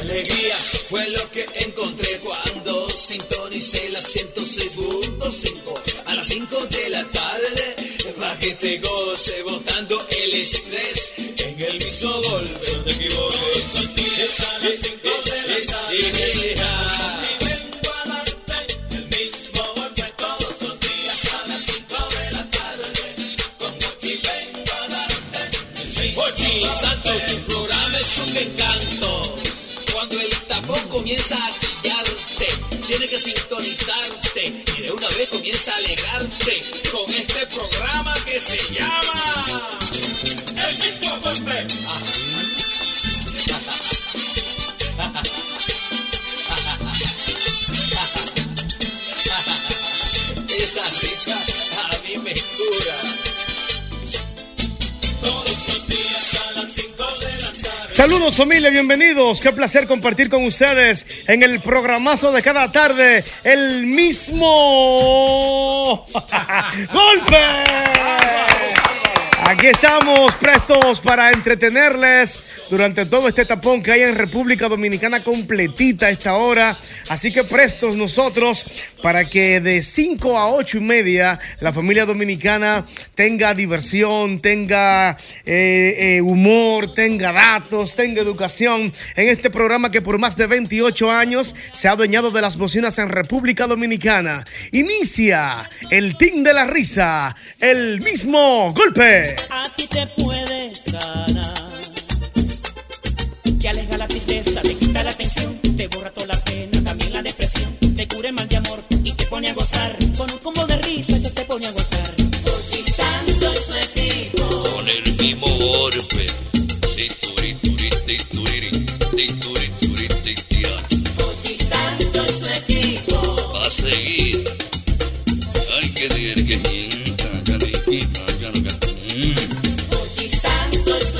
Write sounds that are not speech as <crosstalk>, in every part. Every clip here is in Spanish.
Alegría fue lo que encontré cuando sintonicé la 106.5 a las 5 de la tarde. Pa' que te goce botando el estrés en el mismo golpe. No te equivoques. a las 5 de la tarde. Ochi Santo, tu programa es un encanto. Cuando el tapón comienza a quillarte, tiene que sintonizarte y de una vez comienza a alegarte con este programa que se llama El mismo golpe. Esa risa a mí me cura. Saludos familia, bienvenidos. Qué placer compartir con ustedes en el programazo de cada tarde el mismo <laughs> golpe. Aquí estamos prestos para entretenerles durante todo este tapón que hay en República Dominicana completita a esta hora. Así que prestos nosotros para que de 5 a 8 y media la familia dominicana tenga diversión, tenga eh, eh, humor, tenga datos, tenga educación en este programa que por más de 28 años se ha adueñado de las bocinas en República Dominicana. Inicia el Team de la Risa, el mismo golpe. A ti te puede sanar. Te aleja la tristeza, te quita la tensión, te borra toda la pena, también la depresión. Te cura el mal de amor y te pone a gozar. Con un combo de risa que te pone a gozar. con el mismo golpe. Ti, turi, turi, ti, turiri, ti, turi, turi, ti, tira. Va a seguir. Hay que decir que gente, cariquita, ya no gasta. Mm. Pochi Santo es su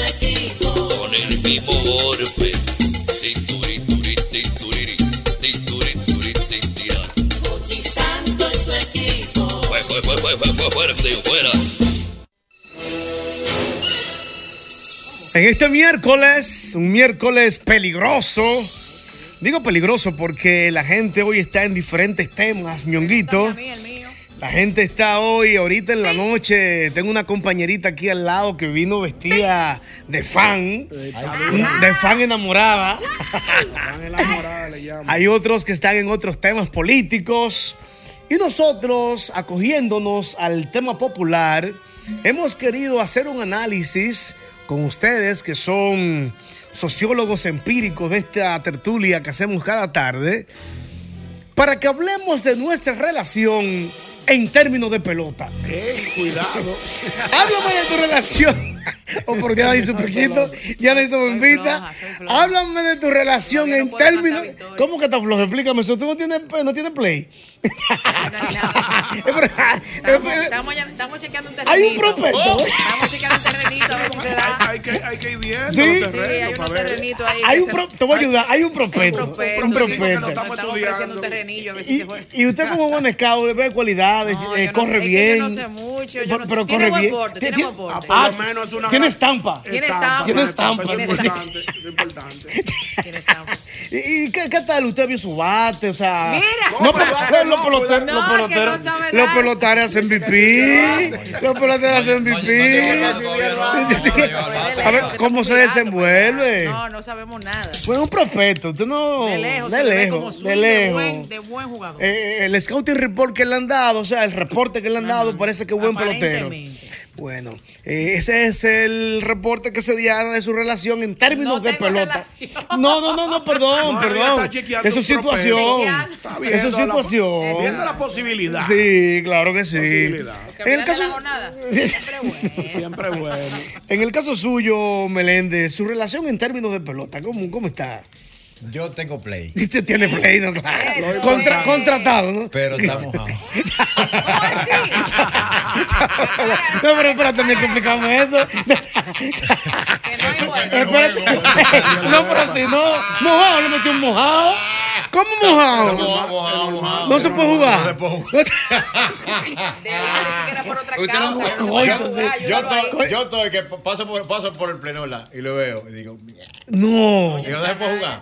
En este miércoles, un miércoles peligroso. Digo peligroso porque la gente hoy está en diferentes temas, ñonguito. La gente está hoy, ahorita en la noche. Tengo una compañerita aquí al lado que vino vestida de fan, Mm, de fan enamorada. Hay otros que están en otros temas políticos. Y nosotros, acogiéndonos al tema popular, hemos querido hacer un análisis con ustedes que son sociólogos empíricos de esta tertulia que hacemos cada tarde, para que hablemos de nuestra relación en términos de pelota. Ey, cuidado. <laughs> Háblame de tu relación. <laughs> O porque ya me hizo poquito, ya me hizo bombita. Háblame de tu relación en términos. ¿Cómo que estás flojo? Explícame eso. Tú no tienes, no tienes play. <laughs> Estamos, estamos, ya- estamos chequeando un terrenito. Hay un prospecto. Estamos chequeando un terrenito a ver si se da. Hay, hay que, hay que ir viendo Sí. los Sí, hay terrenos unos para ver. terrenitos ahí. Hay que un se- pro- te voy a ayudar. Hay un prospecto. prospecto, Un sí, porque lo nos prospecto. estamos estamos ofreciendo estudiando. un terrenillo a ver si Y, se juega. y usted como buen scout ve cualidades, No, eh, yo no corre sé, es que bien. yo no sé mucho, yo Pero- no sé. pero Tiene corre buen bien. porte, tiene Tien- buen porte. Por Ah, lo menos es una tiene gran- estampa. Tiene estampa. Tiene Eso es estampa. importante. Es importante. Tiene estampa. ¿Y, y qué, qué tal? ¿Usted vio su bate? O sea. Mira. No, pero- pero los No, peloteros. no, los que no peloteros- sabe los nada. peloteros hacen pipí. Los peloteros hacen pipí. Sí. A ver, Porque ¿cómo estamos se cuidando, desenvuelve? No, no sabemos nada. Fue un prospecto. Usted no. De lejos, de se le ve lejos, como swing de de lejos. buen, de buen jugador. Eh, el scouting report que le han dado, o sea, el reporte que le han dado, parece que buen pelotero. Aparentemente. Bueno, eh, ese es el reporte que se dio de su relación en términos No de tengo pelota. relación. No, no, no, no, perdón, No, ella perdón. está chequeando Es su un situación. prospecto. Está Es viendo su la- situación. Viendo la posibilidad. Sí, claro que sí. Posibilidad. Porque hablar de la jornada, <laughs> Siempre bueno. en el caso suyo, Meléndez, su relación en términos de pelota, ¿cómo, cómo está? Yo tengo play, Usted tiene play, ¿no? Claro. Eso Contra- es. contratado, ¿no? pero estamos mojado. ¿Cómo así? <laughs> No, pero espérate, me complicamos eso. <laughs> Que <laughs> no hay vuelta. Espérate. No, pero si no, mojado, le metió un mojado. ¿Cómo mojado? No se puede jugar. <laughs> De verdad, ni siquiera por otra Usted no- causa. yo- no se puede yo- jugar, yo yo no lo estoy- hago. Yo estoy que paso por, paso por el plenola y lo veo y digo, "Mierda". No. digo, ¿dónde puedo jugar?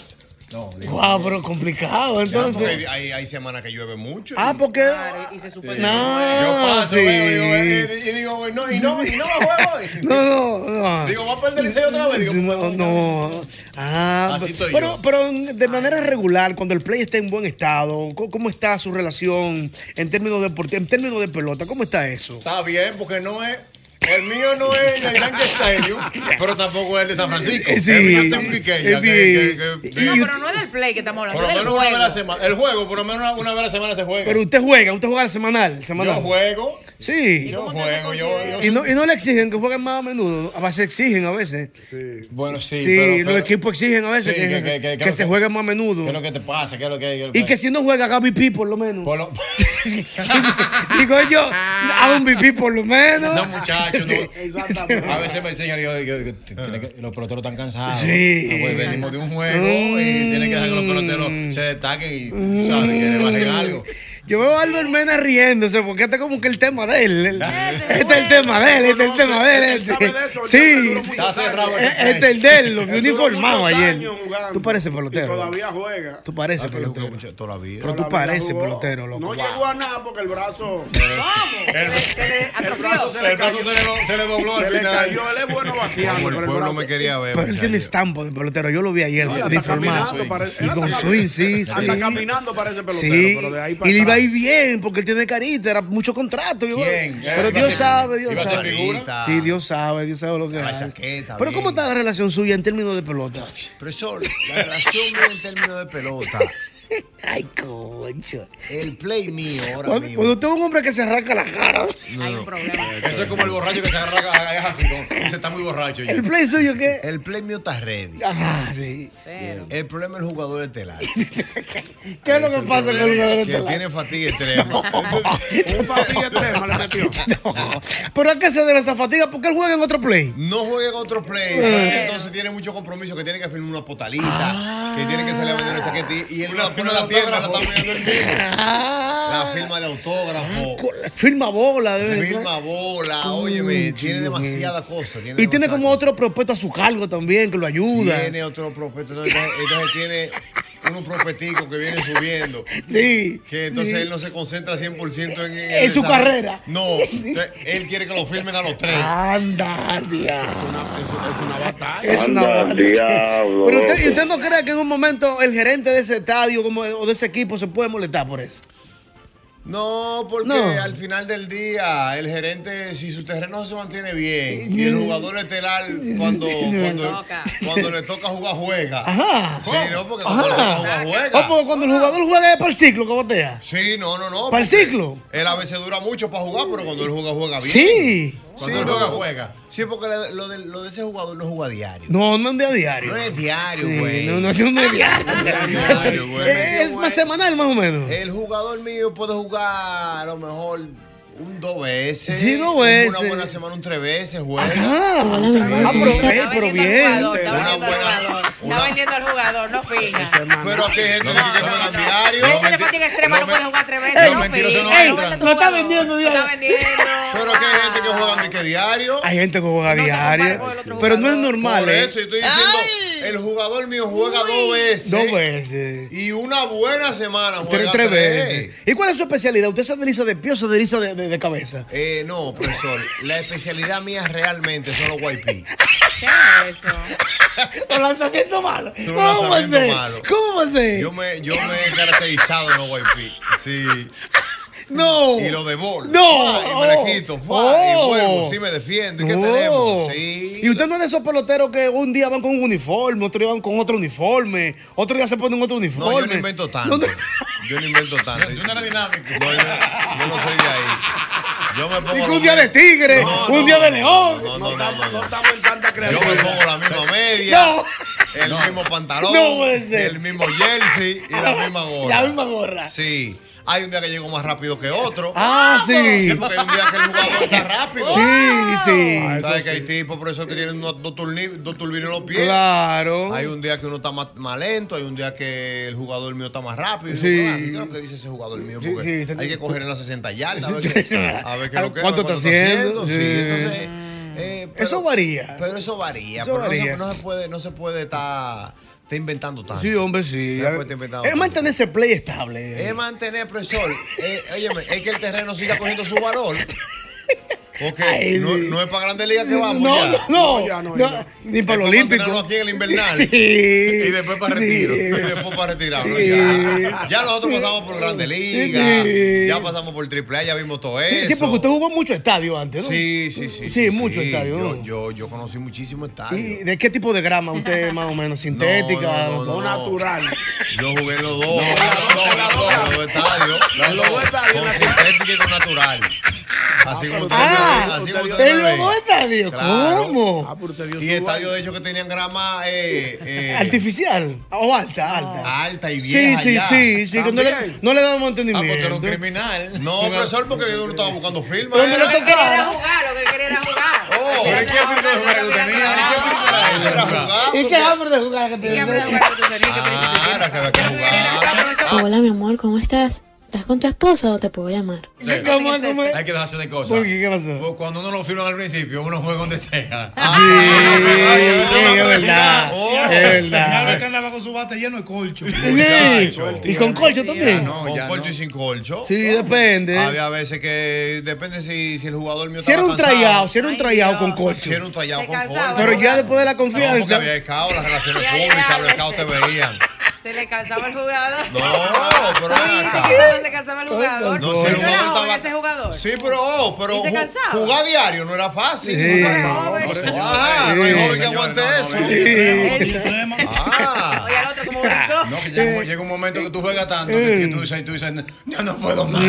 No, digo, Wow, pero complicado, Ah, entonces. Hay, hay- hay semanas que llueve mucho. Ah, porque. Y se supone yo No, paso, sí. veo, digo, eh, y digo, "Bueno, y no, y no me juego. <laughs> No, no, no. Digo, va a perder el liceo otra vez. Digo, pues, No, no. Ah, Así estoy pero, yo. pero de manera regular, cuando el play está en buen estado, ¿cómo- ¿cómo está su relación en términos de, porte- en términos de pelota? ¿Cómo está eso? Está bien, porque no es. El mío no es el Yankee Stadium, pero tampoco es el de San Francisco. Eh, sí. el mío está en Quiqueya, que- Eh, bien. que- que- No, Y- pero no es del play que estamos Por hablando, lo es del menos una vez a la juego. semana. El juego, por lo menos una, una vez a la semana se juega. Pero usted juega, usted juega al semanal, semanal. yo juego, Sí. yo cómo usted se juego, yo, yo Y no, y no le exigen que jueguen más a menudo. A veces exigen a veces. Bueno, sí. Sí, pero- pero- los equipos exigen a veces Sí, que, que- que- que- que que- se juegue más a ¿Qué es lo menudo. que te pasa? ¿Qué es lo que.? qué es lo Y que si no juega, haga VP por lo menos. Por <laughs> lo- Digo yo, <laughs> haga un VP por lo menos. <laughs> No, muchachos. Sí. no. A veces me enseñan y yo, yo- yo- tiene que- los peloteros están cansados. Sí. Ah, pues, venimos de un juego y tiene que dejar que los peloteros se destaquen y ¿sabes? que le bajen algo. Mm. Yo veo a Albert Mena riéndose porque este es como que el tema de él. El- Ese Este es el tema de él, este es el conoce, tema de él. él sabe de eso, Sí, él duró sí. Está cerrado. Eh, ese este es el de él, lo <laughs> vi Él duró uniformado muchos ayer. años jugando. Tú pareces Y pelotero. todavía juega. Tú pareces play. Yo jugué pelotero. mucho toda la vida. Pero tú Todavía pareces jugó. pelotero, No loco. llegó a nada porque el brazo. Se le El brazo atrofió. se le El brazo cayó. se le, do- se le dobló Se al le final. cayó. Él es bueno Como bateando. el pero el pueblo brazo- me quería ver. Pero él tiene estampo de pelotero. Yo lo vi ayer, No, él hasta uniformado. caminando parece- Y él hasta con cami- swing, sí, sí. Hasta caminando parece pelotero. Sí, Pero de ahí para y le iba a atrás. ir bien porque él tiene carita, era mucho contrato. yo- ¿Quién? Iba Pero a Dios ser- sabe, Dios iba a ser sabe. figura. Sí, Dios sabe, Dios sabe lo que La hay. chaqueta, Pero bien. ¿cómo está la relación suya en términos de pelota? Profesor, la relación mía en términos de pelota. <laughs> Ay, concho. El play mío ahora Cuando, mismo. cuando usted ve un hombre que se arranca la cara, Hay un problema. Eso es como el borracho que se agarra a- a- a- así, como- Se está <laughs> muy borracho ya. el play suyo, ¿qué? El play mío está ready. Ah, sí. Pero, El problema es el jugador estelar. ¿Qué es lo que pasa con el jugador este Que estelar? <laughs> tiene fatiga extrema. Un fatiga extrema le metió. No. ¿Pero a qué se debe esa fatiga? ¿Por qué él juega en otro play? No juega en otros play. Entonces tiene mucho compromiso que tiene que firmar una potalita. Que tiene que salir a vender el chaqueta. Y él la pone a la tienda, la está poniendo el mismo. Ah. La firma de autógrafo. Firma bola. de vez en Firma cuando. bola. Óyeme, tiene demasiada cosa. Y tiene como otro prospecto a su cargo también que lo ayuda. Tiene otro prospecto. Entonces, entonces tiene unos prospecticos que vienen subiendo. Sí. Que entonces Sí. él no se concentra 100% en, en En su esa- carrera. <laughs> No. Entonces, él quiere que lo firmen a los tres. Anda, diablo. Es una Anda, batalla. <laughs> diablo, Pero usted, ¿y loco. usted no cree que en un momento el gerente de ese estadio como, o de ese equipo se puede molestar por eso? No, porque No. al final del día, el gerente, si su terreno se mantiene bien, y el jugador estelar, cuando, cuando, cuando le toca jugar, juega. Ajá. Sí, no, porque cuando le toca jugar, juega. Oh, porque cuando el jugador juega es para el ciclo que botea. Sí, no, no, no. ¿Para el porque ciclo? Él a veces dura mucho para jugar, pero cuando él juega, juega bien. Sí. Cuando él juega, juega. Sí, porque lo de, lo de- lo de ese jugador no juega diario. No, no es de a diario. No es diario, Sí, güey. No, no, <laughs> no es diario. Diario, güey. es más semanal más o menos. El jugador mío puede jugar a lo mejor un dos veces. Sí, dos veces. Una buena semana, un tres veces, juega. Ah, ah, pero, eh, pero bien. Está vendiendo al jugador, no finga. Pero que hay gente que juega diario. Gente le fatiga extrema no puede jugar tres veces. Ey, no mentiroso, finga. no Ey, entra. aguanta Lo está vendiendo tu- lo diario. está vendiendo. Pero que hay gente que juega ni que diario. Hay gente que juega diario. Pero no es normal. Por ¿eh? eso, yo estoy diciendo, el jugador mío juega dos veces. Dos veces. Y una buena semana juega Tres, tres veces. ¿Y cuál es su especialidad? ¿Usted se desliza de pie o se desliza de, de- de cabeza? Eh, no, profesor, la especialidad mía realmente son los YP. ¿Qué es eso? <laughs> ¿O lanzamiento malo? Son ¿Cómo los va a lanzamientos ser? malos. ¿Cómo va a ser? Yo me, yo me he caracterizado en los YP. Sí. No. Y lo de bol. No. Fua, Y me le quito. fua, Oh. Y vuelvo. Sí, me defiendo. ¿Y qué No. tenemos? Sí. Oh. Y usted no es de esos peloteros que un día van con un uniforme, otro día van con otro uniforme, otro día se ponen otro No, uniforme. yo no invento tanto. No, no. Yo no invento tanto. Yo, no era dinámico. yo, yo no soy de ahí. Yo me pongo. Digo, lo un día mío. de tigre, No, un no, día de no, león. No, no, no, no, no. estamos en tanta Yo creatividad. me pongo la misma media, No, Ah, el mismo pantalón, No puede ser. el mismo jersey y la misma <laughs> gorra. la misma gorra. Sí. Hay un día que llego más rápido que otro. Ah, sí. Sí, porque hay un día que el jugador está rápido. Sí, Ah, sí. ¿Sabes que hay tipos, por eso que tienen unos dos, turni- dos turbinas en los pies? Claro. Hay un día que uno está más, más lento, hay un día que el jugador mío está más rápido. Sí. Y yo, ah, ¿Qué es lo que dice ese jugador mío? Sí, Porque sí, está- hay que coger en las 60 yardas. A ver, qué- a ver qué es lo que es, Ah, ¿Cuánto está haciendo? Sí, Sí. entonces, eh, pero- Eso varía. Pero eso varía. Eso pero no se- varía. No, se, puede, no se puede estar, estar inventando tanto. Sí, hombre, sí. Ya fue inventado. Es mantener ese play estable. Es mantener, <laughs> profesor. eh, óyeme, es que el terreno siga cogiendo su valor. Porque Ay, no, sí. no es para grandes ligas que vamos. no, ya. no, no, No, ya no, no, ya. Ni para Es los para mantenerlo olímpicos. aquí en el invernal. Sí. Y después para retiro. Sí. Y después para retirarlo. Sí. Ya. Ya nosotros pasamos por Grande Liga. Sí. Ya pasamos por Triple A, ya vimos todo Sí, eso. sí, porque usted jugó mucho estadio antes, ¿no? Sí, sí, sí. Sí, mucho estadio, Yo, ¿no? yo, yo conocí muchísimo estadio. ¿Y de qué tipo de grama usted más <laughs> o menos? ¿Sintética? No, no, no, No no. <laughs> natural. Yo jugué en los dos. en los dos, en los dos estadios. En los dos estadios, Con en la- sintética y con natural. Así como usted Ah, usted así como dio- usted ¿En lo los ve. dos estadios? Claro. Ah, ¿Cómo? pero usted dio Y su estadios baile. de ellos que tenían grama eh, eh, ¿Artificial? ¿O alta? Alta. alta y Sí, vieja. sí, ya. Ah, pues, sí, sí, que no le, También. no le damos entendimiento. criminal. No, profesor, porque yo no estaba buscando firmas. ¿Dónde lo Lo que él quería era tocaron? jugar, lo que él quería era jugar. Oh, ¿y qué primero Eso era jugar. ¿Y qué hambre de jugar que ¿Qué hambre de te jugar que tú tenías? ¿Qué Ah, principio era que había que tienes? Lo que quería era jugar. jugar, profesor. Hola, mi amor, ¿cómo estás? ¿Estás con tu esposa o te puedo llamar? ¿Cómo es? ¿Cómo es? Hay que dejarse de cosas. ¿Por qué? ¿Qué pasó? Ah, Pues Cuando uno lo firma al principio, uno juega donde sea. Sí, <laughs> Ah, es verdad. Oh. Es verdad. andaba con su <laughs> bate lleno de colcho. Sí, Muchacho. Y con colcho también. no, con ya colcho no. y sin colcho. Sí, depende. Había veces que depende si, si el jugador mío Si era un estaba cansado. trayado, si era un Ay, trayado Dios. con Si colcho. era un trayado Se con cansaba, colcho. Pero ya después de la No, porque confianza. había escao, las relaciones Ya, ya, públicas, los ya. escaos te veían. Se le cansaba el jugador. No, pero ven Oye, acá. ¿tú ¿Cómo se cansaba el jugador? No, No, si el era jugador joven estaba- ese jugador. Sí, pero, oh, pero ¿Y se ju- cansaba? jugar diario no era fácil. Sí. No, No, hombre. no, Ajá, no hay Sí. joven que aguante eso. Ah. Oye, al <laughs> otro como Eh. brincó. No, que llega, un- llega un momento que tú juegas tanto que, Eh. que tú dices, y tú dices, yo no puedo más.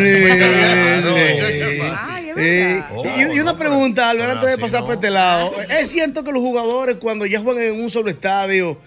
Ay, es Eh, verdad. Oh, y, y una no, pregunta, Álvaro, pero antes de así pasar no. por este lado. ¿Es cierto que los jugadores cuando ya juegan en un sobreestadio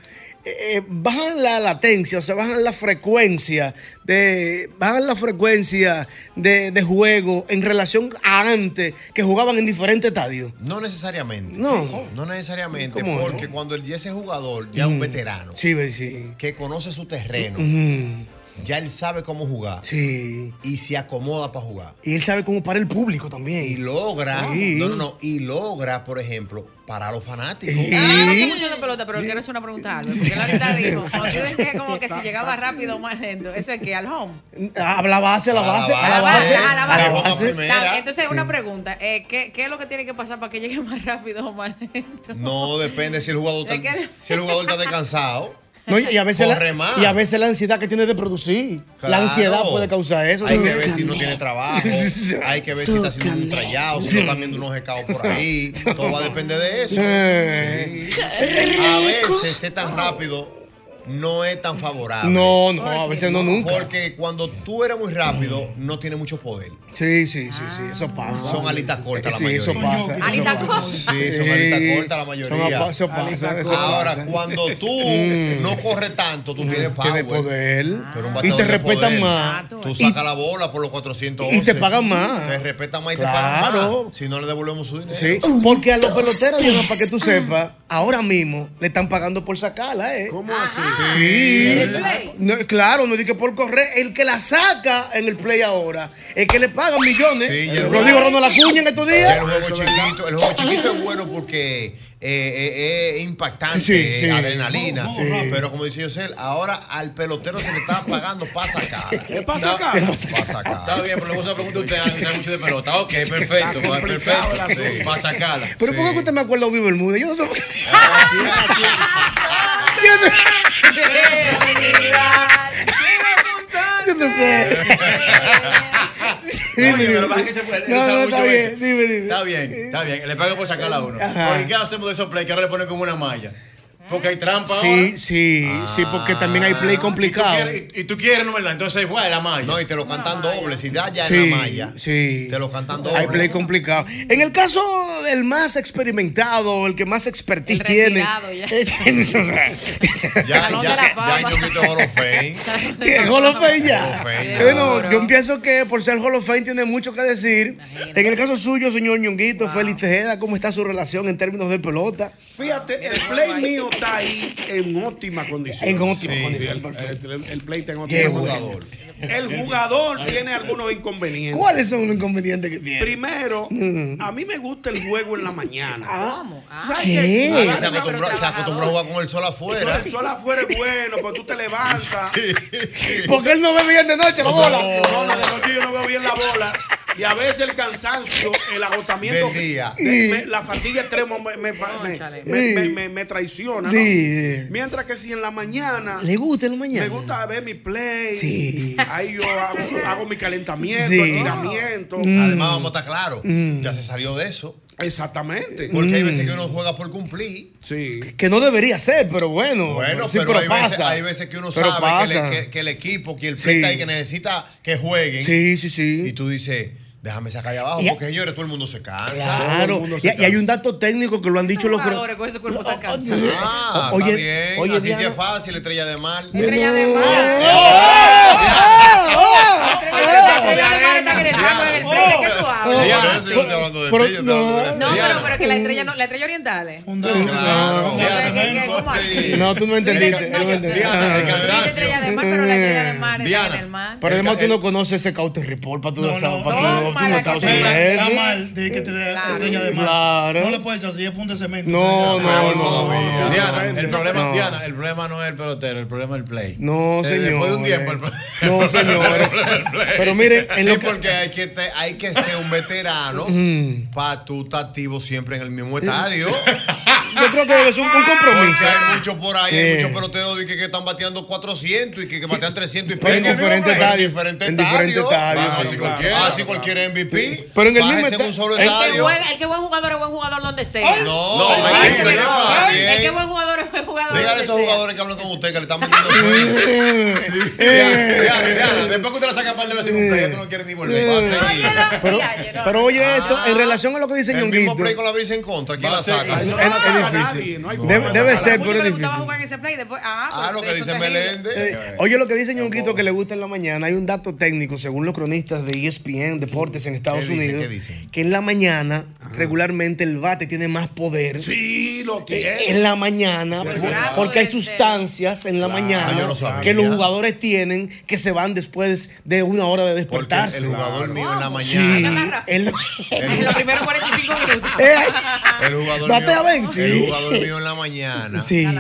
eh, eh, bajan la latencia, o sea, bajan la frecuencia de bajan la frecuencia de, de juego en relación a antes que jugaban en diferentes estadios? No necesariamente. No. No necesariamente, ¿Cómo no? Mm. porque cuando el- ya ese jugador, ya un veterano, Sí, ve, sí. que conoce su terreno, Mm. ya él sabe cómo jugar. Sí. Y se acomoda para jugar. Y él sabe cómo parar el público también. Y logra, Sí. no, no, no, y logra, por ejemplo, parar a los fanáticos. Ah, no sé mucho de pelota, pero quiero hacer una pregunta. a Albert, Porque él <laughs> ahorita dijo, cuando yo decía como que si llegaba rápido o más lento, eso es que al home. A la base, a la base, a la base. a la base. primera. Está, Entonces, Sí. una pregunta, eh, ¿qué, ¿qué es lo que tiene que pasar para que llegue más rápido o más lento? <laughs> No depende si el jugador Es está, que- si el jugador está descansado. No, y, y a veces Corre la, más. y a veces la ansiedad que tiene de producir. La Claro. ansiedad puede causar eso. Hay que ver si no tiene <laughs> trabajo. Hay que ver si está haciendo un trayado, si no está viendo unos escados por ahí. Todo va a depender de eso. Eh. Sí. A veces ser tan rápido no es tan favorable. No, no, a veces no, nunca. Porque cuando tú eres muy rápido, no tiene mucho poder. Sí, sí, sí, sí, eso pasa. Son alitas cortas la Sí, mayoría. eso pasa. eso Alita pasa. corta. Sí, son alitas cortas la Son mayoría. apa- Eso pasa. eso Ahora, pasa. cuando tú Mm. no corres tanto, tú tienes power. Tienes poder. Pero un y bateador te de respetan poder. Ah, más. Tú Y- sacas la bola por los 411. y te pagan más. Te respetan más y te pagan Claro. más. Si no le devolvemos su dinero. Sí, porque a los peloteros, Diana, para que tú sepas, ahora mismo le están pagando por sacarla, ¿eh? ¿Cómo así? Sí. ¿En el play? No, claro, no dije por correr. El que la saca en el play ahora, el que le pagan millones. ya lo lo- digo Ronald Acuña en estos días. El juego chiquito, el juego chiquito es bueno porque eh, eh, es impactante, Sí, sí, sí. adrenalina. Vamos, vamos, rápido. Pero como dice Yosel, ahora al pelotero se le está pagando pasa cara. ¿Qué pasa acá? No, pasa cara. Está bien, pero luego se la pregunta a usted ah, que sabe mucho de pelota. Ok, perfecto, Está complicado perfecto. el asunto. Sí, Para sacarla. Pero ¿por qué usted me acuerda de Vivo el Mundo? Yo no sé por qué. Yo sé- Yo no sé. Oye, pero dime. lo que pasa es que se puede- él No, sabe no, mucho está de- bien, dime, dime. Está bien, está bien. Le pagan por sacarla a uno. Ajá. ¿Por qué hacemos de esos play que ahora le ponen como una malla? Porque hay trampa Sí, sí, sí, porque también hay play complicado. ahora. Y, y tú quieres, ¿no verdad? Entonces, igual la malla. No, y te lo cantan doble. Si da ya Sí, en la malla. sí. Te lo cantan doble. Hay play complicado. En el caso del más experimentado, el que más expertise tiene. <laughs> retirado ya. ya, Ya, ya, ya incluiste Hall of <laughs> Fame. Hall of Fame ya. Hall of Fame, Bueno, claro. yo pienso que por ser Hall of Fame tiene mucho que decir. En el caso suyo, señor Ñonguito, Félix Tejeda, ¿cómo está su relación en términos de pelota? Fíjate, el play mío está ahí en óptima condición. En óptima Sí, condición, el- perfecto. El, el play está en Qué óptima bueno. condición. El jugador tiene algunos inconvenientes. ¿Cuáles son los inconvenientes que tiene? Primero, a mí me gusta el juego en la mañana. ¿Cómo? ¿Sabes Mm. ¿Qué? qué? Se acostumbró, se acostumbró a jugar con el sol afuera. Entonces, el sol afuera es bueno, pues tú te levantas. Porque él no ve bien de noche la bola. No, no, de noche yo no veo bien la bola. Y a veces el cansancio, el agotamiento, Del día. de- me- la fatiga extrema me, me, fa- me- me- me- me- me traiciona. ¿no? Sí. Mientras que si en la mañana ¿Le gusta en la mañana? me gusta ver mi play, Sí. ahí yo hago, hago mi calentamiento, Sí. estiramiento. Mm. Además, vamos a estar claros. Mm. Ya se salió de eso. Exactamente. Porque hay veces Mm. que uno juega por cumplir. Sí. Que no debería ser, pero bueno. Bueno, sí, pero, hay, pasa. veces, hay veces que uno Pero sabe que, le- pasa. que- que el equipo, que el Sí. play está ahí, que necesita que jueguen. Sí, sí, sí. Y tú dices, déjame sacar allá abajo, porque señores, todo el mundo se cansa. Claro, y, y hay un dato técnico que Oh, lo han dicho los Jugadores con ese cuerpo tan cansado. Ah, Oye, está bien. oye, Así sí Diana. es fácil, estrella de mar. Estrella de mar. Estrella de mar está en el campo, en el play, ¿de qué tú hablas? Oh. Diana, yo estoy hablando de ti, yo estoy hablando de No, pero, Diana. Oh, pero que la estrella no, la estrella oriental. eh. Claro. ¿Qué- qué- qué- cómo así? No, tú no entendiste. No, yo no sé. entendiste. Sí, Ah. la estrella de mar, pero la estrella de mar está Diana. en el mar. Pero además tú no conoces ese Cauter Report para tú no sabes. Para tú no- tú no sabes. sobre Está eso. mal de que te Claro. estrella de mar. Claro. No le puedes echar si es punto de cemento. No, no, no. Diana, el problema, No. Diana, el problema no es el pelotero, el problema es el play. No, Eh, Después de un señores. tiempo, el pro- No, <laughs> el problema señores. es el play. <laughs> Pero miren, en Sí, lo que- porque hay que, te- hay que ser un veterano Mm. para tú estar activo siempre en el mismo <laughs> estadio. Yo creo que debe ser un compromiso. Porque hay muchos por ahí, hay Sí. muchos peloteros de que, que están bateando 400 y que, que batean 300 y Pero en pico. diferentes estadios. diferentes En diferentes estadios. estadios, Así sí. cualquiera. Claro, Así cualquiera MVP. Pero en el Bájese mismo en esta- un solo El que, estadio. juega- el que buen jugador es buen jugador donde sea. No, no, Eso ay, se pero le no, conoce. ay. El que buen jugador es buen jugador Dígale a donde esos sea. jugadores que hablan con usted que le están <laughs> metiendo sueño. Eh. Diana, Diana, Diana, después que usted la saca para el veces en un play, ya tú no quieres ni volver. Va a seguir. Pero, pero oye esto, en relación a lo que dice Ah. El mismo Ñonguito. play con la brisa en contra. ¿Quién Va la a seguir. saca? Es- es difícil. Debe- debe ser, pero es Pero tú difícil. estabas jugando en ese play y después. Ah, pues lo que eso dice está genial. Meléndez. Oye, lo que dice Ñonguito que le gusta en la mañana, hay un dato técnico, según los cronistas de E ESPN Deportes en Estados ¿Qué dice? Unidos, ¿Qué Ah. dice? que en la mañana regularmente el bate tiene más poder. e, Sí, lo tiene. En la mañana, Pero por- abrazo Porque hay desde- sustancias en la Claro, yo mañana no sabía. que los jugadores tienen que se van después de una hora de despertarse. el jugador mío en la Sí. mañana. El- <laughs> En los primeros 45 minutos. Eh, El jugador, Batea mío, Benzi. el jugador mío en la mañana. Sí. Eh, Le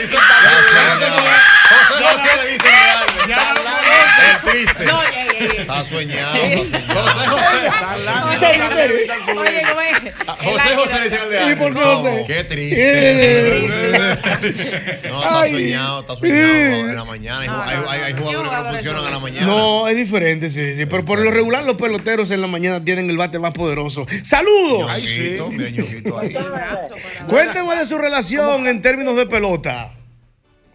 dicen José José le dicen de algo. Es triste. No, ey, ey, ey. Está <laughs> soñado. está soñado. Oye, Oye, no es. <laughs> José José le dicen al de algo. ¿Y por qué José? Qué Eh. triste. No, está soñado, está soñado en la mañana. Hay, hay- hay- hay jugadores que no funcionan a la mañana. No, es diferente, sí, sí. Pero por lo regular los peloteros en la mañana tienen el bate más poderoso. ¡Saludos! Ñonguito, mira, Ñonguito ahí. Cuéntenme de su relación en términos de pelota.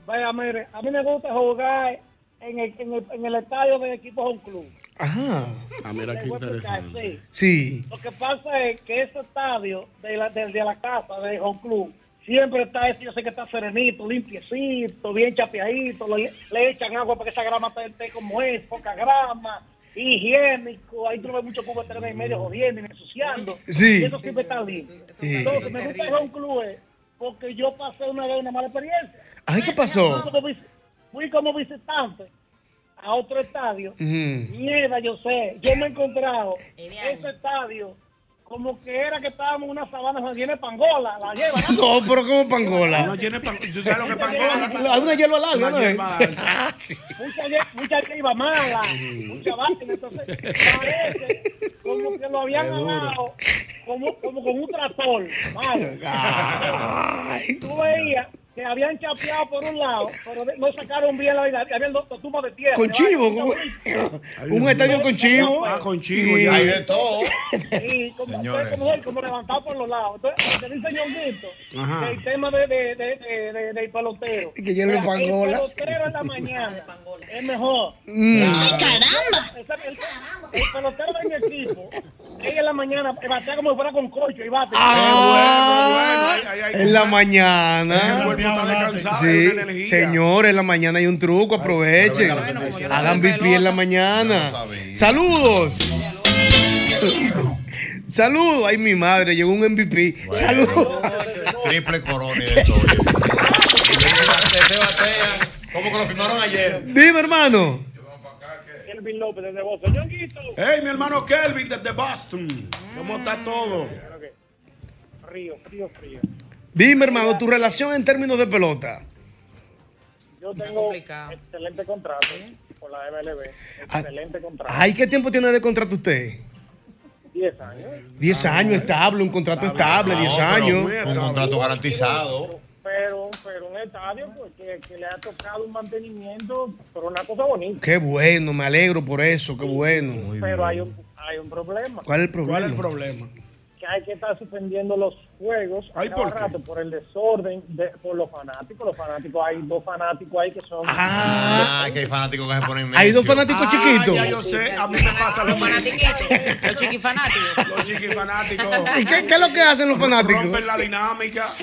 Vaya, mire, a mí me gusta jugar en el, en el, en el estadio del equipo de un club. Ajá. Ah, mira qué interesante. Sí. Sí. Lo que pasa es que ese estadio de la, del- de la casa de Home Club siempre está ese, yo sé que está serenito, limpiecito, bien chapeadito, lo- le echan agua para que esa grama esté- esté como es, poca grama, higiénico, ahí tú no ves mucho cubo de tres y medio jodiendo y ensuciando. Sí. Y eso siempre está limpio. Sí. Entonces, me gusta el Home Club eh, porque yo pasé una vez una mala experiencia. Ay, ¿qué pasó? Fui como vis- Fui como visitante a otro estadio. Ujú. Mierda, yo sé. Yo me he encontrado ese estadio como que era que estábamos en una sabana donde tiene pangola. La lleva. No, pero como pangola. No tiene ¿Tú sabes lo que <laughs> es pangola? Hay una hierba larga, Una ¿no? hierba <laughs> Ah, sí. Mucha, hie- mucha lleva mala. Mucha vaina. Entonces, parece como que lo habían Qué duro. ganado como, como con un tractor. Mano. Ay. Tú veías que habían chapeado por un lado, pero no sacaron bien la vida. Habían dos dos tumbas de tierra. Con chivo, con- un estadio con chivo. Ah, con chivo, Sí. ya. Hay de todo. Sí, como, Señores. como, como levantado por los lados. Entonces, te dice Ñonguito Ajá. que el tema de, de, de, de, de- del pelotero. Que lleve Mira, pangola. El pelotero en la mañana es mejor. Mm. Ay, caramba! El, el pelotero de mi equipo, ella en la mañana batea como si fuera con cocho y bate. Ah, en la mañana. Sí, señores, en la mañana hay un truco, aprovechen. Hagan VIP en la mañana. Saludos. Saludos. Ay, mi madre, llegó un MVP. Saludos. Triple corona. Como que lo firmaron ayer. Dime, hermano. Kelvin López desde Boston. Ñonguito, Hey, mi hermano Kelvin desde Boston. ¿Cómo está todo? frío, frío, frío. Dime, hermano, tu relación en términos de pelota. Yo tengo excelente contrato con la MLB. Excelente contrato. Ah. Ay, ¿qué tiempo tiene de contrato usted? 10 años. 10 años estable, un contrato estable, 10 años. Un contrato garantizado. Pero, pero un estadio pues, que, que le ha tocado un mantenimiento, pero una cosa bonita. Qué bueno, me alegro por eso, qué bueno. Pero hay un, hay un problema. ¿Cuál es el problema? Que hay que estar suspendiendo los juegos a Ay, cada ¿por qué? rato por el desorden, de, por los fanáticos. Los fanáticos, hay dos fanáticos ahí que son... Ah, que hay fanáticos que se ponen Hay dos necios. fanáticos chiquitos. A mí me pasa lo mismo. Los chiquifanáticos. Los chiquifanáticos. ¿Y qué, qué es lo que hacen los fanáticos? Rompen la dinámica.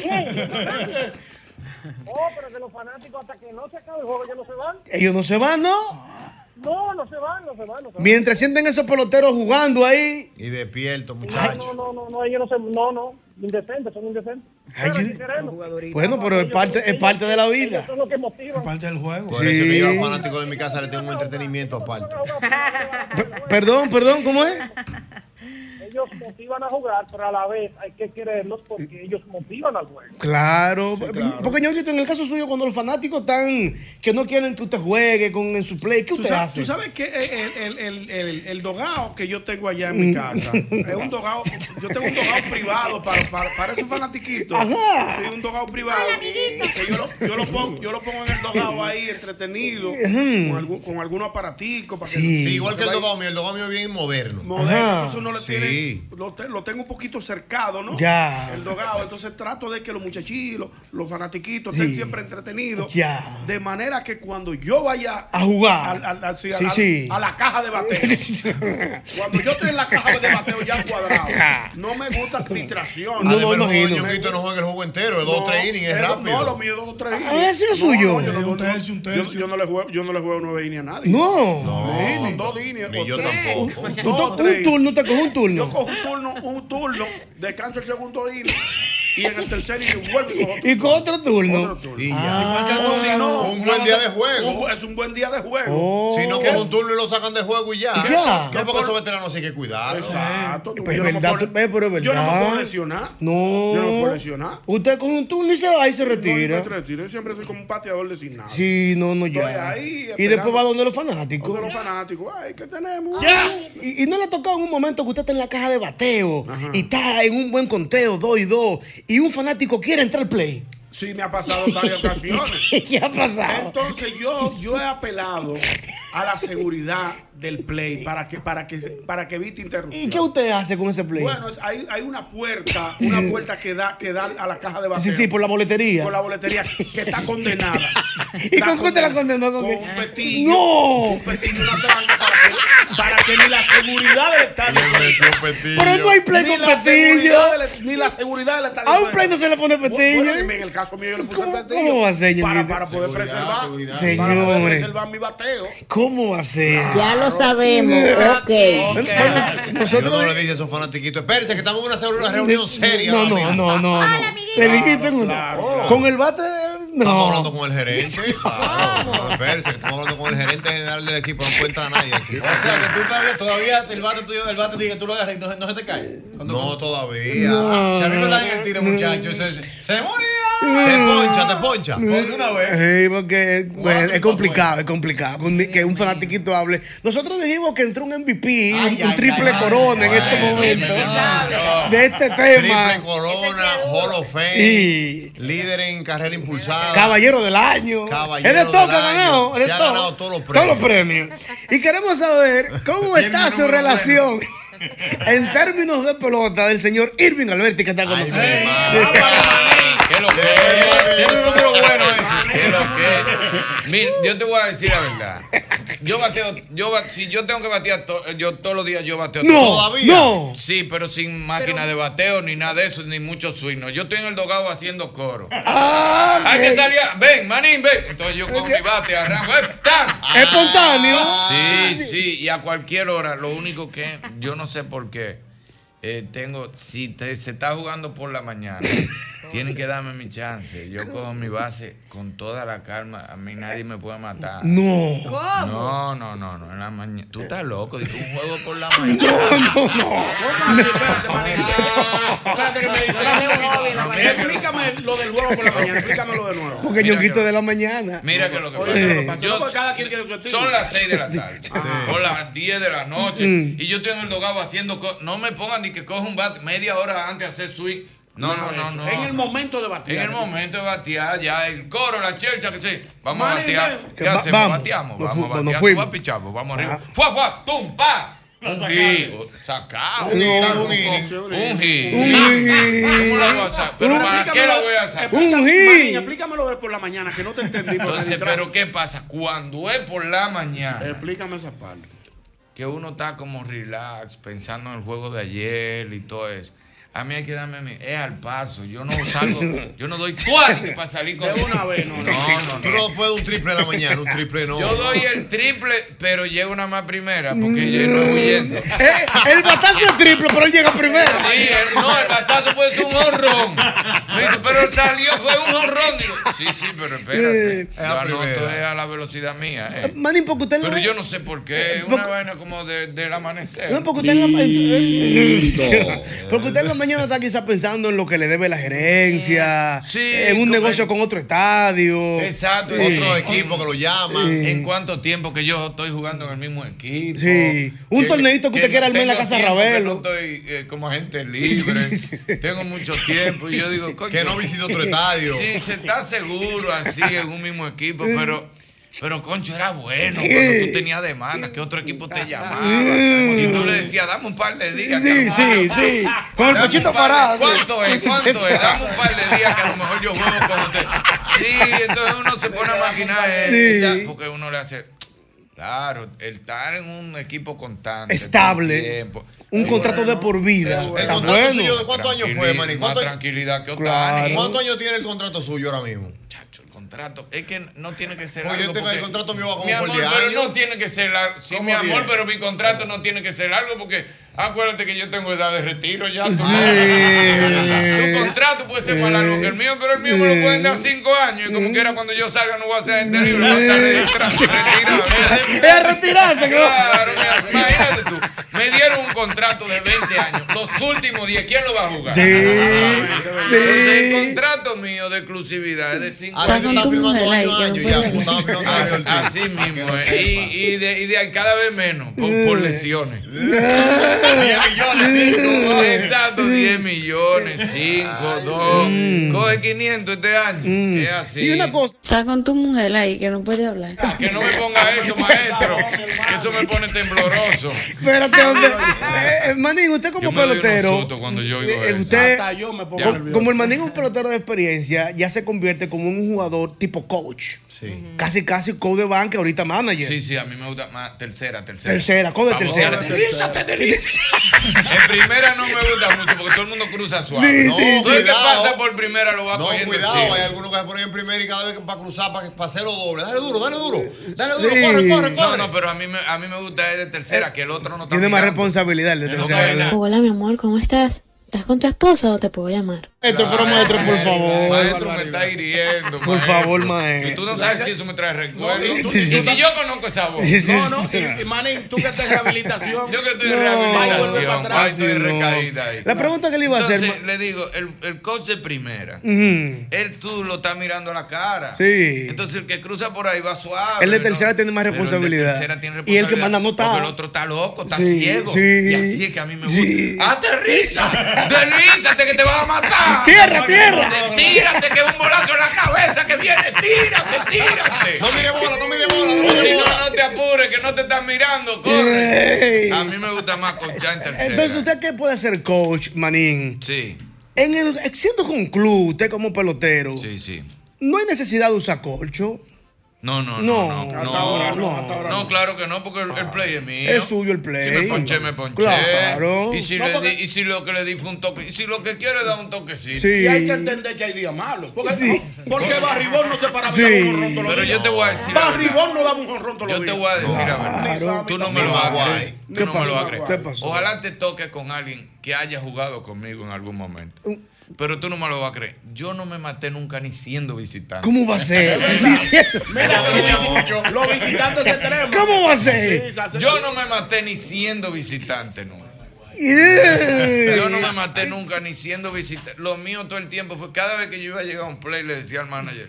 Oh, pero que los fanáticos hasta que no se acabe el juego ya no se van. Ellos no se van, ¿no? No, no se van, no se van. No, se van. Mientras sienten esos peloteros jugando ahí. Y despierto, Ay, muchachos. no, no, no, no, ellos no se... No, no, indecentes, son indecentes. Ay, Pero yo- sí queremos. Bueno, pero es parte, es parte de la vida. Ellos son los que motivan. Parte del juego. Por Sí. eso que yo a los fanáticos de mi casa le tengo un entretenimiento aparte. Perdón, perdón, ¿cómo es? Ellos motivan a jugar, pero a la vez hay que quererlos Eh. porque ellos motivan al juego. Claro, porque ñoquito, en el caso suyo, cuando los fanáticos están que no quieren que usted juegue con en su play, ¿qué ¿Tú usted sabes, hace? tú sabes que eh, el, el, el, el- el dogao que yo tengo allá Mm. en mi casa es un dogao, yo tengo un dogao privado para, para, para esos fanatiquitos. Ajá. Sí, un dogao privado. que yo, lo, yo, lo pongo, yo lo pongo en el dogao ahí entretenido Ujú. con, algún, con algunos aparaticos para que Sí, igual que el dogao. dogomio, el dogomio es bien moderno. Moderno, entonces uno le Sí. tiene, lo, te- lo tengo un poquito cercado, ¿no? Ya. El dogado. Entonces trato de que los muchachitos, los fanatiquitos, estén siempre entretenidos. Ya. De manera que cuando yo vaya A jugar. al- al- al- sí, a, Sí, la- sí. a la caja de <laughs> bateo. cuando yo estoy en la caja de bateo ya <laughs> cuadrado, no me gusta filtración. No, no, no. Ñonguito no juega el juego entero, es dos, tres innings, es rápido. No, lo mío es dos, tres innings. Ah, ese es No, suyo. no, yo no- yo- Yo no le juego, yo no le juego nueve innings a nadie. No. Sí, son dos innings. Ni yo ¿Qué? tampoco. Un, Dos, un tres. turno, usted coge un turno. Yo cojo un turno, un turno, descanso el segundo hilo y en el tercer y vuelve con otro. Y con otro turno. Ah. Porque si no, un buen día de juego. un bu- es un buen día de juego. Oh. Si no, ¿Qué? con un turno y lo sacan de juego y ya. Y ya. No, porque esos veteranos sí hay que cuidar. Exacto. Pues es verdad, tú- eh, pero es verdad. yo no me puedo lesionar. No. Yo no me puedo lesionar. Usted con un turno y se va y se No, retira. yo me retiro. Yo siempre soy como un pateador designado. sí, no, no, Estoy ya. ahí y esperando. después va donde los fanáticos. Los fanáticos, ay, ¿qué tenemos? Y, y no le ha tocado en un momento que usted está en la caja de bateo y está en un buen conteo, 2 y 2, y un fanático quiere entrar al play. Sí, me ha pasado en <laughs> varias ocasiones. ¿Qué ha pasado? Entonces yo, yo he apelado a la seguridad del play para que, para que, para que evite interrupción. ¿Y qué usted hace con ese play? Bueno, es- hay, hay una puerta, una <laughs> puerta que da, que da a la caja de bateo. sí, sí, por la boletería. Por la boletería que está condenada. <laughs> <laughs> ¿Y con qué te la condenó? ¿Con qué? Un petillo. ¡No! Un petillo, una tranca para que, para que ni la seguridad del estadio. <laughs> Pero no hay play Ni con la petillo. seguridad del- Ni la seguridad del estadio. A un play no se le pone Bu- petillo. bueno, dime, en el caso mío yo le puse petillo. ¿Cómo va a ser, Para, ñonguito? para poder preservar. Para poder Señores. preservar mi bateo. ¿Cómo va a ser? Ya lo sabemos, ok. Nosotros no le dije a esos fanatiquitos. Espérense, que estamos en una, reunión- una reunión seria. No, no, no, no. no. Te dije, tengo- Con el bate, Estamos no. hablando con el <laughs> gerente. Claro, no, espérense, que estamos hablando con el gerente general del equipo. No encuentra a nadie aquí. O sea, que tú todavía, todavía el bate tuyo, el bate tuyo, tú lo agarras y no, se- no se te cae. No, todavía. Si a mí me dan el tiro, muchachos, se, se moría. Te poncha, te poncha. Pues, una vez. Mm. Sí, porque bueno, es complicado, es complicado que un- que un fanatiquito hable. Nosotros dijimos que entró un MVP, un- un, triple corona en este momento de este Triple tema. Corona, Hall of Fame, Y- líder en carrera impulsada. Caballero del año. Caballero es de todo del que ha año. ganado. es de Se ha todo. ganado todos los Todos los premios. Y queremos saber cómo está su relación en términos de pelota del señor Irving Alberti que está con nosotros. ¿Qué lo que? Tiene un número <laughs> bueno ese. ¿Qué lo que? Mira, yo te voy a decir la verdad. Yo bateo, yo ba- si yo tengo que batear, to- yo todos los días yo bateo. No, ¿Todavía? no. Sí, pero sin máquina de bateo, ni nada de eso, ni mucho swing. no. Yo estoy en el dogado haciendo coro. Ah, Hay ok. que salir, a- ven, manín, ven. Entonces yo con mi bate arranco, ¡eh, tan! Espontáneo. Sí, sí, y a cualquier hora. Lo único que yo no sé por qué eh, tengo, si te- se está jugando por la mañana, tienen que darme mi chance. Yo cojo mi base con toda la calma. A mí nadie me puede matar. <laughs> No. ¿Cómo? No, no, no, no. En la mañana. Tú estás loco. Dice, un juego por la mañana. <laughs> No, no, no. Mira, explícame lo del juego por la mañana. Explícamelo de nuevo. Porque ñonguito de la mañana. Mira que lo que Oye, pasa. eso lo pasó. Yo- Porque cada quien tiene su estilo. son las 6 de la tarde. O las 10 de la noche. Mm. Y yo estoy en el dogado haciendo co- No me pongan ni que coja un bat media hora antes de hacer swing. No, no, no, no. En el momento de batear. En el momento de batear, ya el coro, la chelcha, que sí. Vamos a Manín, batear. ven. ¿Qué Va- hacemos? vamos. Bateamos, Nos vamos fu- a nos batear. Tú fuimos. vas, pichamos, vamos arriba. Ajá. ¡Fua, fua! ¡Tum, pa! Lo Un sacaron. giro, sacado. Un inning, Sacó, un inning. Un giro. Un ¿Cómo la voy a sacar? ¿Pero Un- para qué la voy a sacar? Explícame- Manín, giro. Explícamelo de por la mañana, que no te entendí. por Entonces, dentro. pero ¿qué pasa? Cuando es por la mañana. Explícame esa parte. que uno está como relax, pensando en el juego de ayer y todo eso. A mí hay que darme mi. Es al paso. Yo no salgo. <laughs> yo no doy cuatro para salir con. De una vez, <laughs> no, no. no, Tú no puedes un triple en la mañana, un triple no. Yo doy el triple, pero llego una más primera porque yo no <laughs> huyendo. Eh, el batazo es triple, pero él llega primero. Sí, el- no, el batazo puede ser un honrón. Me dice, pero salió, fue un honrón. Digo, sí, sí, <laughs> pero espérate. Eh, yo la anoto primera. es a la velocidad mía. eh. Manín, porque usted Pero no- yo no sé por qué. es Una vaina como de- del amanecer. eh, No, porque usted, en la, ma- <laughs> eh, porque usted en la mañana está quizás pensando en lo que le debe la gerencia, eh, en un negocio con otro estadio. Exacto, Sí. que lo llama. Sí. ¿En cuánto tiempo que yo estoy jugando en el mismo equipo? Sí. Un Que- torneito que usted quiera armar en la tengo casa tiempo, Ravelo. que no estoy eh, como <laughs> agente libre. Tengo mucho tiempo y yo digo, coño, Que no <laughs> visite otro estadio. Sí, se está seguro así en un mismo equipo, pero. Pero concho era bueno Sí. cuando tú tenías demanda, que otro equipo <laughs> te llamaba. Mm. Si tú le decías, dame un par de días. Sí, que a lo mejor- sí, sí. Con el Dame un pechito par de- parado, sí. ¿Cuánto es? Sí, sí, ¿Cuánto sí. <laughs> es? Dame un par de días que a lo mejor yo juego con usted. Sí, entonces uno se pone a maquinar Sí. eh, porque uno le hace. Claro, el estar en un equipo constante. Estable. todo el tiempo. Un contrato de por vida. El Está contrato bueno. suyo ¿De cuántos años fue, Manny? Más ¿Cuántos- tranquilidad que Claro. Otani. ¿Cuántos años tiene el contrato suyo ahora mismo? El contrato. Es que no tiene que ser Pues yo largo. tengo el contrato mío va como mi por amor, 10 pero años. no tiene que ser largo. Sí, ¿Cómo mi amor, 10? pero mi contrato no tiene que ser largo porque Acuérdate que yo tengo edad de retiro ya. Sí. Tu contrato puede ser más largo que el mío, pero el mío me lo pueden dar cinco años. Y como quiera, cuando yo salga, no voy a ser gente libre. Voy a estar registrado, <laughs> retirado. Es retirarse, Claro, mira, imagínate tú. Me dieron un contrato de 20 años. Los últimos 10, ¿quién lo va a jugar? Sí, sí. Entonces, el contrato mío de exclusividad es de 5 A veces está firmando año a año ya. Estaba firmando año al Ah, Así mismo, eh. y, y de, y de cada vez menos, por, por Eh. <laughs> lesiones. 10 millones, Eh. cinco. ah, Exacto, 10 millones, 5, Mm. 2. Coge 500 este año. Es así. cosa. Está con tu mujer ahí que no puede hablar. Que no me ponga eso, maestro. que eso me pone tembloroso. <laughs> Espérate, hombre. Eh, eh, Manín, usted como Yo me doy unos pelotero. sustos cuando yo oigo eh, eso. usted, Hasta yo me pongo como- nervioso. como el Manín es un pelotero de experiencia, ya se convierte como un jugador tipo coach. Casi, casi coach de banca, ahorita manager. Sí, sí, a mí me gusta más tercera, tercera. Tercera, coge Vamos, tercera. deslízate, deslízate. En primera no me gusta mucho porque todo el mundo cruza suave. Sí, no, sí, todo el que cuidado. pasa por primera lo va No, cogiendo cuidado, chido. hay algunos que se ponen en primera y cada vez que para cruzar, para, para hacerlo doble. Dale duro, dale duro. Dale duro, Sí. corre, corre, No, corre. no, pero a mí, me, a mí me gusta el de Eh, tercera, que el otro no está Tiene más mirando. responsabilidad el de tercera. ¿verdad? Hola, mi amor, ¿cómo estás? ¿Estás con tu esposa o te puedo llamar? Maestro, pero maestro, por favor. Maestro, me está hiriendo. Por favor, Y tú no maestro. sabes si eso me trae recuerdos. No, y y, tú- Sí, sí. si yo conozco esa voz. Sí, sí, no, sí. no. Y, y, Manín, tú que estás en rehabilitación. Yo que estoy No. en Ay, rehabilitación. vuelve para ay, atrás. estoy en Sí, no. recaída ahí. La pregunta que le iba a hacer, Entonces, Le digo, el, el coach de primera. Ujú. Él tú lo estás mirando a la cara. Sí. Entonces el que cruza por ahí va suave. El de ¿no? tercera tiene más Pero el de responsabilidad. tercera tiene Y el que responsabilidad, manda no está. Porque el otro está loco, está Sí, ciego. sí. Y así es que a mí me gusta. ¡Aterriza! ¡Deslízate que te vas a matar! Tierra, tierra. ¡Tírate que un bolazo en la cabeza que viene! ¡Tírate, tírate! No mire bola, no mire bola. No Si mire bola. no, no te apures, que no te están mirando, Ey. corre. A mí me gusta más conchar en tercera. Entonces, ¿usted qué puede hacer coach, Manín? Sí. En el, siendo con un club, usted como pelotero, Sí, sí. no hay necesidad de usar colcho. No, no, No, no. No, no, hasta ahora no, hasta no, claro que no, porque el, el play es mío. Es suyo el play. Si me ponché, me ponché. Claro. Y si, No, le porque- di- y si lo que le di fue un toque. Y si lo que quiere da un toquecito. Y hay que entender que hay días malos. Porque, porque Barribón no se paraba Sí. y daba un jonrón todos los Pero días. yo te voy a decir la Barribón no daba un jonrón todos Yo los te días. voy a decir a ver. Tú no me lo vas a creer. Tú ¿Qué no pasó? me lo vas a creer. ¿Qué pasó? Ojalá te toque con alguien que haya jugado conmigo en algún momento. Uh. Pero tú no me lo vas a creer. Yo no me maté nunca ni siendo visitante. ¿Cómo va <laughs> a ser? Diciendo- Los visitantes se treman. ¿Cómo va a ser? Yo no me maté ni siendo visitante nunca. <laughs> Yeah. Yo no me maté nunca ni siendo visitante. Lo mío todo el tiempo fue cada vez que yo iba a llegar a un play le decía al manager,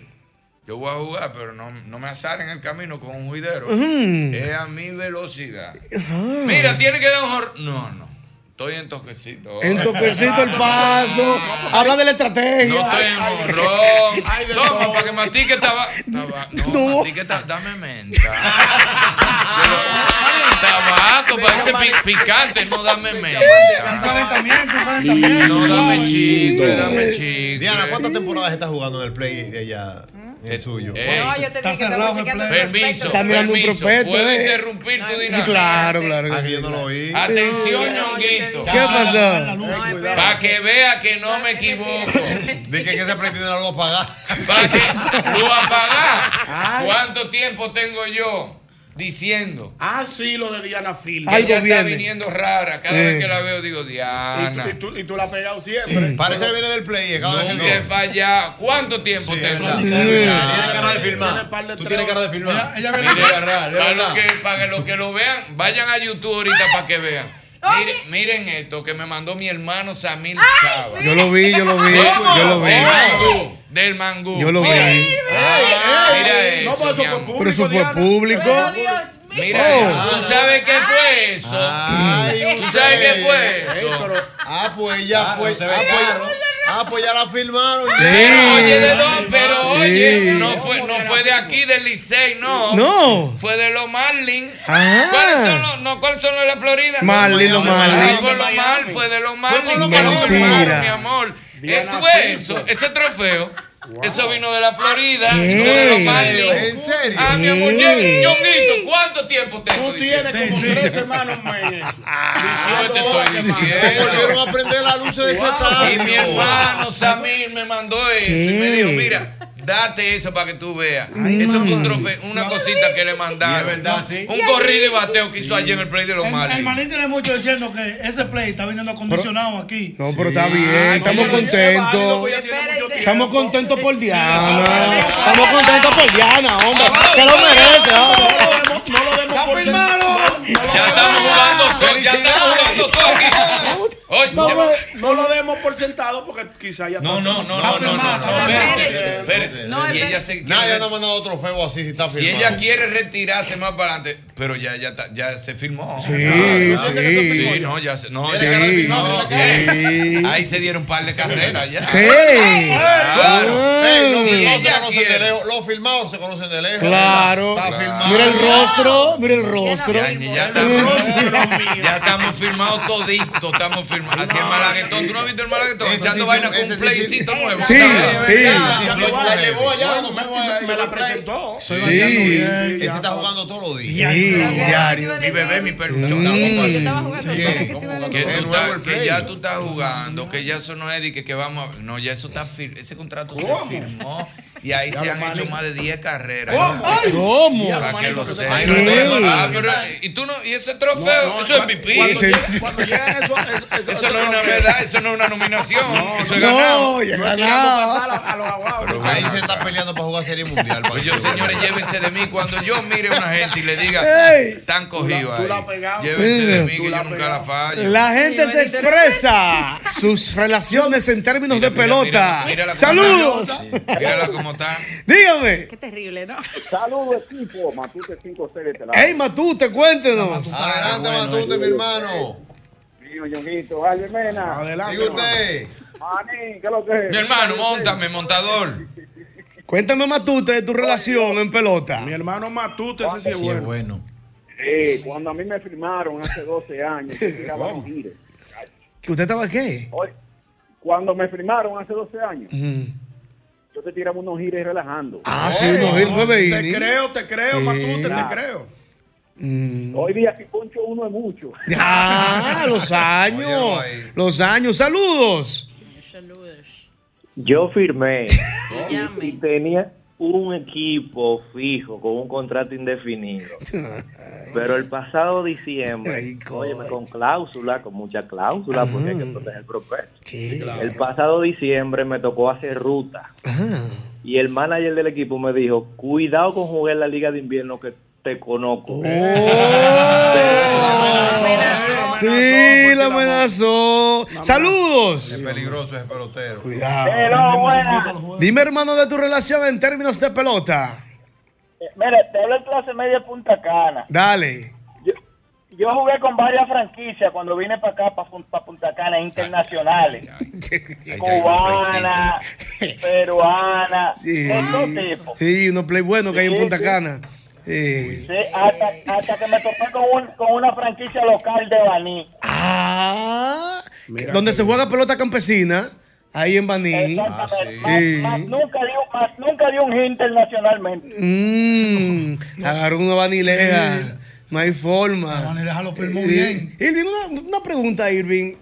yo voy a jugar, pero no, no me azaren el camino con un juidero. Ujú. Es a mi velocidad. Ajá. Mira, tiene que dar un jor- No, no. Estoy en toquecito. En toquecito el paso. Habla de No la estrategia. estoy en jorrón. Toma, para que matique estaba. estaba- no, matique ta- Dame menta. Pero- Tabaco, parece pi- picante. No, dame menta. No, dame chicle, dame chicle. Diana, ¿cuántas temporadas estás jugando en el play de allá? En el suyo. No, yo te dije que estaba chequeando el Eh, Permiso. prospecto. Está mirando un Permiso, prospecto. ¿puedo eh. interrumpir tu Sí, dinámica? Claro, claro. que Ah, que sí. yo no lo oí. Atención, No, yo te ñonguito. ¿Qué pasó? Para que vea que no me equivoco. <laughs> De que, que se pretende algo apagar. <laughs> Para que lo apagás. ¿Cuánto tiempo tengo yo diciendo? Ah, sí, lo de Diana Phil. Ella Algo está viene. viniendo rara. Cada Eh. vez que la veo digo, Y tú, y Diana. tú- y tú la has pegado siempre. Parece que viene del play. Cada vez que Nunca he no. fallado. ¿Cuánto tiempo tengo? Tiene cara de filmar. Tú tienes cara de filmar. Ella viene a agarrar, Para ¿verdad? los que, para los que lo vean, vayan a YouTube ahorita para que vean. Miren, miren esto que me mandó mi hermano Samir Chava. Yo lo vi, yo lo vi. Yo lo vi. Del mangú. Del mangú. Yo lo vi. Mira, Ay, mira ay, eso. no, pero eso mi fue amor. público. Pero eso fue Diana. público. Pero Dios mío. Mira, Oh. ¿tú sabes qué fue eso? Ay, ¿Tú sabes qué fue Ey, eso? pero- Ah, pues ya, Ah, pues. no se ve Ah, pues- claro. ah, pues ya la firmaron. Pero, Sí. oye, de dos, pero oye, Sí. no fue, no fue de aquí, del Licey, no. No. Fue de los Marlins. Ah. ¿Cuáles son los, no, ¿cuáles son los de la Florida? Marlins, los Marlins. Ah, fue lo mal, fue de los con los Marlins que lo Marlins. firmaron, Mentira. mi amor. Diana Esto es Filpo. eso, ese trofeo, eso vino de la Florida, ¿Qué? eso de los Marlins. ¿En serio? Ah, mi amor, ¿Qué? Ñonguito, ¿cuánto tiempo tengo? Tú diciendo? tienes como tres semanas en eso. <laughs> Ah, yo te Diciendo estoy dos semanas. Se diciendo. volvieron a prender la luz de ese Wow. tablo. Y mi hermano Samir me mandó eso y me ¿Qué? dijo, mira, Date eso para que tú veas. eso fue un trofe- una cosita que le mandaron. Un corrido de bateo que hizo ayer en el play de los El- El males. manín tiene mucho diciendo que ese play está viniendo acondicionado aquí. No, pero está bien, Ah, estamos contentos. Estamos contentos por Diana. Estamos contentos por Diana, hombre. Se lo merece, hombre. Ya estamos jugando, ya estamos jugando No, lo- no lo demos por sentado porque quizá ya No, no, no, no, no, no, no, espérate, espérate. No, Si espérate. ella se- Nadie no ha mandado trofeo así si está Si firmado. ella quiere retirarse más para adelante, pero ya, ya, está- ya se firmó. Sí, Ah, sí. sí, no, ya se, no, Tiene ya que se haber firmó, firmado, sí. Ahí se dieron un par de carreras ya. ¡Ey! Claro. Ey, los Si firmados se ella conocen de quiere. lejos. Los firmados se conocen de lejos. Claro. Está firmado. Mira el rostro, mira el rostro. Ya, ya estamos, ya estamos firmados toditos, estamos firmados. Así el malaguetón, ¿tú no has visto el malaguetón? Echando vaina con un playcito nuevo. Sí, sí. Ya lo va, La ya llevó llevó. allá, me, me- me la presentó. Estoy bateando bien. Ese está jugando todos los días. Sí, diario. Mi bebé, mi perruchón. Que, tú estás- que ya tú estás jugando, que ya eso no es de que, que vamos a. No, ya eso está fir- Ese contrato se firmó. Y ahí se han hecho más de 10 carreras. ¿Cómo? Ay, ¿Cómo? Para que lo sepas. Ay, no, Ah, pero, ¿Y tú no? ¿Y ese trofeo? No, no, eso es MVP. cuando Eso, llega- cuando <laughs> llegan esos- esos- esos- no es una verdad, eso no es una nominación. eso es no, ganado. ya No es ganado. tirando patada a los aguados. Ahí se está peleando para jugar Serie Mundial. Pues yo, señores, llévense de mí. Cuando yo mire a una gente y le diga, Ey. están cogidos Tú la- tú la ahí. has pegado. Llévense de Sí. mí, que yo nunca la fallo. La gente se expresa sus relaciones en términos de Eh, pelota. mírala cómo Saludos. está. Mírala cómo está. Dígame. Qué terrible, ¿no? Saludos, equipo. Matute 5-6 de la. Ey, Matute, cuéntenos. Adelante, Matute, mi hermano. Mío, Yoguito. Ay, Mena. Adelante. Diga usted. Manín, ¿qué es lo que es? Mi hermano, montame, montador. Cuéntame, Matute, de tu relación en pelota. Mi hermano Matute, ese sí es bueno. Sí, cuando a mí me firmaron hace 12 años, yo era bandido. ¿Que usted estaba qué? Oye, cuando me firmaron hace 12 años, Mm, yo te tiraba unos gires relajando. Ah, sí, unos gires, nueve Te innings. creo, te creo, Sí. Matute, Claro. te creo. mm. Hoy día si poncho uno es mucho. <laughs> Ya, <laughs> los años. Los años. Saludos. Yo <laughs> firmé y tenía un equipo fijo con un contrato indefinido. Pero el pasado diciembre, óyeme, con cláusula, con mucha cláusula, porque hay que proteger el prospecto. El pasado diciembre me tocó hacer ruta. Y el manager del equipo me dijo, cuidado con jugar en la liga de invierno que te conozco. Sí, la amenazó. Saludos. Es peligroso ese pelotero. Cuidado. Dime, hermano, de tu relación en términos de pelota. Mira, Eh, te hablo en clase media de Punta Cana. Dale. Yo jugué con varias franquicias cuando vine para acá, para, Punta Cana, internacionales. <laughs> Cubana, <laughs> peruana, Sí. de todo tipo. Sí, unos play buenos que hay en Sí, Punta sí. Cana. Sí. Sí, hasta, hasta que me topé con, un- con una franquicia local de Baní. Ah, donde se juega pelota campesina, ahí en Baní. Sí. Más nunca dio, más nunca dio un hit internacionalmente. Mm, agarró una vanileja. No hay forma. La Ah, vanileja lo firmó bien. Irving, una, una pregunta, Irving.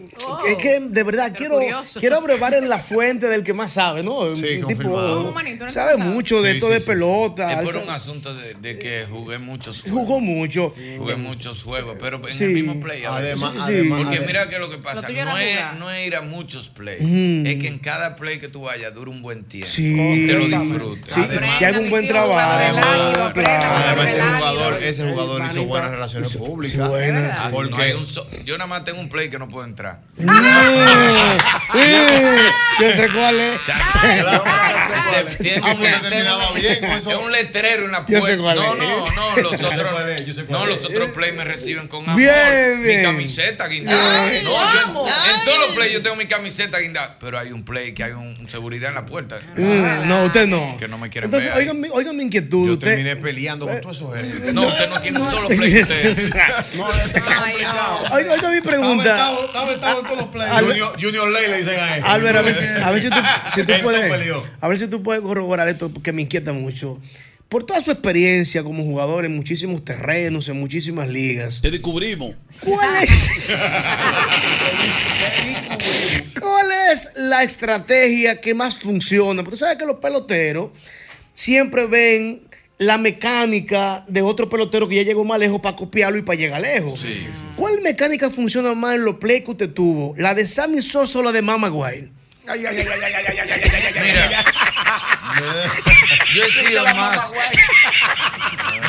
es que de verdad quiero, curioso. quiero abrevar en la fuente del que más sabe, ¿no? Un confirmado. No, sabe mucho de esto de pelota. Es por Él un asunto de, de que jugué muchos se- Jugó mucho. Jugué muchos juegos, pero en Sí. el mismo play. a veces. Además- Sí. además- Porque además. mira que lo que pasa, tuyo no, era es, jugar. no es ir a muchos plays. Mm. Es que en cada play que tú vayas dura un buen tiempo. Sí. Te lo disfrutas. Sí, y hago un buen trabajo. Además, ese Relájido. jugador, ese jugador hizo buenas relaciones públicas. Eh, Ah, Buenas. no hay un so- yo nada más tengo un play que no puedo <laughs> entrar. Yo sé cuál es. Tiene un letrero- Es pues, un letrero en la Yo sé puerta. cuál No, es. no, no, los otros, no, los otros play me reciben con amor. Bien, bien. Mi camiseta guindada. Ay, No, yo- en todos los play yo tengo mi camiseta guindada. Pero hay un play que hay un, un seguridad en la puerta. Mm, No, usted no. Que no me quieren Entonces, ver ahí. oigan, mi- oigan mi inquietud. usted... terminé peleando con todos esos gérmenes. No, usted no tiene un <laughs> solo play. usted. Oiga, oiga mi pregunta. Está vetado en todos los plays. Al- Junior, Junior Ley le dicen a él. <laughs> Álvaro, a ver, si- a ver si tú, si tú Él no puedes. peleó. A ver si tú puedes corroborar esto porque me inquieta mucho. por toda su experiencia como jugador en muchísimos terrenos, en muchísimas ligas. Te descubrimos. ¿Cuál es, cuál es la estrategia que más funciona? Porque sabes que los peloteros siempre ven la mecánica de otro pelotero que ya llegó más lejos para copiarlo y para llegar lejos. ¿Cuál mecánica funciona más en los play que usted tuvo? ¿La de Sammy Sosa o la de Mama Wild? Ay, ay, ay, ay, ay, ay, ay, ay, ay, ay, Mira, <laughs> yo he sido La mamá más.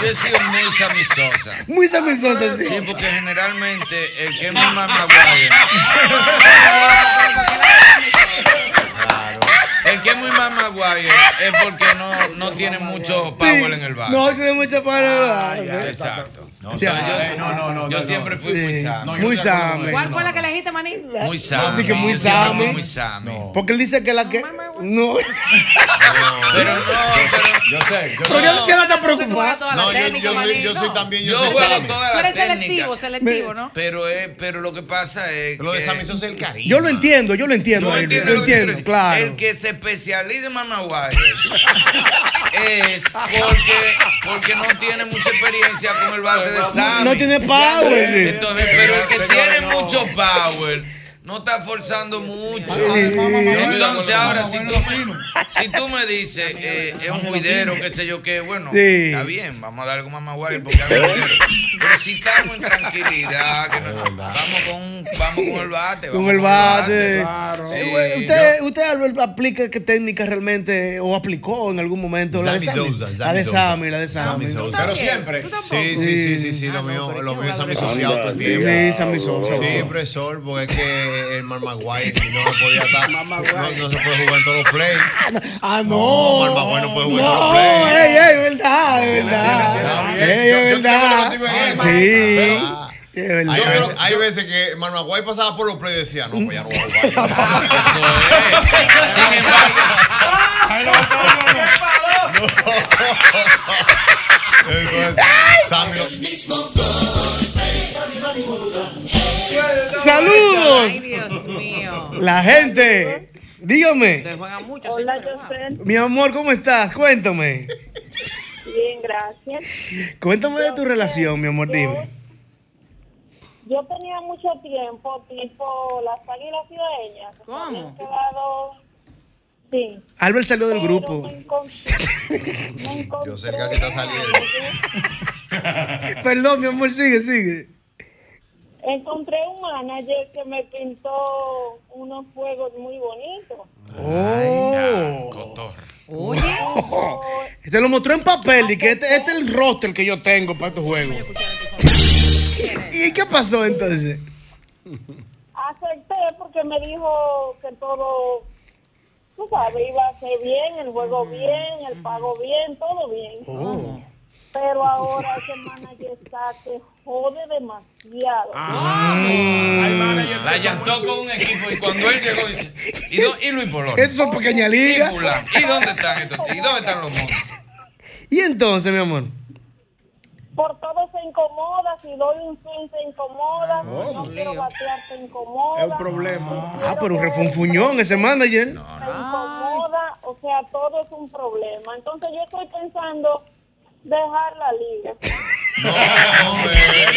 Yo he sido muy samizosa. Muy Ah, Sammy Sosa, sí. Sí, porque generalmente el que es mi mamá guay. Claro. El que es muy mamá guay es porque no, no tiene mucho power en el bar. No, tiene mucha palabra. Exacto. No, O sea, o sea, yo, eh, no, no, no, yo no, no. siempre fui muy Sí. sano. Muy sano. ¿Cuál fue la que elegiste, Manín? Muy sano. Dije, muy Yo siempre fui sano. Muy sano. Porque él dice que la que. No. Pero no, yo sé, yo Pero ya- ya no está preocupada. No, yo- yo soy- yo soy también. yo Yo, soy juego sano. toda Tú la eres técnica. selectivo, selectivo, ¿no? Pero, es, pero lo que pasa es. Lo de Sammy Sosa es el cariño. Yo lo entiendo, yo lo entiendo. Tú Elvis, entiendes lo Lo que quiero entiendo, decir. claro. El que se especializa en mamaguayas <laughs> es porque, porque no tiene mucha experiencia con el bate de Sammy. No tiene power, sí. Entonces, pero el que tiene mucho power no está forzando mucho. Entonces, ahora, si tú me, si tú me dices, eh, es un juidero, qué sé yo qué, bueno, Sí. está bien, vamos a dar algo mamaguayo porque hay juidero. Pero si estamos en tranquilidad, que no- vamos, con, vamos con el bate. Con vamos el bate. Claro. Eh, Sí, bueno, usted, usted Albert, aplica qué técnica realmente o aplicó en algún momento la de Sammy Sammy. Sosa, La Sammy de Sosa. Sammy, la de Sammy. Ah, Sosa. Pero Pero siempre. Sí, sí, sí, sí, sí, lo mío, lo mío es Sammy Anda, Sosado todo el tiempo. sí, Sammy Sosa. Siempre sol, porque es que el Marmaguay no se podía estar. no, no se puede jugar en todos los play. Ah, no. No, Marmaguay pues, no puede jugar en todos los No, play. ey, ey, eh. es verdad, es verdad. Ey, es verdad. Sí. Es verdad. Hay veces, hay veces que Marmaguay pasaba por los play y decía, no, pues ya no voy a jugar. <laughs> <laughs> Saludos. Ay, Dios mío. La gente. Dígame. Te juega mucho. Hola, José. Mi amor, ¿cómo estás? Cuéntame. Bien, gracias. Cuéntame de tu relación, mi amor, <laughs> dime. Yo tenía mucho tiempo, tipo las águilas ciudadeñas. que se habían quedado- Sí. Albert salió del Pero grupo. Me encon- <laughs> me encontré, Yo sé que casi está saliendo. Perdón, mi amor, sigue, sigue. encontré un manager que me pintó unos juegos muy bonitos. Oh. Oye. Te lo mostró en papel y que este, este es el roster que yo tengo para estos juegos. ¿Y qué pasó entonces? Acepté porque me dijo que todo, tú sabes, iba a ser bien, el juego bien, el pago bien, todo bien. Oh. Pero ahora ese manager está que jode demasiado. Mm. Ah. La llantó con un equipo <laughs> y cuando él llegó dice, ¿y, do- y Luis Polonia? Eso son pequeñas ligas. ¿Y fulano? ¿Y dónde están estos? tíos? ¿Y dónde están los monos? ¿Y entonces, mi amor? Por todo se incomoda, si doy un swing se incomoda, si no quiero batear se incomoda. Es un problema. Ah, pero un refunfuñón ese manager. se incomoda, o sea, todo es un problema. Entonces yo estoy pensando dejar la liga.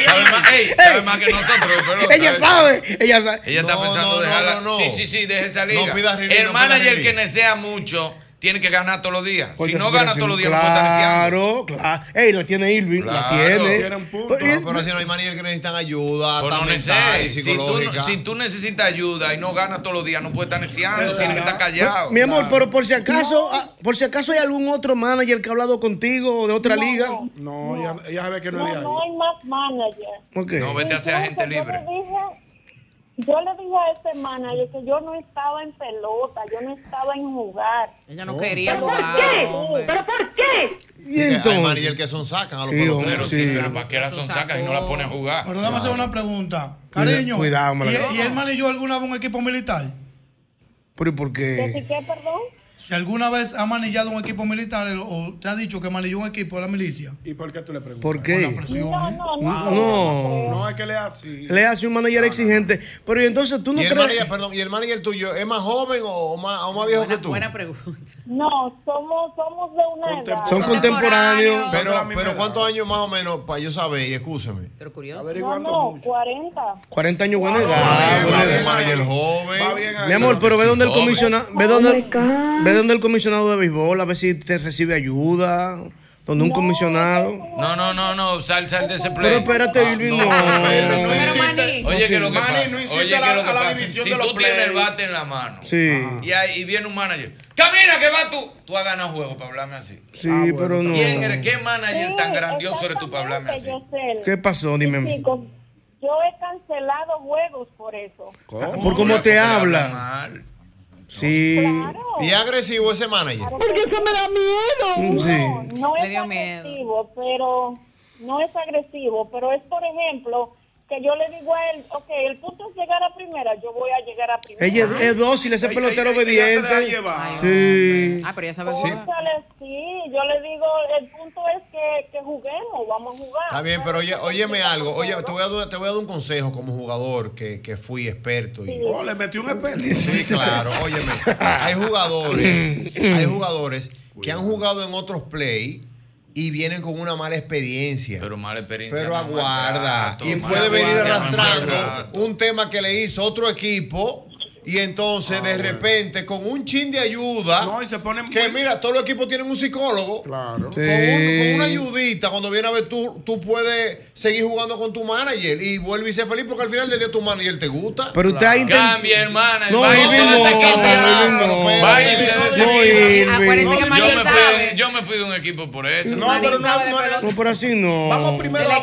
Sabe más, ey, sabe más que nosotros, pero Ella sabe, ella sabe. Ella está pensando dejarla. Sí, sí, sí, deje esa liga. No pidas review, El no pidas manager review. que nesea mucho tiene que ganar todos los días. Porque si no su gana relación- todos los días, no puede estar neceando. Claro, claro. Ey, la tiene Irving, la tiene. No, pero si no hay manillas que necesitan ayuda, Pues hasta no mental neces- y si, tú, psicológica. no- si tú necesitas ayuda y no ganas todos los días, no puedes estar neceando, tienes que estar callado. Mi amor, pero por si acaso, ah, por si acaso hay algún otro manager que ha hablado contigo o de otra liga. No, ella, ella sabe que no, es de No, ahí. no hay más manager. Ok. No, vete a ser agente Yo le libre. dije- Yo le dije a este manager que yo no estaba en pelota, yo no estaba en jugar. Ella no quería ¿Pero por jugar, qué? hombre. ¿Pero por qué? Sí, que Hay manillas que son sacan a los Sí, hombre, peloteros. sí. Pero ¿para qué la son sacas y no la pones a jugar? Ah, Pero dame hacer una pregunta. Cuida- Cariño. cuidado, me la- ¿Y, y él manejó alguna vez un equipo militar? Pero ¿y por qué? ¿Que si qué, perdón? si alguna vez ha manillado un equipo militar o- o te ha dicho que manilló un equipo de la milicia. ¿Y por qué tú le preguntas? ¿Por qué? ¿eh? No, no, no. No. No, es que le así. Le hace un manager exigente. Pero ¿y entonces tú no ¿Y el, crees. manager, perdón, ¿Y el manager tuyo es más joven o, o más, o más viejo que tú? Buena pregunta. No, somos, Oh. somos de una edad. Son contemporáneos. Pero, pero ¿cuántos años más o menos para yo saber? Y escúcheme. Pero curioso. No, no, 40. 40 años Ah, buena edad. buena edad. el joven. Mi amor, pero ve donde el exitoso. comisionado, ve donde, Oh el- ve donde el comisionado de béisbol, a ver si te recibe ayuda, donde un comisionado. No, no, no, no, sal, sal de ese Pero play. Ah, espérate, Irving, no. Oye, que lo que Manny, pasa, no hiciste oye, la- que lo a que la pasa, si división tú de los tienes play. el bate en la mano Sí, y, ahí- y viene un manager, camina que va tú, tú has ganado juego para hablarme así. sí, pero no. ¿Quién eres? ¿Qué manager Sí, tan grandioso eres tú para hablarme Que así? yo sé. ¿Qué pasó? Dime. Chicos, yo he cancelado juegos por eso. Por cómo te habla. Sí. Y es agresivo ese manager. Porque eso me da miedo. Sí. No es agresivo, pero no es agresivo, pero es por ejemplo que yo le digo a él, ok, el punto es llegar a primera, yo voy a llegar a primera. Ella es, es dócil, ese pelotero obediente. Sí. Ah, pero ya sabes. Cónchale, sí, yo le digo, el punto es que, que juguemos, vamos a jugar. Está bien, pero oye, óyeme algo. Oye, te voy, a, dar- te voy a dar un consejo como jugador que, que fui experto. Y, Oh, le metí un experto. Sí, claro, óyeme. Hay jugadores, hay jugadores que han jugado en otros play y vienen con una mala experiencia. Pero mala experiencia. Pero no aguarda. maltrato, Y mala puede venir experiencia, no arrastrando maltrato. un tema que le hizo otro equipo. Y entonces, Ah, de repente, con un chin de ayuda. que mira, todos los equipos tienen un psicólogo. Claro. Con, un- con una ayudita, cuando viene a ver tú, tú puedes seguir jugando con tu manager y vuelve y ser feliz porque al final del día tu manager te gusta. Pero usted ha intentado. Cambia, hermana. No, vaya, Irving, se no, desequilibra. Irving, no. Vaya, se No, desequilibra. Irving. Acuérdese que Yo Manny me fui- sabe. Yo me fui de un equipo por eso. No, pero no, no, no, pero así no. Vamos primero a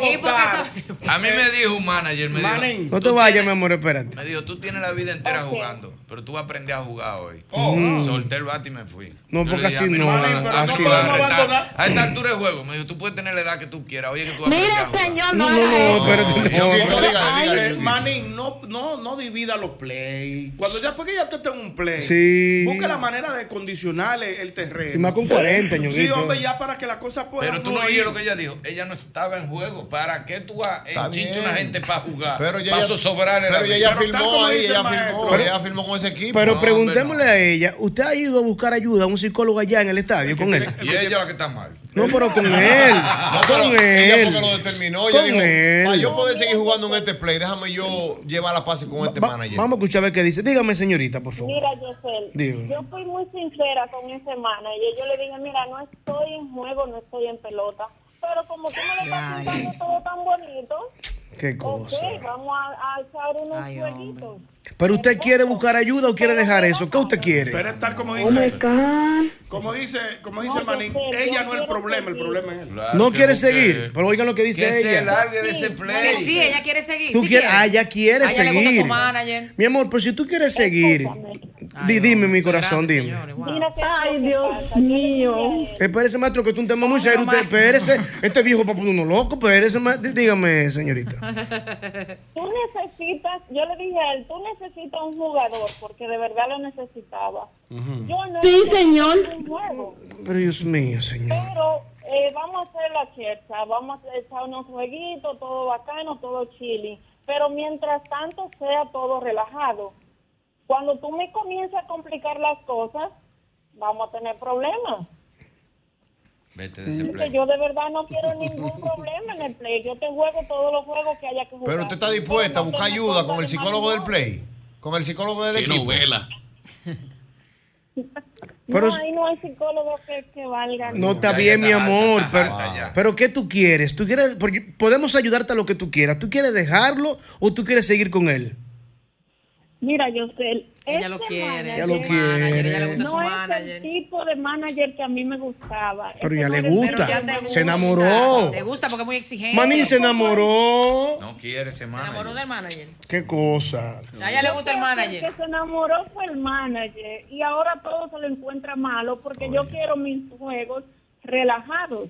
A mí me dijo un manager, me dijo, No te vayas, mi amor, espérate. me dijo, tú tienes la vida entera jugando, pero tú vas a aprender a jugar hoy. Oh. Mm. Solté el bate y me fui. No, Yo le porque dije, así a mí no, me van a- pero así me van no. a retar. A esta altura de juego, me dijo, tú puedes tener la edad que tú quieras, oye que tú vas a aprender Mira, a jugar. señor, No, no, no, espérate. no. Ay, eh, Manín, no, no, no divida los play. Cuando ya, porque ya tú estás en un play, Sí. busca la manera de condicionar el, el terreno. Y más con 40, Sí, ñonguito. hombre, ya para que la cosa pueda Pero tú no oyes lo que ella dijo. Ella no estaba en juego. ¿Para qué tú vas Está en chinche bien. una gente para jugar? Pero ya Para ella- zozobrar el pero ya ella árbitro. firmó ahí, ella firmó, ella firmó con ese equipo. Pero No, preguntémosle a ella, ¿usted ha ido a buscar ayuda a un psicólogo allá en el estadio con él? Y ella la que está mal. No, pero con él. <laughs> No, pero Con ella él. porque lo determinó. Con Ella dijo, él. para yo poder seguir jugando en este play, déjame yo llevar la pase con este manager. Vamos a escuchar a ver qué dice. Dígame, señorita, por favor. Mira, Yosel, Dime. yo fui muy sincera con ese manager. Yo le dije, mira, no estoy en juego, no estoy en pelota. Pero como tú me lo estás contando todo tan bonito, Qué ok, cosa. vamos a, a echar unos jueguitos. Pero usted quiere buscar ayuda o quiere dejar eso? ¿Qué usted quiere? Pero es tal como Oh my dice. Como dice, como dice el Manín, ella no es el problema, el problema es él. No quiere seguir. Pero oigan lo que dice Que se ella. largue de ese play. Que sí, ella quiere seguir. Tú sí quieres, ah, ella quiere Ah, ella le gusta su seguir. manager. Mi amor, pero si tú quieres seguir, di- dime mi corazón, dime. Mira que Ay, Dios mío. Eh, Espérese, maestro, que es un tema muy serio. Usted, espérese, este viejo para poner uno loco, espérese, ma- dí- dígame, señorita. Tú necesitas, yo le dije a él, tú necesitas un jugador, porque de verdad lo necesitaba. Yo no Sí, estoy señor. en juego. Pero Dios mío, señor. Pero eh, vamos a hacer la chercha, vamos a echar unos jueguitos, todo bacano, todo chili. Pero mientras tanto sea todo relajado. Cuando tú me comienzas a complicar las cosas, vamos a tener problemas. Vete de ese Porque play. yo de verdad no quiero ningún problema en el play. Yo te juego todos los juegos que haya que jugar. Pero usted está dispuesta a buscar ayuda con el psicólogo del play. Con el psicólogo del equipo. Pero- no, ahí no hay psicólogo que, que valga. No está bien, mi amor, pero, pero ¿qué tú quieres? ¿Tú quieres? Porque podemos ayudarte a lo que tú quieras. ¿Tú quieres dejarlo o tú quieres seguir con él? Mira, yo sé. Ella lo quiere. Ya lo su quiere. manager, ella le gusta su No es manager. el tipo de manager que a mí me gustaba. Pero Ese ya le no era el gusta. manager que me Se gustaba. enamoró. Te gusta porque es muy exigente. Manín se enamoró. No quiere ese Se manager. enamoró del manager. Qué cosa. A ella le gusta el Yo creo que manager. El que se enamoró fue el manager y ahora todo se lo encuentra malo porque yo quiero mis juegos relajados.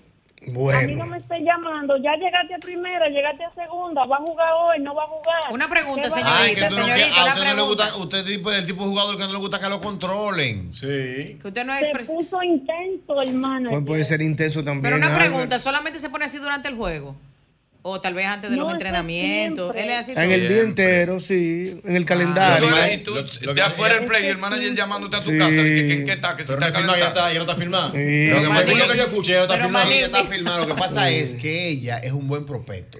A mí no me esté llamando. Ya llegaste a primera, llegaste a segunda. este Va a jugar hoy, no va a jugar. Una pregunta, ¿Qué va- Ay, que señorita, tú no señorita, quieres- a una usted no le pregunta. gusta, usted es tipo- el tipo de jugador que no le gusta que lo controlen. Sí. Que usted no es Se puso intenso, hermano. Pues puede ser intenso también. Pero una Albert. pregunta, ¿solamente se pone así durante el juego? O tal vez antes de No, los eso entrenamientos. siempre. Él es así. En el todo. día entero, sí. En Ah, el calendario. Y tú, de afuera el player, el manager llamándote a tu Sí. casa. de que- que- que está? Que si está firma, ya está, ya no está firmado. Lo que pasa es que yo escuché, ya está Pero firmado. Manny- Sí, ya está firmado. Lo que pasa es que ella es un buen prospecto.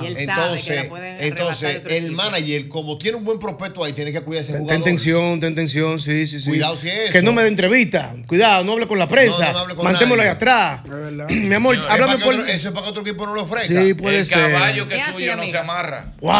Y él sabe que la pueden arrebatar entonces otro el manager, como tiene un buen prospecto ahí, tiene que cuidar a ese Ten jugador. tensión, ten tensión, sí, sí, sí. Cuidado si es Que eso. no me dé entrevista. Cuidado, no hable con la prensa. No, no hable con Mantémoslo nadie. ahí atrás. <clears throat> Mi amor, Es háblame para que por. otro- eso es para que otro equipo no lo ofrezca. Sí, pues. puede El ser. caballo que suyo no se amarra. ¡Wow!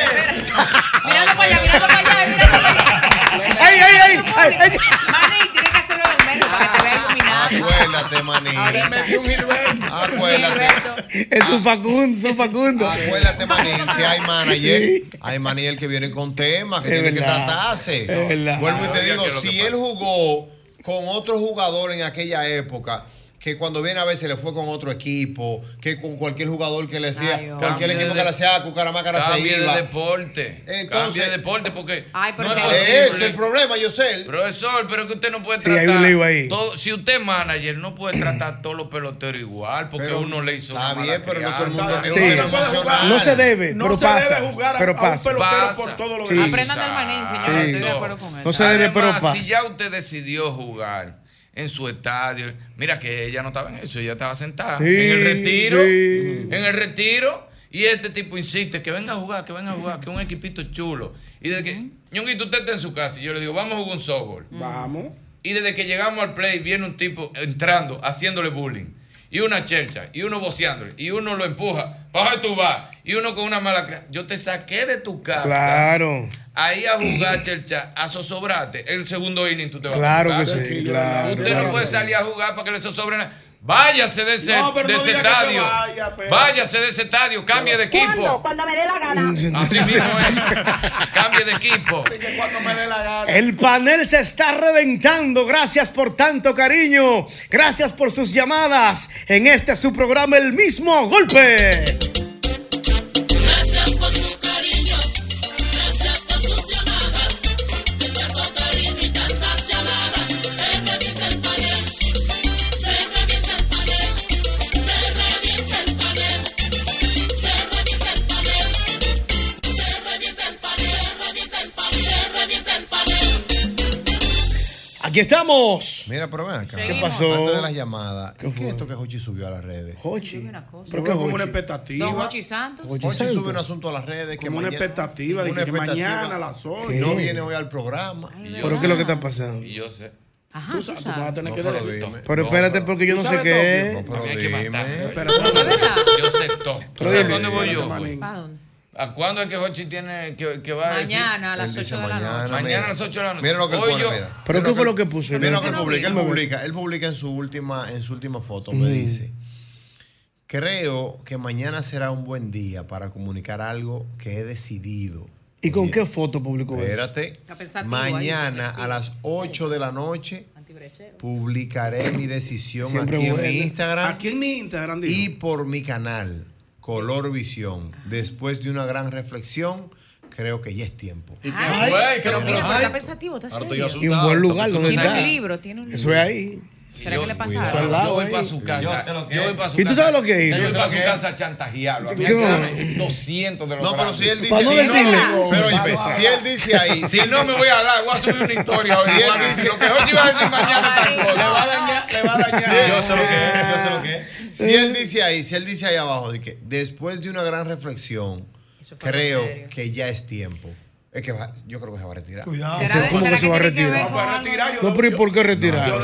Míralo para allá, míralo para allá, míralo para allá. ¡Ay, ay, ay! Mani, tienes que hacerlo al menos para que te vea iluminado. Acuérdate, manito. Ahorita. Acuérdate, Es un Facundo, es un Facundo. Ah, acuérdate, manito, que hay manager. Hay manager que viene con temas que Es tienen que verdad. tratarse. Es verdad. Vuelvo y te Oiga, digo, ¿qué es lo si que él jugó con otro jugador en aquella época, que cuando viene a ver se le fue con otro equipo, que con cualquier jugador que le hacía, Dios. cualquier Cambie equipo de- que le hacía, Cucaramacara se Cambie de iba. deporte. Cambie de deporte porque. Ay, pero no se- posible. Ese es el problema, yo sé. Profesor, pero que usted no puede Sí, tratar. hay un lío ahí. todo- si usted es manager, no puede tratar a todos los peloteros igual, porque uno le hizo. Está bien, pero no todo el mundo. Sí. No se debe, pero pasa. pero pasa. Sí. Aprendan del manín, Sí. No se debe, pero pasa. Si ya usted decidió jugar en su estadio, mira que ella no estaba en eso, ella estaba sentada Sí, en el retiro, sí. en el retiro, y este tipo insiste que venga a jugar, que venga a jugar, que un equipito chulo. Y desde que, ñonguito, usted está en su casa, y yo le digo, vamos a jugar un softball. Vamos. Y desde que llegamos al play, viene un tipo entrando, haciéndole bullying. Y una chercha, y uno boceándole, y uno lo empuja, baja tu vas, y uno con una mala crea. Yo te saqué de tu casa Claro. ahí a jugar, <clears throat> Chercha, a zozobrarte. El segundo inning tú te vas Claro a que tu casa. sí, claro, Usted claro no puede que salir a jugar para que le zozobren. nada. Váyase de ese, No, pero de no ese diga que se estadio. vaya, pero- Váyase de ese estadio, cambie de equipo. Cuando me dé la gana. Así mismo <laughs> es. cambie de equipo. El panel se está reventando. Gracias por tanto cariño. Gracias por sus llamadas. En este su programa, El mismo golpe. Gracias por su cariño, gracias por sus llamadas, de tanto cariño y tantas llamadas, se revienta el panel, se revienta el panel, se Uh. revienta el panel, se revienta el panel, se revienta el panel, se revienta el panel, se revienta el panel. Aquí estamos. Mira, pero ven acá. ¿Qué pasó? Antes de las llamadas, ¿qué, es esto que Hochi subió a las redes? Hochi. Pero que es como una expectativa. Don Hochi Santos. Hochi sube un asunto a las redes. que Como una mañana- expectativa de una que expectativa. mañana a las 8. Y No viene hoy al programa. ¿Pero qué es lo que está pasando? Y yo sé. Ajá, Ah, Tú sabes, tú vas a tener que decir. Pero espérate, porque yo no sé qué es. También hay que matar. Yo sé todo. ¿Tú Pero sabes dime. dónde voy yo? güey? ¿Para dónde? ¿A cuándo es que Hochi tiene que, que va a decir? Mañana a las 8 de la noche. Mañana a las 8 de la noche. Mira lo que él Hoy pone, yo- mira. ¿Pero qué fue lo que puso? Mira lo que él No, publica, él no, no. publica, él publica en su última, en su última foto, me Sí. dice. Creo que mañana será un buen día para comunicar algo que he decidido. ¿Y con qué foto publicó eso? Espérate. pensativo ahí, Mañana a las 8 de la noche publicaré mi decisión Siempre aquí buena. en mi Instagram. Aquí en mi Instagram. Y por mi canal, Color Visión. Después de una gran reflexión, creo que ya es tiempo. Ay, Güey, qué pero mira, pero ay. está pensativo, está Ahora serio. estoy Y un buen lugar donde Tiene está. un libro, tiene un libro. Eso es ahí. ¿Será que le pasa Eso es al algo? lado, Yo voy ¿eh? ahí. para su casa. Yo voy para su ¿Y tú casa. sabes lo que es? Yo Yo voy sé para lo su que casa a chantajearlo. A mí hay Yo- que darme 200 de los No, pero grandes. si él dice. si no- pero oye, si él dice ahí. Si no me voy a hablar, voy a subir una <laughs> historia. Si él dice- Lo que hoy iba a decir mañana es tal cosa. le va a dañar. Yo sé lo que es, yo sé lo que es. Si él dice ahí, si él dice ahí abajo, de que después de una gran reflexión, fue creo muy serio. que ya es tiempo. Es que va- yo creo que se va a retirar. Cuidado. ¿Será- ¿Cómo será que se va a tiene que ver retirar? con No, No, pero ¿y por qué retirar? No,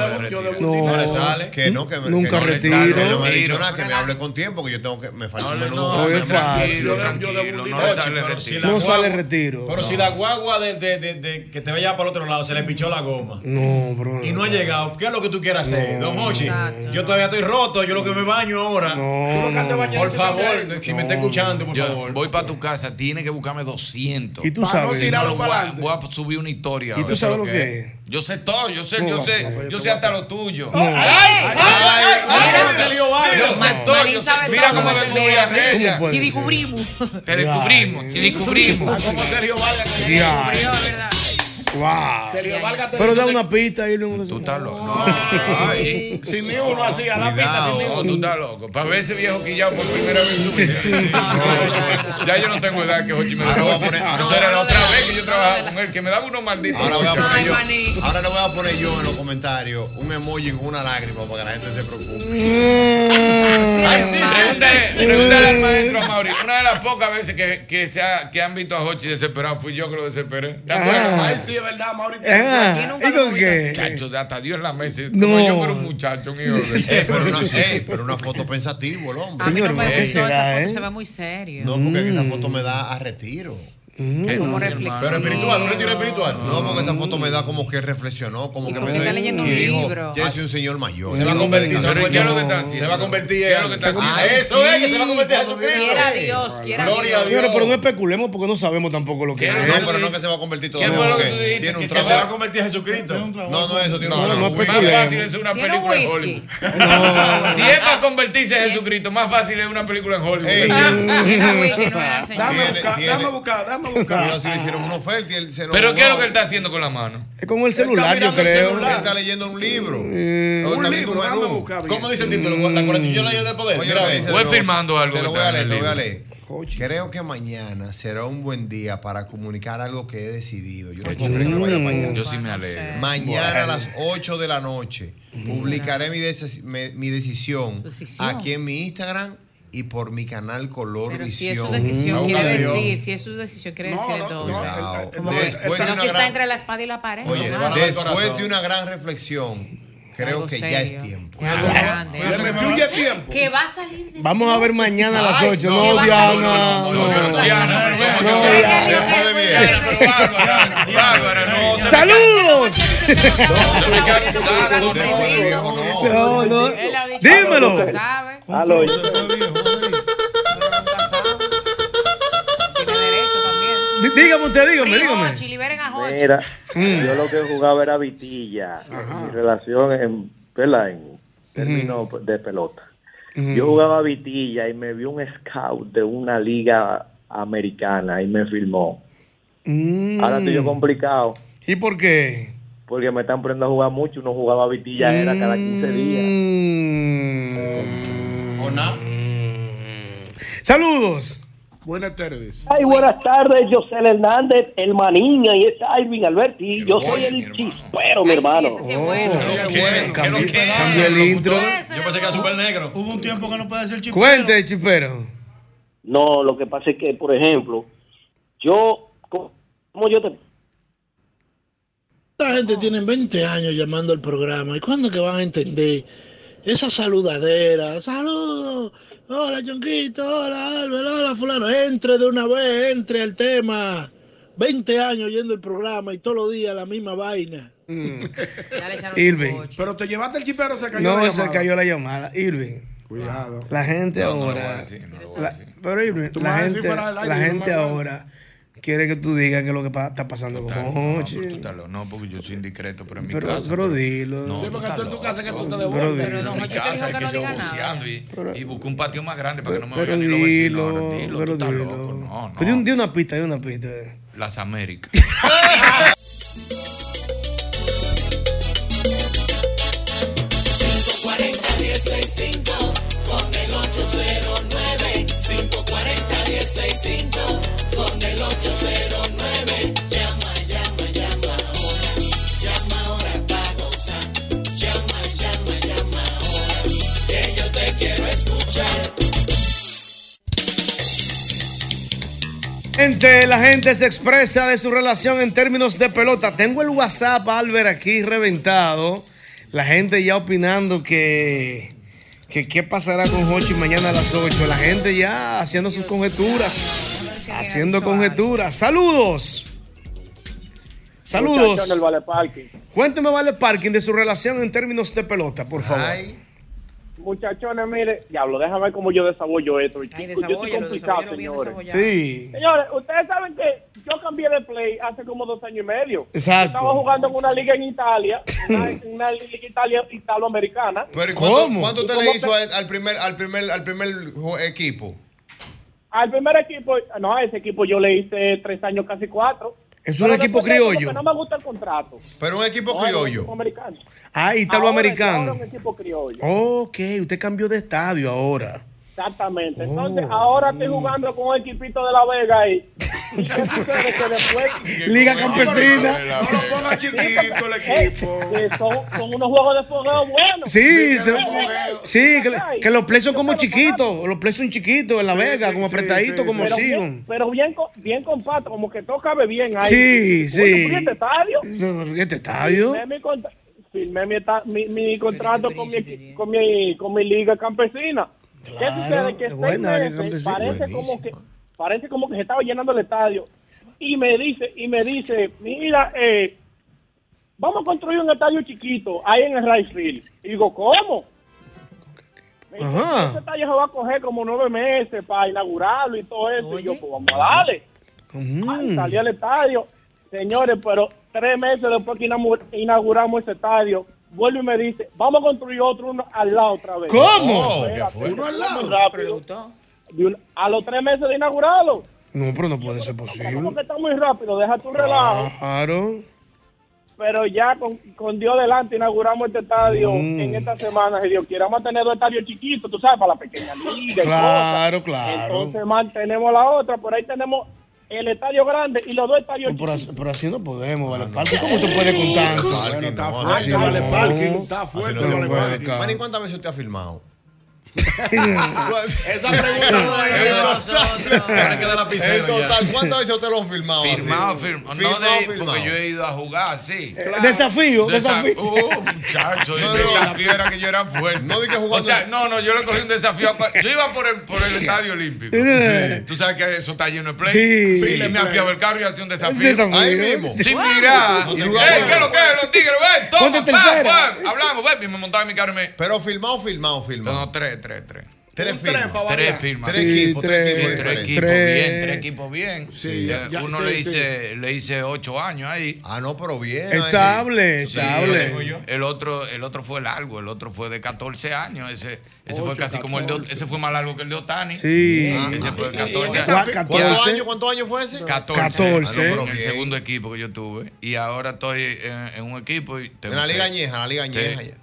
No, le sale. Que no, que me, nunca que no le retiro. sale. Él no me ha dicho nada, que me hable con tiempo, que yo tengo que. Me falta un menudo. no, Oye, no, fácil. Tranquilo, tranquilo, no le sale pero retiro. si la No guagua- sale retiro. Pero si la guagua de, de- de- de que te vaya para el otro lado se le pichó la goma No, bro. y no ha llegado, ¿qué es lo que tú quieres hacer? No. Don Mochi, yo todavía estoy roto, yo lo que me baño ahora. por favor, si me está escuchando, por Yo favor. Voy para tu casa, tiene que buscarme 200. Y tú sabes. Vamos a ir a lo voy, para a, adelante. voy a subir una historia. ¿Y ahora, tú sabes de lo que Yo sé todo, yo sé, No yo vas a sé, ver, yo sé hasta lo tuyo. No. Ay, ay, ay, ay, mira, salió algo. Yo sé Ma- todo, Marín yo sé- sabe mira todo cómo cómo se descubrí a ve. ella. puede Y ser? descubrimos. Te descubrimos, te descubrimos. ¿Cómo Sergio Vargas? te Diablo. descubrió, verdad? Wow. Sergio Vargas te Pero hizo da de- una pista ahí. Tú estás loco. Ay, Sin ni uno así, a la pista sin ni Cuidado, tú uno. estás loco. Para ver ese viejo quillado por primera vez en su vida. No, Ya yo no tengo edad que Jochi me da. Eso era la otra vez que yo trabajaba con él, que me daba unos malditos. Ahora, voy a poner yo, Maní. ahora le voy a poner yo en los comentarios un emoji con una lágrima para que la gente se preocupe. <laughs> Ay, sí, pregúntale, pregúntale al maestro Mauri. Una de las pocas veces que, que, se ha- que han visto a Jochi desesperado fui yo que lo desesperé. ¿Te acuerdas? Ay, sí, es verdad, Mauri. Ajá. Aquí nunca ¿Y lo con hemos qué? visto. Chacho, de hasta Dios en la mesa. No. Como yo, pero un muchacho, un hijo de- Eh, pero, una, eh, pero una foto pensativa, el hombre. A mí no me Ey. gustó esa foto, eh? se ve muy serio. No, porque esa foto me da a retiro. Como reflexivo. Pero espiritual, un retiro espiritual. No, porque esa foto me da como que reflexionó, como que porque pensó está leyendo y un dijo, libro. Yo soy un señor mayor. Se va a No convertir, tenga- se va a ¿Qué es lo que convertir. está haciendo? Se va a convertir ¿Qué es lo en- que está haciendo? Ah, eso es, que se va a convertir en Sí, Jesucristo. Quiera Dios, quiera Gloria a Dios. Dios. Señores, pero no especulemos porque no sabemos tampoco lo que es. No, pero no que se va a convertir ¿Qué fue todavía. lo que porque tú dijiste? Tiene un Que trabajo. se va a convertir en Jesucristo. No, no, eso tiene No, no, un trabajo. no Más especulemos. fácil es una Tiene película en whisky. Hollywood. Si es para convertirse en Jesucristo, más fácil es una película en Hollywood. <laughs> Ah, Dame a buscar, dame a buscar, dame a buscar. le hicieron una oferta y él se Pero ¿qué es lo que él está haciendo con la mano? Es como el celular, Eh, yo creo. Él está leyendo un libro. Un libro, ¿Cómo dice el título? La 41 leyes de poder. Oye, Mira, lo que ve. dice de voy nuevo. firmando algo. Te lo que voy a está leer, en te el lo voy a libro. leer. Oh, Creo que mañana será un buen día para comunicar algo que he decidido. Yo no Qué puedo creer que chulo. vaya para allá. Yo sí me alegro. Mañana a Bueno. las 8 de la noche publicaré mi, deci- me- mi decisión, Decisión. aquí en mi Instagram y por mi canal Color Pero si es Visión. su decisión, quiere decir, si es su decisión, quiere decir todo. Cuidado. Como que- Después de no, una si está gran- entre la espada y la pared. Oye, nada. después de una gran reflexión, creo Algo que ya es serio. tiempo. Algo grande. Fluye tiempo. Que va a salir de Vamos a ver mañana a las Ay, 8. no, No, vas a- Diana. no, No, no, Diana. No, Diana. ¡Saludos! No, no. Dímelo. Aló. Dí- Dígame usted, dígame, No, dígame. Chili Veren a Jochi. Mira, Mm. yo lo que jugaba era vitilla. Mi relación en, ¿verdad? en términos Mm. de pelota. Yo jugaba vitilla y me vio un scout de una liga americana y me firmó. Mm. Ahora estoy yo complicado. ¿Y por qué? Porque me están poniendo a jugar mucho. Uno jugaba vitilla era cada Mm. 15 días. ¿O no? Saludos. Buenas tardes. Ay, buenas tardes, José Hernández, el Maniña, y es Alvin Alberti. Yo soy el chispero, mi hermano. Cambió el intro. Yo pensé que era súper negro. Hubo un tiempo que no puede ser chipero. Cuente, chipero. No, lo que pasa es que, por ejemplo, yo, co- como yo te... Esta gente tiene 20 años llamando al programa. ¿Y cuándo que van a entender esa saludadera? Saludos. Hola, Chonquito. Hola, Álvaro. Hola, fulano. Entre de una vez, entre al tema. 20 años yendo el programa y todos los días la misma vaina. Irving. Pero te llevaste el chipero, se cayó. No, la se llamada. cayó la llamada. Irving. Cuidado. La gente No, no lo voy a ahora. decir, no lo voy a la- decir. Pero Irving, Tú me la vas a decir gente, fuera del aire, la yo no gente me acuerdo. ahora quiere que tú digas que es lo que pa- está pasando No, con no, Hochi. pero tú estás loco. No, porque yo soy indiscreto, pero en mi Pero- casa. pero dilo. Sí, porque estás tú en tu loco. casa que tú estás de Pero vuelta. dilo, Pero no, en mi Jochi te casa dijo que que yo no diga nada. voceando y, y busqué un patio más grande para que no me Pero oigan ni los vecinos. dilo, Ahora dilo, pero tú estás dilo. loco. No, no. Pero di un- di una pista, di una pista. Las Américas. con el 809 540 165 con el 809 llama llama llama ahora llama ahora para gozar llama llama llama ahora que yo te quiero escuchar Gente, la gente se expresa de su relación en términos de pelota. Tengo el WhatsApp, Albert, aquí reventado. La gente ya opinando que, que qué pasará con Hochi mañana a las 8. La gente ya haciendo sus conjeturas. Haciendo conjeturas. Saludos. Muchacho en el Saludos. Vale Parking. Cuénteme, Vale Parking, de su relación en términos de pelota, por favor. Bueno, muchachones, mire, diablo, déjame ver cómo yo desabollo esto. yo estoy desabollalo, complicado, desabollalo bien señores. desabollado. Sí. Señores, ustedes saben que yo cambié de play hace como dos años y medio. Exacto. Yo Estaba jugando en una liga <laughs> en Italia, una, una liga italia, italoamericana. Pero ¿y ¿cuánto, ¿cuánto usted le hizo al, al primer, al, primer, al primer ju- equipo? Al primer equipo, no, a ese equipo yo le hice tres años, casi cuatro. Es un Pero equipo después de eso, criollo. porque No me gusta el contrato. Pero un equipo Ahora, criollo. Un equipo americano. Ah, Ahora, italoamericano. ahora un equipo criollo. Ok, usted cambió de estadio ahora. Exactamente. Entonces, ahora estoy jugando con un equipito de La Vega <laughs> ahí. Y yo ustedes que <laughs> después. Liga Campesina. No lo <laughs> ponga chiquito el equipo. son, son unos juegos de fogueo buenos. Sí, se- sí, que, le- que los plays son como chiquitos, los plays son chiquitos en La Vega, como apretaditos, como pero siguen. Bien, pero bien, co- bien compacto, como que todo cabe bien ahí. Sí, sí. Oye, ¿por qué este estadio? Este estadio. Firmé mi, contra- firmé mi esta- mi- mi contrato con mi, equi- con, mi, con mi liga campesina. ¿Qué sucede? Que es seis buena la liga meses campesina. parece como que parece como que se estaba llenando el estadio y me dice y me dice mira eh, vamos a construir un estadio chiquito ahí en el Rice Field y digo cómo Me dice, Ajá. ese estadio se va a coger como nueve meses para inaugurarlo y todo eso y yo pues vamos a darle Ay, Mm. salí al estadio. Señores, pero tres meses después que inamu- inauguramos ese estadio, vuelve y me dice, vamos a construir otro uno al lado otra vez. ¿Cómo? Oh, ¿Qué espérate, fue? muy rápido. De un- a los tres meses de inaugurarlo. No, pero no puede ser posible. Como que está muy rápido, deja tu relajo. Claro. Pero ya con, con Dios delante inauguramos este estadio Mm. en esta semana. Si Dios quiere, vamos a tener dos estadios chiquitos, tú sabes, para la pequeña liga. y Claro, cosas. claro. Entonces mantenemos la otra, por ahí tenemos el estadio grande y los dos estadios Pero así, pero así no podemos, vale parque. ¿Cómo tú puedes contar? Parking, está no, fuerte, así Vale no. Parking, Así está fuerte, no se Vale puede. Parking. Manny, ¿cuántas veces usted <laughs> ha filmado? Esa pregunta no es de nosotros. Ahora queda la piscina En total, ya. ¿cuántas veces usted lo ha filmado? así? Firmado, firmado. No Firmado, de, firmado. porque yo he ido a jugar, sí. Eh, Desafío, Desa- desafío. <laughs> Uh, muchacho, el desafío era que yo era fuerte. No, o sea, no, no, yo le cogí un desafío. a pa- Yo iba por el, por el estadio olímpico. Sí. Tú sabes que eso está lleno de play. Sí. Y me apiaba el carro y hacía un desafío. Desafío. Ahí mismo. Sí. Sí, mira. Wow. Ey, ¿qué es lo que es? Los tigres, ven, Ponte toma, pam, tercera. pam. Hablamos, ven, y me montaba en mi carro y me... Pero filmado, filmado, filmado. No, tres, tres, tres. Tres firmas. Tres firmas. Tres equipos, tres equipos. Sí, tres diferentes. equipos bien, tres equipos bien. Sí, Ya, ya, Uno sí, le, sí. hice, le hice ocho años ahí. Ah, no, pero bien. Estable, Sí, estable. el- El otro, el otro fue largo, el otro fue de 14 años. Ese, ese fue Ocho, casi como el de Ot- ese fue más largo que el de Otani. Sí. Ese fue de Ah, 14 ¿cuántos años. años- Ya- ¿Cuántos años, cuántos años fue ese? 14. 14. Ah, no, pero Bien. el segundo equipo que yo tuve. Y ahora estoy en, en un equipo. Y tengo En la un Liga fre- Añeja, la Liga te- Añeja ya.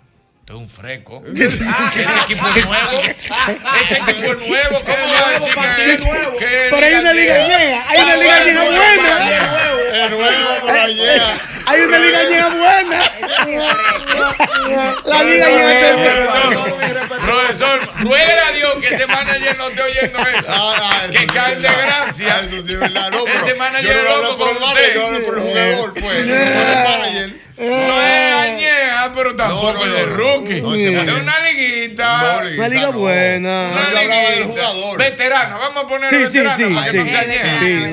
Tengo un fresco. Ah, <laughs> Ese <laughs> equipo es nuevo. Ah, Ese equipo es nuevo. ¿Cómo va a decir que es que Ah, es Pero hay una liga añeja, hay una liga añeja buena. Es nuevo, pero añeja. Hay una liga añeja buena. La liga añeja Profesor, ruega a Dios que ese manager no esté oyendo eso. que caen de gracia. ese manager es loco por pues, usted. Eh, No es añeja, pero tampoco es de rookie. es una liguita. Una liga buena. Una liguita. Veterana, vamos a poner Sí, sí, veterana sí, para que sí. no sea añeja. Sí,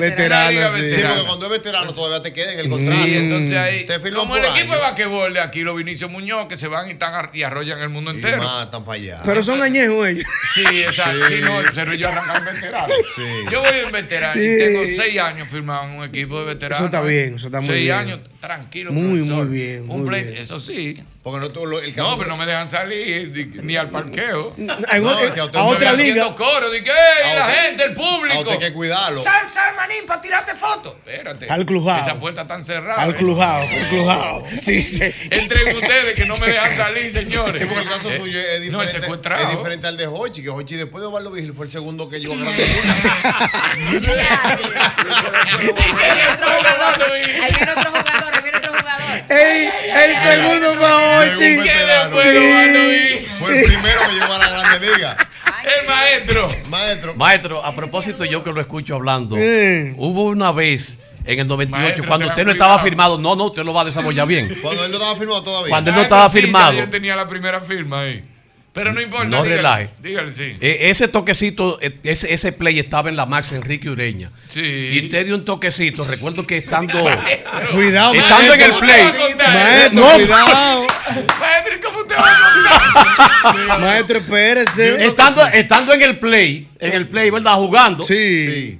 Una veterana. liga Sí, veterana. porque cuando es veterano todavía te queda en el contrato. Sí, entonces ahí. Te firman Como por el equipo de año. basquetbol de aquí, los Vinicio Muñoz, que se van y, están, ar- y arrollan el mundo entero. matan para allá. Pero son añejos ellos. Sí, exacto. Sí, no, pero yo arranco en veterano. Yo voy en veterano y Sí. tengo seis años firmado en un equipo de veteranos. Eso está bien, eso está muy Seis bien. años, tranquilo. Muy, profesor. muy bien, Un muy play- bien. Eso sí. Porque no, no, pero no me dejan salir di- ni al parqueo. en o- es que a otra me liga. haciendo coro, di que, A "Ey, la usted- gente, el público. a usted hay que cuidarlo. Sal, sal, manín, para tirarte fotos. Espérate. Al clujao. Esa puerta está cerrada. Al ¿eh? clujado, al clujado. Sí, sí. Entren ustedes que no me dejan salir, señores. Eh, Sí, porque el caso suyo es No, es diferente, secuestrado. es diferente al de Hochi, que Hochi después de Osvaldo Vigil fue el segundo que llegó a Gran Ahí viene otro jugador, ahí viene otro jugador. Ey, el segundo más Ochi. Fue el primero que llegó a la Grande Liga. El maestro. Maestro. Maestro, a propósito, yo que lo escucho hablando, Sí. hubo una vez en el 98 Maestro, cuando tenga usted no estaba firmado. No, no, usted lo va a desarrollar bien. Cuando él no estaba firmado todavía. Cuando él no estaba Ah, sí, ya firmado. Yo tenía la primera firma ahí. Pero no importa. No dígale, relaje. Dígale, sí. Eh, ese toquecito, eh, ese, ese play estaba en la Max Enrique Ureña. Sí. Y usted dio un toquecito. Recuerdo <laughs> que estando. Cuidado, Estando en el maestro. play. Maestro, No. <laughs> cuidado. Maestro, ¿cómo Maestro, espérese. Estando, estando en el play, en el play, ¿verdad? Jugando. Sí.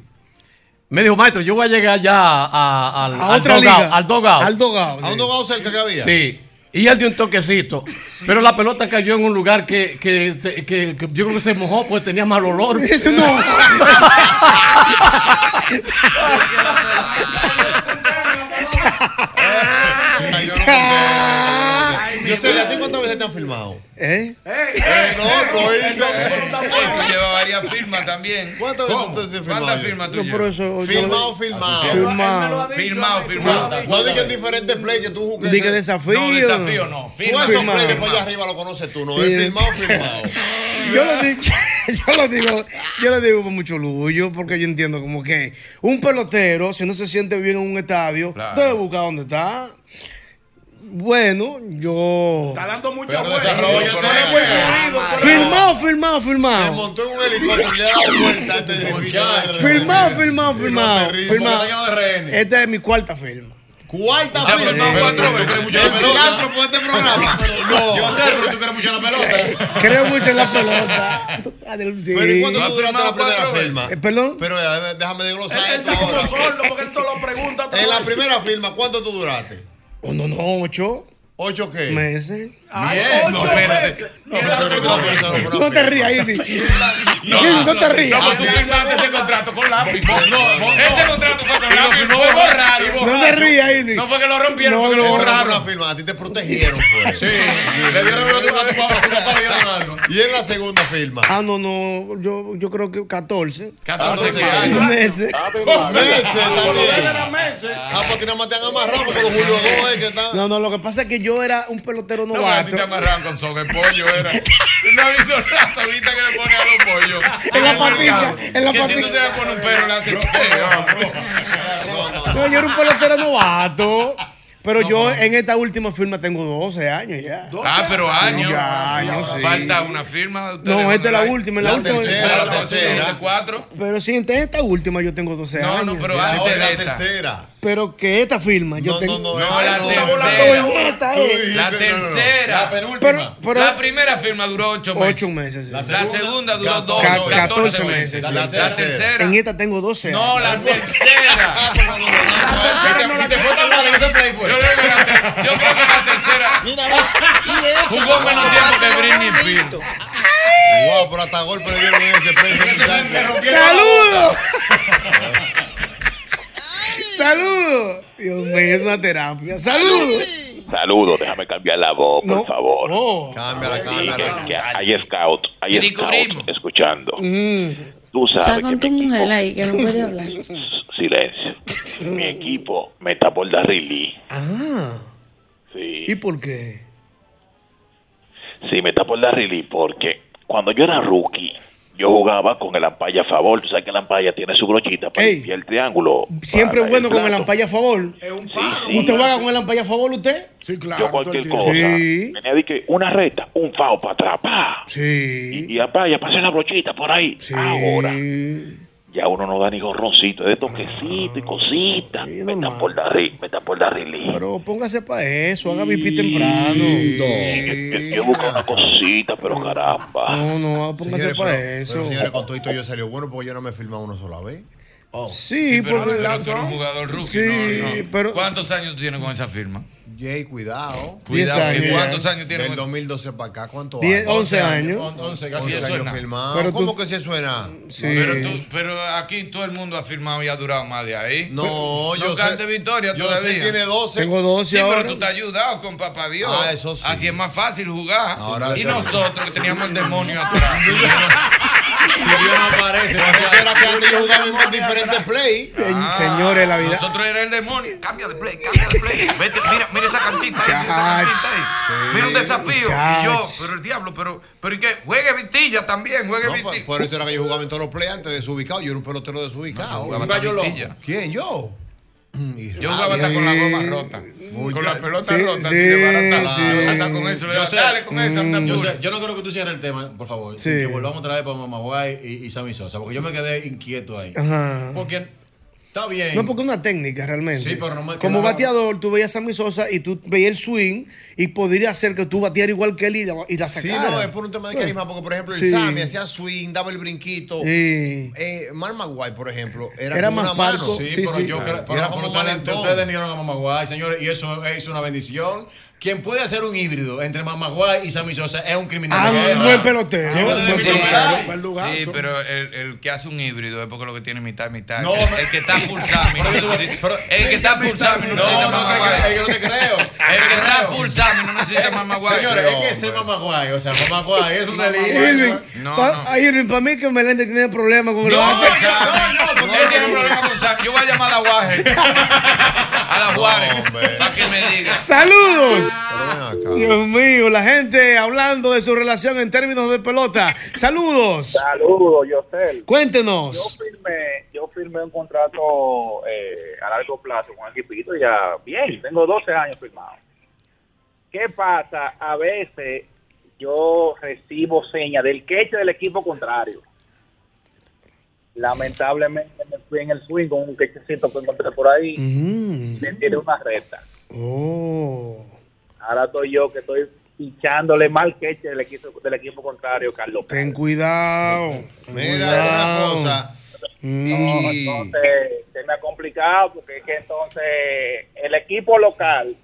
Me dijo, maestro, yo voy a llegar ya a- a- al, A al otra dogout, liga. Al dogout. Al dogout, A un sí. dogout cerca que había. Sí. Y él dio un toquecito. Pero la pelota cayó en un lugar que, que, que- que- que yo creo que se mojó porque tenía mal <laughs> olor. <laughs> Yo sé, ¿a ti cuántas veces te han filmado? ¿Eh? Él lleva varias firmas también. ¿Cuántas veces usted se ha firmado ¿Cuántas yo? firmas tú No, llevas? pero eso- yo Firmado, lo- firmado. Asociado. Firmado. Él me lo ha dicho, Firmado, me lo firmado. ha dicho. No digas diferentes play que tú jugué. Di que desafío. No, desafío no. Firmado. Tú esos play que Firmado. para allá arriba lo conoces tú, ¿no? Sí. Es firmado, firmado. <laughs> Yo lo digo, <laughs> yo lo digo, yo lo digo con mucho orgullo, porque yo entiendo como que un pelotero, si no se siente bien en un estadio, Claro. debe buscar dónde está. Bueno, yo. Está dando mucha Pero vuelta. desarrollo, Yo pero estoy aburrido, pero- Firmado, firmado, firmado. Tú en un helicóptero le das vuelta a este edificio. Firmado, firmado, firmado. te ríes, firmado. porque está lleno de rehenes. Esta es mi cuarta Eh, firma. ¿Cuarta firma? El filántropo de este programa. No. Yo sé, pero tú crees mucho en la pelota. Creo mucho en la pelota. Pero ¿y cuánto tú duraste la primera firma? perdón. Pero eh, déjame desglosar esto ahora. porque él solo pregunta. En la primera firma, ¿cuánto tú duraste? Oh, no, no, ocho. ¿Ocho qué? Meses. Bien, no, espérate. No, pero- no, pero- no, pero- No te rías, Ivy. No, Ivy, no te rías. No, pero tú firmaste ese contrato con lápiz. No, ese contrato fue con lápiz. No fue borrar y borrar. No te rías, Ivy. No fue que lo rompieron, fue que lo Te borraron borraron. la firma, a ti te protegieron. Pues. Sí, le dieron lo que a tu papá, algo. Y en la segunda firma. Ah, no, no. Yo, yo creo que 14. 14 años. Meses. pues, pues, Meses también. Ah, pues tiene más te han amarrado porque los Julio Gómez que están. No, no, lo que pasa es que yo era un pelotero No, a ti novato. te amarraban con soga de pollo, era. Tú No has visto la soguita que le ponen a los pollos. En la el patilla, mercado. en la que Si patilla. tú se la pones un perro, le haces. No, yo era un pelotero novato. Pero yo en esta última firma tengo 12 años ya. Ah, pero años. Ya, años, sí. Falta una firma. de ustedes No, esta es la cuando última, es la última. tercera, Pero la la tercera. tercera. Cuatro. Pero si en esta última yo tengo 12 No, años. no, pero ya. antes de esta. Pero que esta firma yo tengo. No, la No, en esta, eh. tercera. La tercera. La Pero- pero- la primera firma duró ocho meses. Ocho meses, sí. La segunda, duró Ca- dos, 14, 14 meses. meses. sí. La, tercera. En esta tengo 12 años. No, la tercera. Yo creo que la tercera. Jugó menos tiempo que Britney Spears. Wow, Ah, pero hasta golpe le dieron en ese precio. ¡Saludos! ¡Saludos! Dios mío, es una terapia. ¡Saludos! Saludos, déjame cambiar la voz, por favor. Oh. Cámbiala, cámbiala. hay scout, hay Te scout escuchando. Mm. Tú Está sabes con que tu mujer ahí que no puede hablar. silencio. Mi equipo me tapó el darrilí. Ah. Sí. ¿Y por qué? Sí, me tapó el darrilí porque cuando yo era rookie, yo Oh. jugaba con el ampalla a favor. Tú sabes que el ampalla tiene su brochita para limpiar el triángulo. Siempre para bueno con el plato. ampalla a favor. sí. ¿Usted juega con el ampalla a favor usted? Sí, Yo cualquier cosa. Tenía de que una recta, un fao para atrás. pa. Y, y ampalla, pasé la brochita por ahí. Ahora. Ya uno no da ni gorroncito, es de toquecito y cosita. me tapó el darrilí, me tapó el darrilí. Pero pues, póngase para eso, haga pipí temprano. Yo, yo busco una cosita, pero caramba. No, no, ah, póngase para eso. Pero, señores, con todo esto yo salió bueno porque yo no me he firmado una sola vez. Sí, pero, porque pero la- tú eres un jugador rookie. Sí, no, no. ¿Cuántos años tú tienes con esa firma? Jay, cuidado. Cuidado, Diez que años. ¿cuántos años tienes Del con 2012 para acá, ¿cuánto Diez- once años. Once casi eso es años nada. firmado. Pero tú- ¿Cómo que se suena? Sí. Pero, tú- pero aquí todo el mundo ha firmado y ha durado más de ahí. No, yo no cante sé- victoria yo sé, todavía. tiene 12. Tengo 12 Sí, ahora. pero tú te has ayudado con papá Dios. Ah, eso sí. Así es más fácil jugar. Ahora y sí. nosotros que teníamos el demonio <laughs> atrás. si Dios no aparece, Por eso era que antes yo jugaba en diferentes <laughs> play. Ah, Señores, la vida. Nosotros era el demonio. Cambia de play, cambia de play. Vete, mira, mira esa cantita. ahí, mira esa Chach. cantita ahí. Mira un desafío. Chach. Y yo, pero el diablo, pero, pero ¿y qué? Juegue Vitilla también, juegue No, por, Vitilla. por eso era que yo jugaba en todos los play antes desubicado. Yo era un pelotero desubicado. jugaba hasta Gallo Vitilla. loco. ¿Quién? ¿Yo? Yo jugaba hasta con la goma rota. con la pelota rota, así de barata. Yo hasta con eso. Le digo, dale con eso, no te yo, apures. sé- yo no creo que tú cierres el tema, por favor. Sí. Que volvamos otra vez para Mamaguay y, y Sammy Sosa, porque yo me quedé inquieto ahí. Ajá. Porque Está bien. No, porque es una técnica realmente. Sí, pero no me Como quedaba- bateador, tú veías a Sammy Sosa y tú veías el swing y podría hacer que tú batearas igual que él y la, y la Sí, sacaras. no, es por un tema de carisma, porque por ejemplo el Sí. Sammy hacía swing, daba el brinquito. Sí. Eh, Mark Maguire, por ejemplo, era, Era como más una mano. parco, Sí, pero yo creo Y pero era como pero un ustedes- talentón. ustedes dieron a Mamaguay, señores, y eso es una bendición. Quien puede hacer un híbrido entre Mamaguay y Sammy Sosa es un criminal. Ah, de un guerra. buen Yo pelotero, un le buen defino pelotero. penal. Sí, pero el, el que hace un híbrido es porque lo que tiene mitad mitad. No, el que está pulsando. el que está pulsando no necesita mamaguay. Yo no te creo. El que está pulsando no necesita mamaguay. Señores, es que ese Mamaguay, o sea, Mamaguay es un delirio. Irving, pa- ay, Irving, para mí que Meléndez tiene problemas con el bate. Él tiene un problema con Sam. Yo voy a llamar a la Guaje. A la Juárez. Para que me diga. ¡Saludos! Dios mío, la gente hablando de su relación en términos de pelota. ¡Saludos! Saludos, Yosel. Cuéntenos. Yo firmé, yo firmé un contrato eh, a largo plazo con el equipito ya bien, tengo 12 años firmado. ¿Qué pasa? A veces yo recibo señas del queche del equipo contrario. Lamentablemente me fui en el swing con un quechecito que encontré por ahí. Me tiene una recta. Oh. Ahora estoy yo que estoy pichándole mal queche del equipo, del equipo contrario, Carlos. Ten cuidado. ten Mira, cuidado. una cosa. Mm. No, entonces se me ha complicado porque es que entonces el equipo local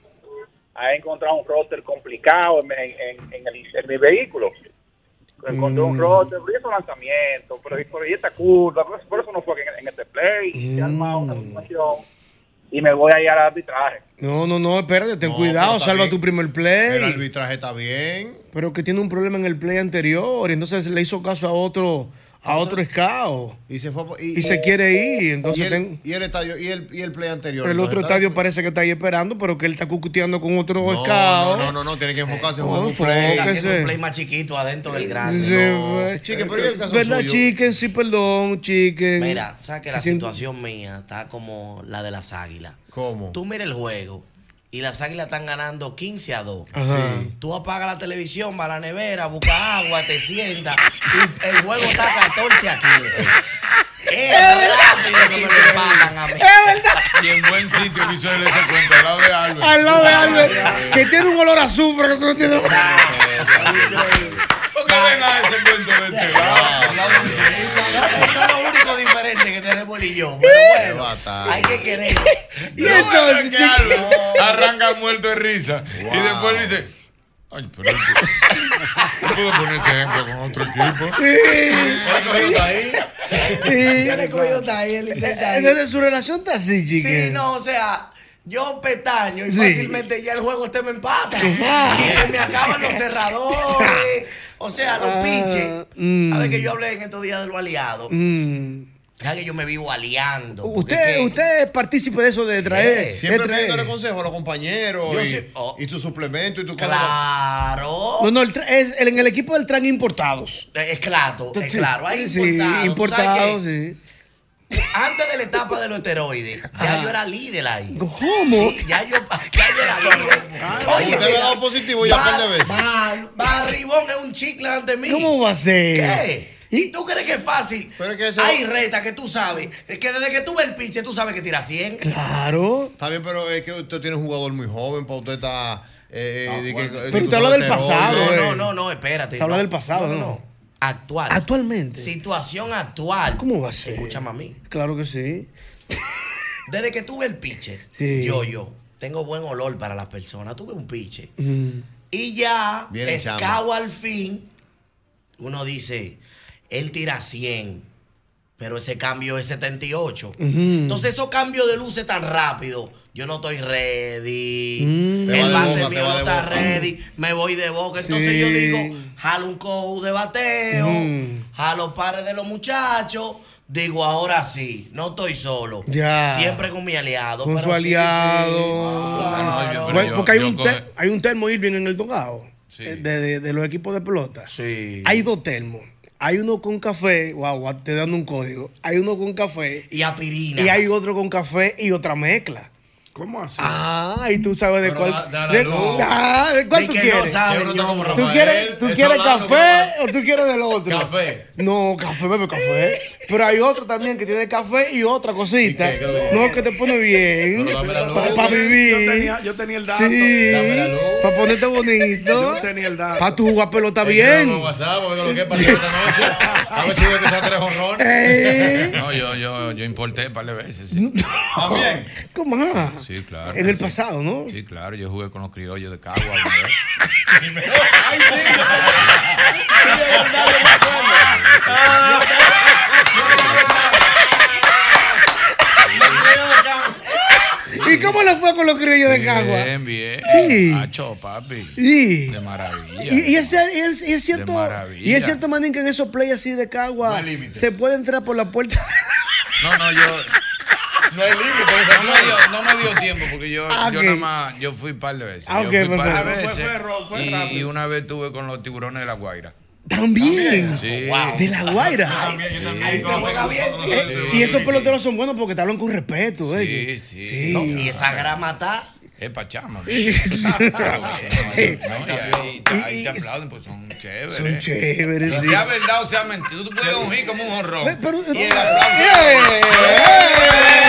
ha encontrado un roster complicado en, en- en el, en mi vehículo. Encontré un Mm. roster, pero hizo lanzamiento, pero, pero y esta curva, por eso- por eso no fue en, en este play, Mm. y he armado una situación y me voy a ir al arbitraje. No, no, no, espérate, ten cuidado, salva tu primer play. El arbitraje está bien. Pero que tiene un problema en el play anterior, y entonces le hizo caso a otro, a otro escao. Y se, fue, por- Y se quiere ir, entonces y el, ten- y el estadio y el, y el play anterior. Pero el otro entonces, estadio parece que está ahí esperando, pero que él está cucuteando con otro No, escao. no, no, no, no, tiene que enfocarse en Oh, jugar un play. enfóquese. Haciendo un play más chiquito adentro del grande. Sí, No. güey. Chique, pero ¿y el caso ¿Verdad, suyo? chicken? Sí, perdón, chicken. Mira, sabes que la Sin- situación mía está como la de las águilas. ¿Cómo? Tú mira el juego y las águilas están ganando 15 a 2. Ajá. Tú apagas la televisión, vas a la nevera, buscas agua, te sientas y el juego está 14 a 15. Eh, Es rápido que me lo pagan a mí. Y en buen sitio que hizo él ese cuento, al lado de Albert. Al lado de Albert, que tiene un olor a azufre, que eso no tiene. ¿Por qué venga ese cuento de este lado? Al lado de un Eso es lo único diferente que tenemos él y yo. Pero bueno, hay que querer. Y entonces, arranca muerto de risa. Y después dice, ay, pero no puedo <laughs> ¿eh? poner ese ejemplo con otro equipo. Él es cogido hasta ahí, <laughs> él está ahí. Entonces su relación está así, chicken. Sí, no, o sea, yo pestaño y Sí. fácilmente ya el juego usted me empata. Ajá. Y se me acaban los cerradores. O sea, los Ah, pinches. mm. A ver que yo hablé en estos días de los aliados. Mm. Ya que yo me vivo aliando. porque es Usted, que- usted es partícipe de eso de traer. de Siempre traer. pidiéndole consejos a los compañeros Yo y, sí- oh. y tu suplemento y tu Claro. No, no, el tra- es- el- en el equipo del tran importados. Eh, Es claro, es Sí, claro. Hay sí, importados. importados, ¿Tú sabes qué? Antes de la etapa de los esteroides, ya yo era líder ahí. ¿Cómo? Sí, ya yo, ya yo era líder. Ah, Usted me ha dado positivo ya un par de Bar- veces. Bar- Barribón es un chicle ante mí. ¿Cómo va a ser? ¿Qué? ¿Tú crees que es fácil? Hay retas que tú sabes. Es que desde que tú ves el piche, tú sabes que tira 100. Claro. Está bien, pero es que usted tiene un jugador muy joven, para usted está. eh, eh, de que- de que Pero usted habla del usted pasado. no, eh. no, Ah, no, no, espérate. Usted habla no. del pasado, No, no. no, Actual. Actualmente. Situación actual. ¿Cómo va a ser? Escúchame a mí. Claro que sí. Desde que tuve el piche, Sí. yo, yo, tengo buen olor para las personas. Tuve un piche. Mm. Y ya, Viene en escavo al fin, uno dice, él tira 100, pero ese cambio es 78. Entonces esos cambios de luces tan rápido, yo no estoy ready, Mm. Te va el de bate boca, te mío va no de está boca. ready, me voy de boca. Entonces Sí. yo digo, jalo un cojo de bateo, Mm. jalo pares de los muchachos. Digo, ahora sí, no estoy solo. Ya. Siempre con mi aliado. Con pero su sí, aliado. Ah, no, yo- pero Bueno, yo- porque hay yo un, con- te- hay un termo Irving en el dogado eh, de, de- de los equipos de pelota. Hay dos termos. Hay uno con café, wow, wow, te dando un código. Hay uno con café. Y aspirina. Y hay otro con café y otra mezcla. ¿Cómo así? Ah, y tú sabes de Pero cuál. da- da la de, luz. ah, ¿de cuál Di tú que no quieres? sabe, Yo no tengo ñongo. ¿Tú Rafael, quieres, Eh, tú eso quieres hablando café o tú quieres del otro? Café. No, café, bebe café. Pero hay otro también que tiene café y otra cosita. No, que te pone bien. Para vivir. Yo tenía, yo tenía el dato. Sí. Para ponerte bonito. Yo tenía el dato. Para tu jugar pelota Ey, bien. vamos a WhatsApp, vamos a ver lo que pasó esta noche. A ver si veo que sea <laughs> tres honrones. No, yo, yo, yo importé un par de veces. sí. También. ¿Cómo? ah? Sí, claro. En el pasado, ¿no? Sí, claro, yo jugué con los criollos de Cagua. una vez. ¿Y cómo le fue con los criollos de Cagua? Bien, bien. Sí. Hacho, papi. Sí. De maravilla. Y, y es, y es- y es cierto, maravilla. y es cierto, Manín, que en esos play así de Cagua se puede entrar por la puerta. <laughs> No, no, yo. No hay límite. No me dio, no me dio tiempo porque yo, Ah, yo ok. nada más. Yo fui un par de veces. Ah, Yo ok, fui par de perfecto. veces. Fue- fue ro- fue y, rápido. y una vez estuve con los tiburones de la Guaira. También. Sí. De la Guaira. Ahí se juega bien, Y esos peloteros son buenos porque te hablan con respeto. eh. Sí, sí. No, y esa grama está. Es pachama. <laughs> Sí. Ah, Sí. No, y ahí, ahí te aplauden, pues son chéveres. Son chéveres, No sí. Sea verdad o sea mentira, tú te puedes ungir como un honrón. Pero, eh, Y el aplauso. eh,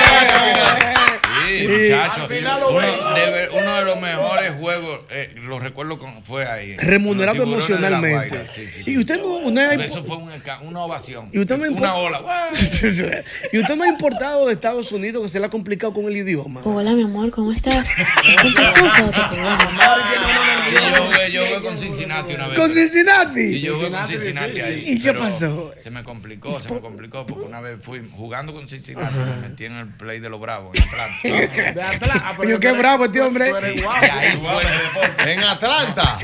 Sí, muchachos. Uno, de ver- uno de los mejores juegos, eh, lo recuerdo con, fue ahí. Remunerado Los tiburones de la emocionalmente. Guaira, sí, sí, sí. Y usted no, una- Pero eso fue un esca- una ovación. y usted no una impor- <laughs> ola. y usted no ha importado de Estados Unidos que se le ha complicado con el idioma. Hola, mi amor, ¿cómo estás? ¿Te ¿Cuántas cosas? Te Sí, yo jugué, yo jugué con Cincinnati una vez. ¿Con Cincinnati? Sí, yo jugué con Cincinnati ahí. ¿Y qué pero pasó? Se me complicó, se me complicó porque una vez fui jugando con Cincinnati, me metí en el play de los bravos, en Atlanta. Yo qué bravo este hombre. En Atlanta.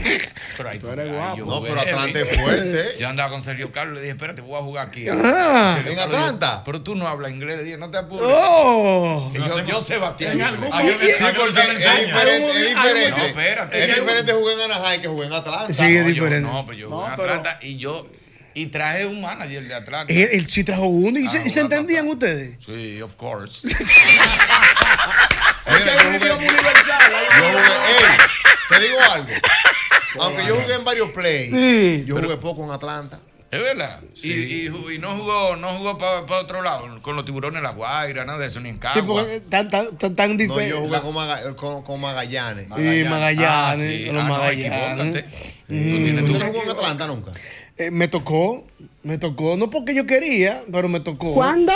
Pero ahí fue- ahí yo No, jugué pero Atlanta es heavy. fuerte, Yo andaba con Sergio Carlos y le dije, espérate, voy a jugar aquí. Ah. Sergio ¿En Carlos dijo, Atlanta? Pero tú no hablas inglés, le dije, no te apures. Oh. Y Yo, yo sé batear. En inglés. algún Ahí me- ahí momento- me- Sí, porque me enseña. es diferente, es diferente. No, espérate. Es diferente jugar en Anaheim que jugar en Atlanta. Sí, es diferente. No, pero yo jugué en Atlanta y yo y traje un manager de Atlanta. <laughs> <laughs> Él, él sí trajo uno y, se, y se entendían ustedes. Ah, Sí, of course. Yo jugué, ey, te digo algo. Aunque yo jugué en varios plays, Sí. yo jugué poco en Atlanta. Es verdad. Y, y ju- y no jugó, no jugó para otro lado, con los tiburones de la Guaira, nada de eso, ni en Sí, Cagua. porque tan, tan, tan, tan No, diferente. yo jugué con, Maga- con- con Magallanes. Y Magallanes, Ah, sí. los Ah, no, Magallanes. equivócate. Mm. ¿Tú no jugó en Atlanta nunca? Eh, me tocó, me tocó, no porque yo quería, pero me tocó. ¿Cuándo?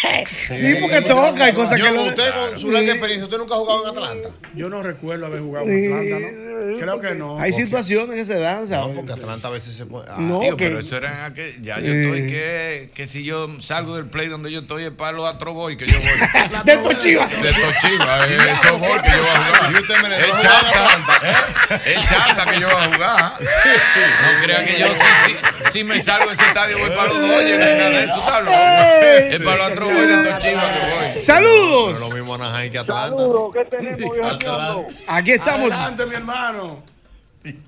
sí, porque toca, hay cosas Yo, que lo- Usted con su larga experiencia, ¿usted nunca ha jugado en Atlanta? Yo no recuerdo haber jugado Sí. en Atlanta, ¿no? Creo que no. Hay situaciones que se dan, ¿sabes? Porque Atlanta a veces se puede. ah, No, Digo, que- pero eso era en aquel- Ya yo Eh. estoy que, que si yo salgo del play donde yo estoy es para los atroboy que yo voy. <laughs> de estos chivas. De estos chivas, eh, esos boy que yo voy a jugar. Es chata, es chata que yo voy a jugar. No crean que yo si, si- si me salgo de ese estadio voy para los Dodgers, ni nada de eso, ¿sabes? Ey. Es para los atroboy de estos chivas que voy. ¡Saludos! Lo mismo Anaheim que Atlanta. Saludos, ¿qué tenemos, viejo ñongo? Aquí estamos. Adelante, mi hermano.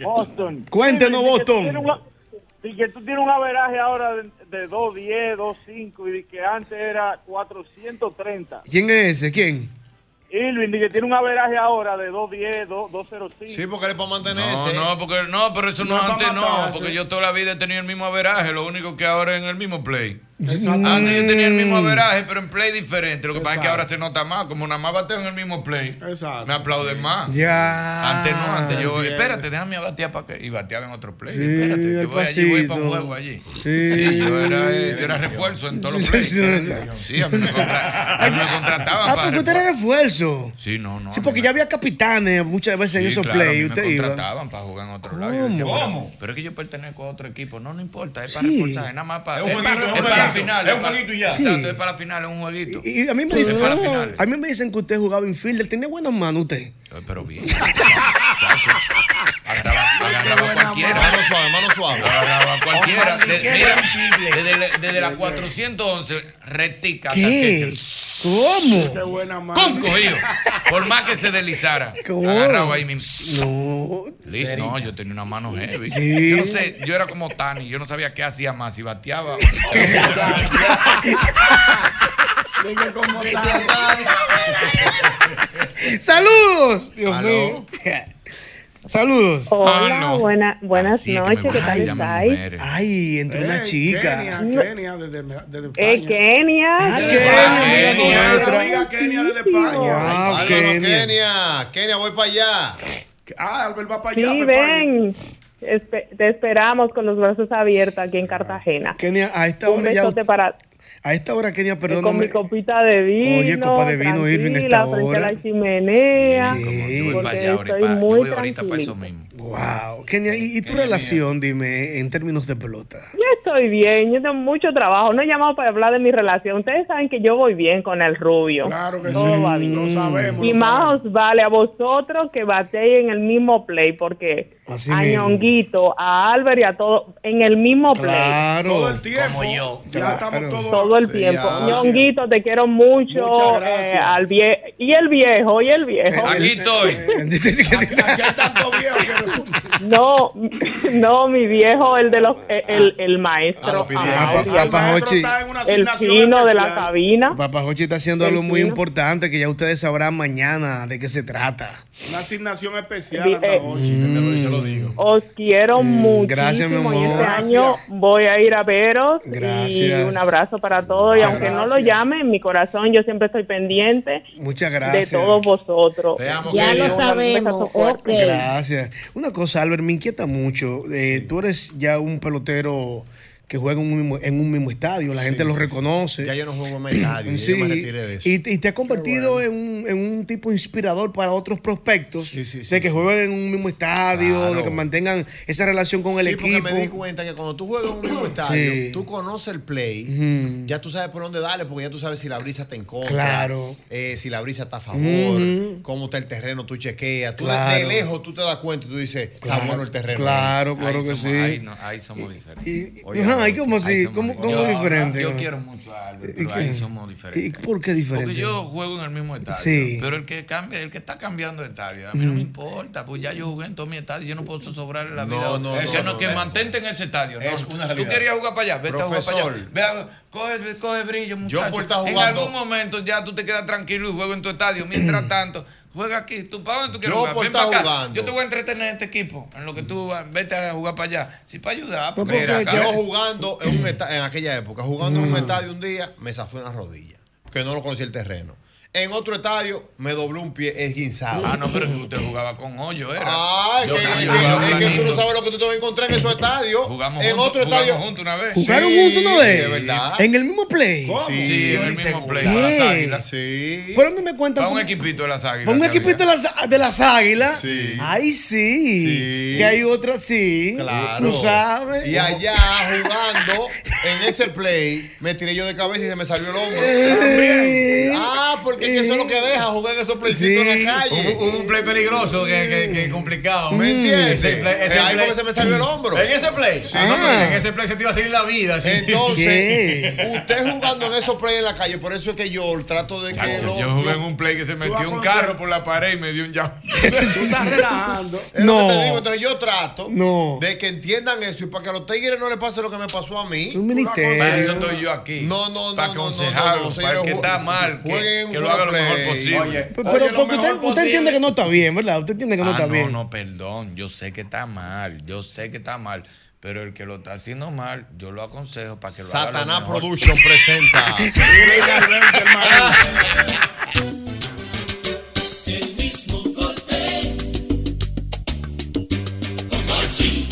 Boston. Cuéntenos, Dime, di que tú Boston. tienes un- Di que tú tienes un averaje ahora de, de 2.10, 2.5 y di que antes era 430. ¿Quién es ese? ¿Quién? Irving, di que tiene un averaje ahora de 2.10, 2- 2.05. Sí, porque él es para mantener No, ese. no, porque no, pero eso no, No es pa' antes no, matarse. porque yo toda la vida he tenido el mismo averaje, lo único que ahora es en el mismo play. Exacto. Antes yo tenía el mismo Mm. averaje, pero en play diferente. Lo que pasa es que Exacto. ahora se nota más, como nada más bateo en el mismo play. Exacto. Me aplauden más. Ya. Antes no, antes yo, Entiendo. espérate, déjame batear para que y bateaba en otro play. Sí, espérate, al que voy allí, voy para un pasito. juego allí. Sí. Sí, yo era, eh, yo era refuerzo en todos los Sí, plays. sí, sí. Sí, a mí me, contra- a mí me contrataban <laughs> Ah, para porque usted era refuerzo. Sí, no, no. Sí, porque ya había capitanes muchas veces en Sí, esos claro, a mí play. me Usted iba. contrataban para jugar en otro lado. Yo decía, ¿Cómo? bueno, pero es que yo pertenezco a otro equipo. No, no importa, es para Sí. reforzar, es nada más para. Es un Es, para- jueguito, es es un para la jueguito. final. Es un para- jueguito y ya. Exacto, Sí. es para la final, es un jueguito. Y a mí me Es dicen, para finales. a mí me dicen que usted jugaba infielder, tenía buenas manos usted. Pero bien. Agarraba cualquiera. Mano suave, mano suave. Agarraba cualquiera. Omar, De- ¿qué mira, era un desde, la, desde la 411, rectica. hasta ¿Qué? que- ¿Cómo? Qué buena mano. ¡Pum! Cogido. Por más que se deslizara. ¿Cómo? Agarraba ahí mismo. No. Sí, no, yo tenía una mano heavy. Sí. Yo no sé, yo era como Tani, yo no sabía qué hacía más, si bateaba. <laughs> Venga, como está. ¡Saludos! Dios Aló. mío. Saludos. Hola, buena- buenas noches, ¿qué tal estáis? Ay, entre una chica. Kenia, Kenia, desde, desde España. Eh, Kenia. Kenia, Kenia, nuestra amiga Kenia desde España. Ah, Kenia. Kenia, Kenia, voy para allá. Ah, Albert va para allá. Sí, para España. ven. Espe- te esperamos con los brazos abiertos aquí en Cartagena. Ah, Kenia, a esta Un hora ya- besote para eh, A esta hora, Kenia, con mi perdóname. copita de vino. Oye, copa de vino, Irving, a esta tranquila, frente a hora. la chimenea. voy Porque para allá ahorita, estoy yo muy voy ahorita para eso tranquilita. Wow. Kenia, ¿y, y tu relación, dime, en términos de pelota? Yo estoy bien, yo tengo mucho trabajo. No he llamado para hablar de mi relación. Ustedes saben que yo voy bien con el rubio. Claro que Todo sí, va bien. lo sabemos, Y lo más os vale a vosotros que batéis en el mismo play, porque Así a mismo. Ñonguito, a Albert y a todos en el mismo play. Todo el tiempo. Como yo. Ya estamos todos. Todo el tiempo. Ya. Ñonguito, te quiero mucho. Muchas gracias. Eh, eh, al vie- y el viejo, y el viejo. Aquí estoy. Aquí hay tantos viejos que responden. No, no, mi viejo, el de los, el, el, Ah, el Ah, maestro. Amauri, Papá, Papá Jochi. el chino de la cabina. Papá Jochi está haciendo algo muy chino. importante que ya ustedes sabrán mañana de qué se trata. Mm, Una asignación especial hasta Eh, <laughs> hoy. Te lo, yo lo digo. Os quiero muchísimo. gracias, mi amor. Y este Gracias. año voy a ir a veros. Gracias. Y un abrazo para todos. y Muchas aunque no lo gracias. llame, en mi corazón yo siempre estoy pendiente Muchas gracias. de todos vosotros. Ya lo sabemos. Ok. Gracias. Una cosa, Albert, me inquieta mucho. Eh, tú eres ya un pelotero que juega en un mismo, en un mismo estadio, la gente lo reconoce. Ya yo no juego en más estadio, Sí. yo me retiré de eso. Y, y te has convertido en, un, en un tipo inspirador para otros prospectos de que jueguen en un mismo estadio, de que mantengan esa relación con el Sí, porque equipo. me di cuenta que cuando tú juegas en un mismo estadio, Sí. tú conoces el play, Ujú. ya tú sabes por dónde darle, porque ya tú sabes si la brisa está en contra, Claro. eh, si la brisa está a favor, Ujú. cómo está el terreno, tú chequeas, tú Claro. de lejos tú te das cuenta y tú dices, está Claro, bueno el terreno. claro, claro Ahí que somos- sí. ahí No, ahí somos diferentes. Y- Oye, ajá, ¿y Albert, cómo ahí así? somos ¿Cómo, cómo diferentes. Yo- diferente? Yo quiero mucho a Albert, ¿Y pero ahí qué? somos diferentes. ¿Y por qué diferente? Porque yo juego en el mismo estadio. Sí. Pero el que cambia, el que está cambiando de estadio, a mí no Mm. me importa. Pues ya yo jugué en todo mi estadio, yo no puedo sobrarle la No, vida. no, Eso no, no, no, que no. mantente en ese estadio. Es no. una Tú realidad. querías jugar para allá, vete a jugar Profesor. para allá. Ve a- coge, coge brillo, muchacho. por estar en jugando- algún momento ya tú te quedas tranquilo y juego en tu estadio. <clears throat> Mientras tanto, juega aquí. ¿Tú para dónde tú quieres Yo jugar? por Ven para estar acá. jugando. Yo te voy a entretener en este equipo. En lo que tú vas, vete a jugar para allá. Si para ayudar, No, pues, porque mira, yo acá. jugando en, un esta- en aquella época, jugando Mm. en un estadio un día, me zafé una rodilla, que no lo conocía el terreno. En otro estadio me dobló un pie esguinzado. Ah, no, pero usted jugaba con hoyo, era. Ah, Yo que, también que- jugaba es que tú no planito. sabes lo que tú te vas a encontrar en esos estadios. Jugamos en juntos, otro jugamos estadio. juntos una vez. ¿Jugaron Sí, juntos una vez? De verdad. ¿En el mismo play? Sí, Sí, en el dice, mismo play. ¿qué? Para las águilas. Pero a mí me cuentan Para con- un equipito de las águilas. Con un que había. equipito de las, de las águilas. Sí. Ay, sí. Que hay otra, sí. Claro. Tú sabes. Y allá jugando en ese play, me tiré yo de cabeza y se me salió el hombro. Eh. ah, porque es que eso es lo que deja jugar en esos playcitos en la calle. Hubo, hubo un play peligroso que, que, que complicado. ¿Me entiendes? Mm. Ese play- ese Eh, ahí play- Mm. porque se me salió el hombro. En ese play. Sí. Ah, no, pero en Ah. ese play se te iba a salir la vida. sí. <laughs> Entonces, usted jugando en esos play en la calle, por eso es que yo trato de que Chacho, lo- yo jugué en un play que se metió un carro por la pared y me dio un llamo. <laughs> Tú estás relajando. Es No. lo que te digo. Entonces yo trato No. de que entiendan eso y para que a los tigres no les pase lo que me pasó a mí. Un ministerio. Para eso estoy yo aquí. No, no, no. Para aconsejarlo, para el que está mal, que, que lo haga lo mejor posible. Pero porque usted, usted entiende que no está bien, ¿verdad? Usted entiende que no Ah, está no, bien. no, perdón. Yo sé que está mal. Yo sé que está mal. Pero el que lo está haciendo mal, yo lo aconsejo para que lo haga. Satanás Production <laughs> presenta. <laughs> El mismo golpe con Hochi.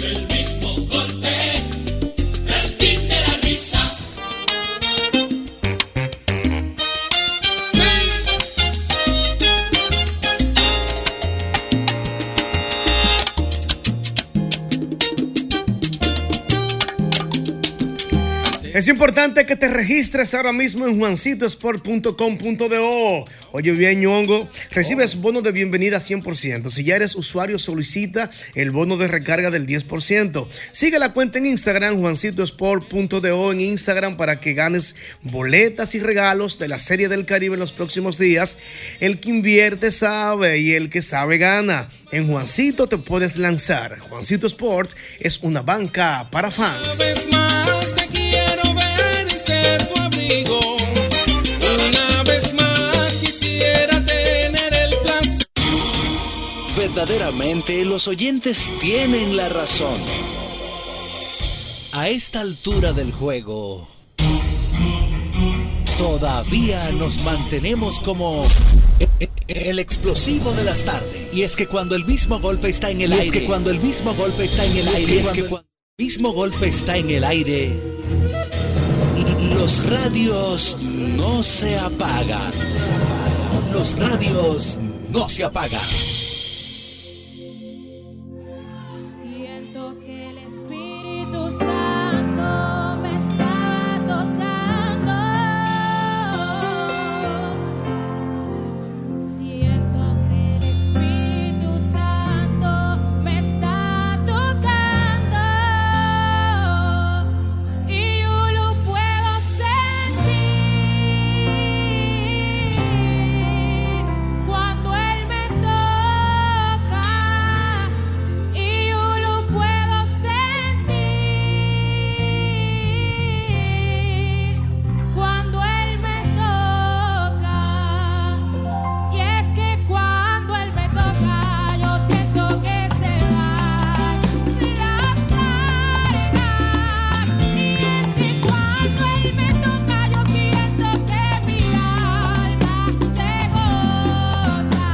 El mismo golpe, el fin de la risa. Es importante que te registres ahora mismo en juancitosport.com.do. Oye bien, ñongo, recibes bono de bienvenida 100%. Si ya eres usuario, solicita el bono de recarga del 10%. Sigue la cuenta en Instagram, juancitosport.do en Instagram para que ganes boletas y regalos de la Serie del Caribe en los próximos días. El que invierte sabe y el que sabe gana. En Juancito te puedes lanzar. Juancito Sport es una banca para fans. más te quiero ver y ser tu abrigo. Una vez más verdaderamente los oyentes tienen la razón. A esta altura del juego, todavía nos mantenemos como e- e- el explosivo de las tardes. Y es que cuando el mismo golpe está en el Y es aire, que cuando el mismo golpe está en el aire, y es que cuando- cuando el mismo golpe está en el aire, los radios no se apagan. Los radios no se apagan. Siento que el Espíritu Santo me está tocando. Siento que el Espíritu Santo me está tocando. Y yo lo puedo sentir cuando Él me toca. Y yo lo puedo sentir cuando él me toca. Y es que cuando él me toca, yo siento que se van las cargas. Y es que cuando él me toca, yo siento que mi alma se goza.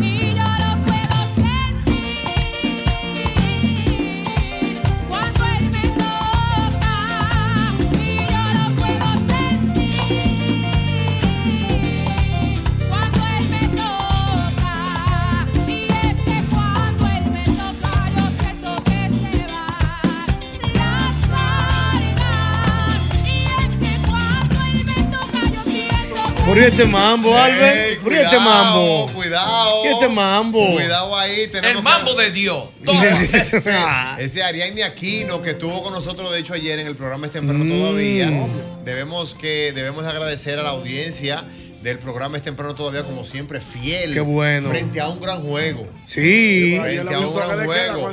Y yo lo puedo cuando él me toca y yo lo puedo sentir. Cuando él me toca y es que cuando él me toca yo siento que se van las cargas y es que cuando él me toca yo siento Por este mambo, Ey, Albert. Por este cuidado, mambo. cuidado. Por este mambo. Cuidado ahí, tenemos. El mambo de Dios. ese, <laughs> <laughs> ese Ariadne Aquino que estuvo con nosotros, de hecho, ayer en el programa Es Temprano Mm. Todavía. Debemos, que, debemos agradecer a la audiencia del programa Es Temprano Todavía, como siempre, fiel. Qué bueno. Frente a un gran juego. Sí. Frente a un gran juego,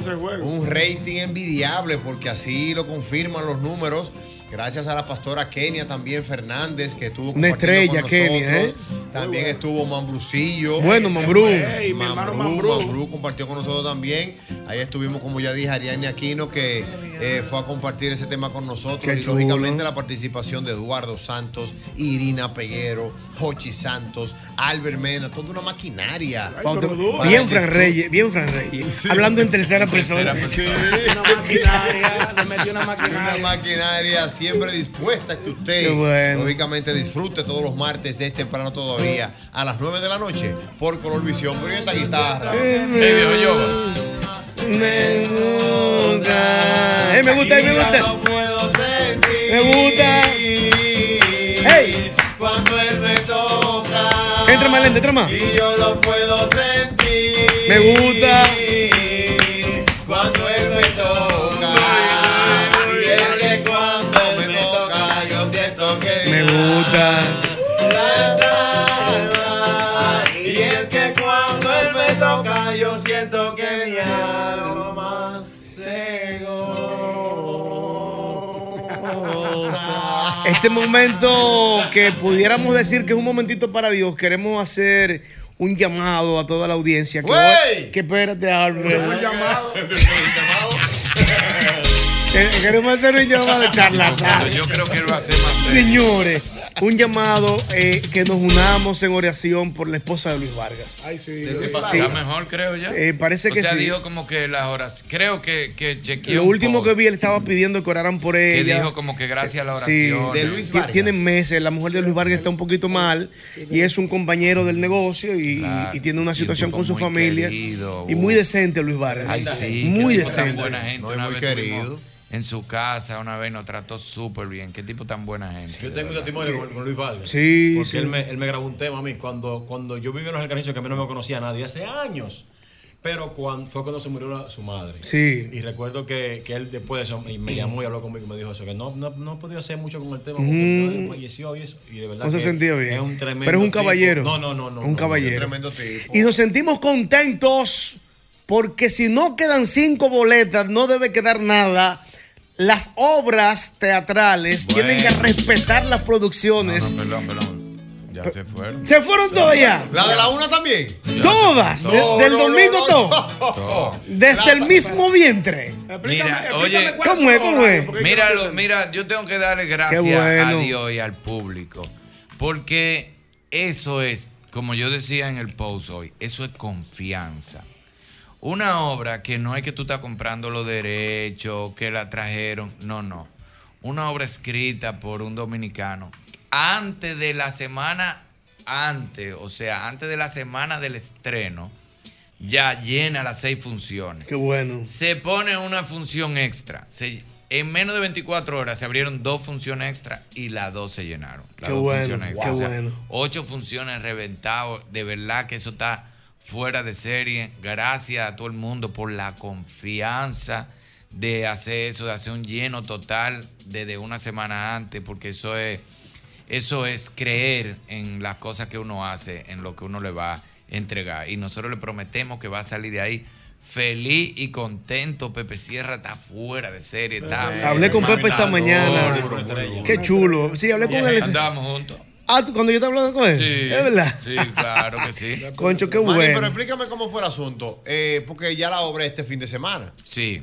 Un rating envidiable, porque así lo confirman los números. Gracias a la pastora Kenia también Fernández, que estuvo Una estrella, Kenia, ¿eh? También estuvo Mambrucillo. Bueno, Mambrú. Ey, mi hermano Mambrú. Mambrú compartió con nosotros también. Ahí estuvimos, como ya dije, Ariane Aquino, que eh, fue a compartir ese tema con nosotros. Qué y chulo. lógicamente la participación de Eduardo Santos, Irina Peguero, Jochi Santos, Albert Mena, toda una maquinaria. Cuando- Para bien el Fran disfrute. Reyes, bien Fran Reyes. Hablando en tercera persona. pues, le metió Ah, una maquinaria. siempre dispuesta a que Qué usted, bueno. lógicamente, disfrute todos los martes de este temprano todavía, a las 9 de la noche, por Color Visión. Pero ¿y esta guitarra. Me gusta. Eh, me gusta, eh, me gusta. Me gusta. Hey. Cuando él me toca. Entra más lento, entra más. Y yo lo puedo sentir. Me gusta. Cuando él me toca. Y es que cuando me toca, yo siento que. Me gusta. Las almas. Y es que cuando él me toca, yo siento que mi alma se <laughs> goza. Este momento que pudiéramos decir que es un momentito para Dios, queremos hacer un llamado a toda la audiencia. Que, ¡Wey! que espérate, Albert. llamado. Eh, Queremos hacer un llamado de charlatán. Yo creo que él va a hacer más. Señores, un llamado eh, que nos unamos en oración por la esposa de Luis Vargas. Ay, sí. Luis Está Vargas. mejor, creo ya. Eh, parece o que sea, sí. dijo como que las horas. Creo que, que chequeó. Lo un último poco, que vi, él estaba pidiendo que oraran por que ella. dijo como que gracias a la Sí, oración. Ti- tienen meses. La mujer de Luis Vargas está un poquito mal y es un compañero del negocio y, y tiene una situación con su familia. querido, y muy decente, Luis Vargas. Ay, sí, muy qué tipo tan decente. buena gente. No, es una muy vez estuvimos querido. En su casa, una vez nos trató súper bien. Qué tipo tan buena gente. Yo tengo un testimonio con, con Luis Vargas. Sí, Porque sí. Él, me, él me grabó un tema a mí cuando, cuando yo vivía en los alcanizos que a mí no me conocía nadie hace años. Pero cuando, fue cuando se murió la- su madre. Sí. Y recuerdo que, que él después de eso y me llamó y habló conmigo y me dijo eso, que no, no, no he podido hacer mucho con el tema porque Mm. él falleció y eso. Y de verdad No se que sentía bien. Es un tremendo Pero es un tipo. caballero. No, no, no. no Un no, caballero. tremendo tipo. Y nos sentimos contentos porque si no quedan cinco boletas, no debe quedar nada. Las obras teatrales tienen que respetar las producciones. Perdón, perdón. Ya se fueron. Se fueron todas ya. ¿La de la una también? Todas. de- No, del no, domingo no, todo. Todo. Desde el mismo vientre. Mira, oye, ¿Cómo es? ¿Cómo es? Mira, lo- mira, yo tengo que darle gracias Qué bueno. a Dios y al público. Porque eso es, como yo decía en el post hoy, eso es confianza. Una obra que no es que tú estás comprando los derechos, que la trajeron, no, no. Una obra escrita por un dominicano antes de la semana antes, o sea, antes de la semana del estreno, ya llena las seis funciones. Qué bueno. Se pone una función extra. Se- en menos de 24 horas se abrieron dos funciones extra y las dos se llenaron. Las Qué dos bueno, funciones extra. qué O sea, bueno. ocho funciones reventados. De verdad que eso está fuera de serie. Gracias a todo el mundo por la confianza de hacer eso, de hacer un lleno total desde una semana antes, porque eso es, eso es creer en las cosas que uno hace, en lo que uno le va a entregar. Y nosotros le prometemos que va a salir de ahí feliz y contento. Pepe Sierra está fuera de serie. está- Hablé con Pepe esta está mañana. duro, estrella. Qué chulo. Sí, hablé con él. Andábamos juntos. Ah, ¿tú- cuando yo estaba hablando con él. Sí, es verdad. Sí, claro que <laughs> sí. Concho, qué Manny, pero bueno. explícame cómo fue el asunto. Eh, porque ya la obra es este fin de semana. Sí.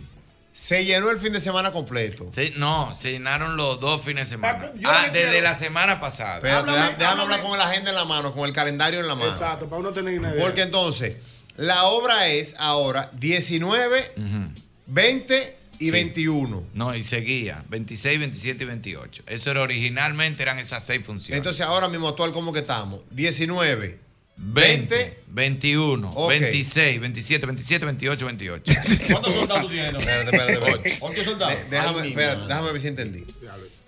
Se llenó el fin de semana completo. Sí, no, se llenaron los dos fines de semana. Ah, desde la semana pasada. Pero deja- déjame hablar con la agenda en la mano, con el calendario en la mano. Exacto, para uno tener una idea. Porque entonces, la obra es ahora 19, 20 y 21. No, y seguía. 26, 27 y 28. Eso era originalmente, eran esas seis funciones. Entonces, ahora mismo actual, ¿cómo que estamos? 19, 20, 20. 21, Ok. 26, 27, 27, 28, <laughs> 28. ¿Cuántos soldados tienes? Espérate, espérate, espérate. De- Déjame, espérate, déjame ver si entendí.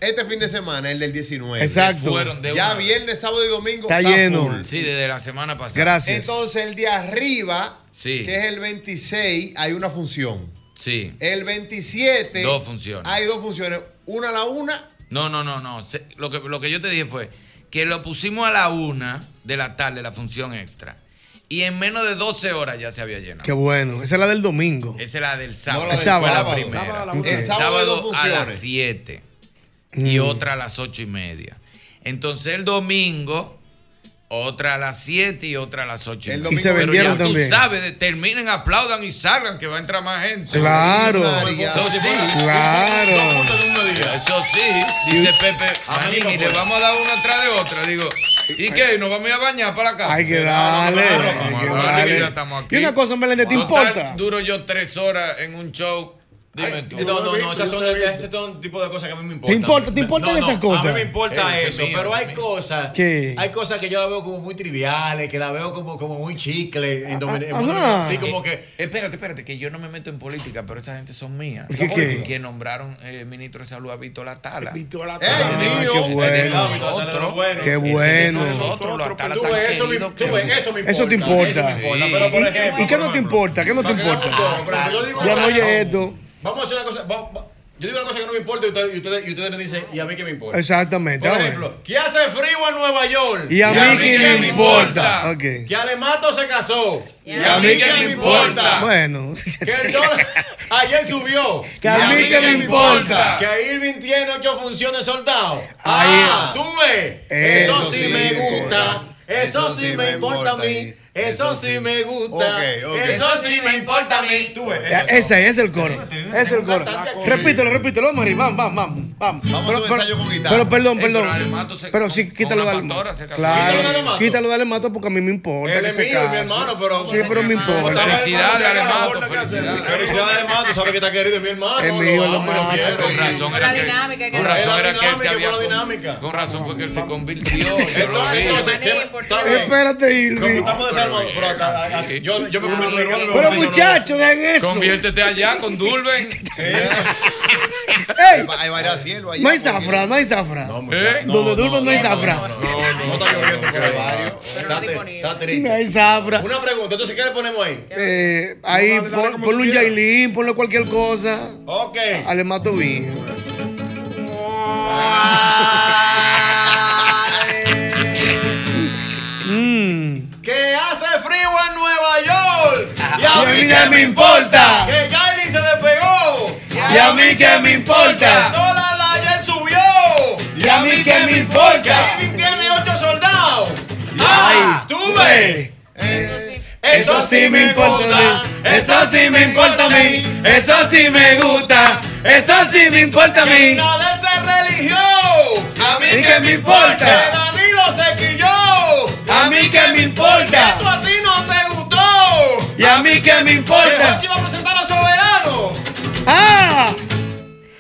Este fin de semana, el del 19. Exacto. Fueron de ya una- viernes, sábado y domingo. Está lleno. full. Sí, desde la semana pasada. Entonces, el de arriba, Sí. que es el 26, hay una función. Sí. El 27. Dos funciones. Hay dos funciones. Una a la una. No, no, no, no. Se- lo, que, lo que yo te dije fue que lo pusimos a la una de la tarde, la función extra. Y en menos de 12 horas ya se había llenado. Qué bueno. Esa es la del domingo. Esa es la del sábado. No, la del sábado. Fue la Sábado. primera. Sábado a la el una. sábado, El sábado hay dos a funciones. las 7 y otra a las 8 y media. Entonces el domingo, otra a las 7 y otra a las 8 y El media. domingo- Y se Pero vendieron ya tú también. sabes, de- terminen, aplaudan y salgan que va a entrar más gente. Claro. Eso sí. Claro. Eso sí, dice Pepe, Manín, y le vamos a dar una atrás de otra. Digo, ¿y qué? ¿Nos vamos a ir a bañar para la casa? Hay que Claro, darle. vamos Hay a darle, que que ya darle. estamos aquí. Y una cosa, Melende, ¿te Total, importa? Duro yo tres horas en un show. Dime tú. No, no, no, esas son, ese son tipo de cosas que a mí me importan. ¿Te importa- te importan No, no, esas cosas? A mí me importa Ese eso, mío, pero ese hay cosas. ¿Qué? Hay cosas que yo la veo como muy triviales, que la veo como, como muy chicle. En Ah, Domin- en Ah, ajá. Dominicana. Así como que. Eh, Espérate, espérate, que yo no me meto en política, pero esta gente son mías. ¿Qué, qué? Que nombraron eh, ministro de salud a Víctor Latala. Víctor Latala. Ah, qué bueno. Qué bueno. Nosotros, Latala Tú ves, eso me, tú ves, eso me importa. Eso te importa. me importa, pero por ¿Y- y- ejemplo, ¿Y qué no te importa? ¿Qué no te importa? pero yo digo Ya una no oye razón. esto. Vamos a hacer una cosa. va- va- yo digo una cosa que no me importa y ustedes, y ustedes, y ustedes me dicen, ¿y a mí qué me importa? Exactamente. Por ah, bueno. ejemplo, ¿qué hace frío en Nueva York? Y a mí que qué me importa. Ok. Que Alemato se casó. Y a mí que me importa. Bueno. Que el dólar <laughs> ayer subió. Que a mí que me importa. Que Irving tiene ocho funciones soldados. Ahí. Ah, tú ves. Eso Eso, sí sí me me gusta. Eso sí me importa a mí. Eso sí me gusta. Ok, ok. Eso sí me importa a mí. Tú ves. Ya, Ese es el coro. Ese es el coro. Repítelo, repítelo. Vamos arriba. Vamos, vamos, vamos. Vamos a Pero, hacer un pero- ensayo con guitarra. pero perdón, Eh, perdón. pero Alemato se- Pero sí, quítalo una de pastora se mato. casó. Claro. ¿Quítalo de Alemato? Quítalo de mato porque a mí me importa. Él que es se mío, mi case. hermano, pero- Sí, pero me importa. Felicidades, Alemato. Felicidades, Alemato. Sabes que está querido, es mi hermano. Es mío, Lo amo, lo Alemato. quiero. Con razón era La que, dinámica que con razón era. era que él se Dinámica, había por la con- dinámica. con razón fue que él se convirtió. yo lo vi. Espérate, Irving. Estamos desarmados. Pero acá- acá- Yo yo me convierto de nuevo. Pero muchachos, vean eso. Conviértete allá con Dulben. Ey, Hay varias siervas. No hay zafra, no hay zafra. Donde Durban no hay zafra. Está No triste. hay zafra. Una pregunta, entonces, ¿qué le ponemos ahí? Eh, ahí dale, dale pon- como tú ponle un quieras. Yailin, ponle cualquier cosa. Ok. Alemato bien. Ah. Mm. Que hace frío en Nueva York. Y a mí que me importa. Que Yailin se despegó. Y a mí que me importa. Dólar ayer subió. Y a mí que me importa. Irving tiene ocho soldados. Ah, Eh, Eso sí me importa, eso sí me importa a mí, eso sí me gusta, eso sí me importa a mí. de ser religión. A mí que me importa. Que Danilo se quilló. A mí que me importa. Esto a ti no te gustó. Y a mí que me importa. Yo iba a presentar a Soberano. Ah,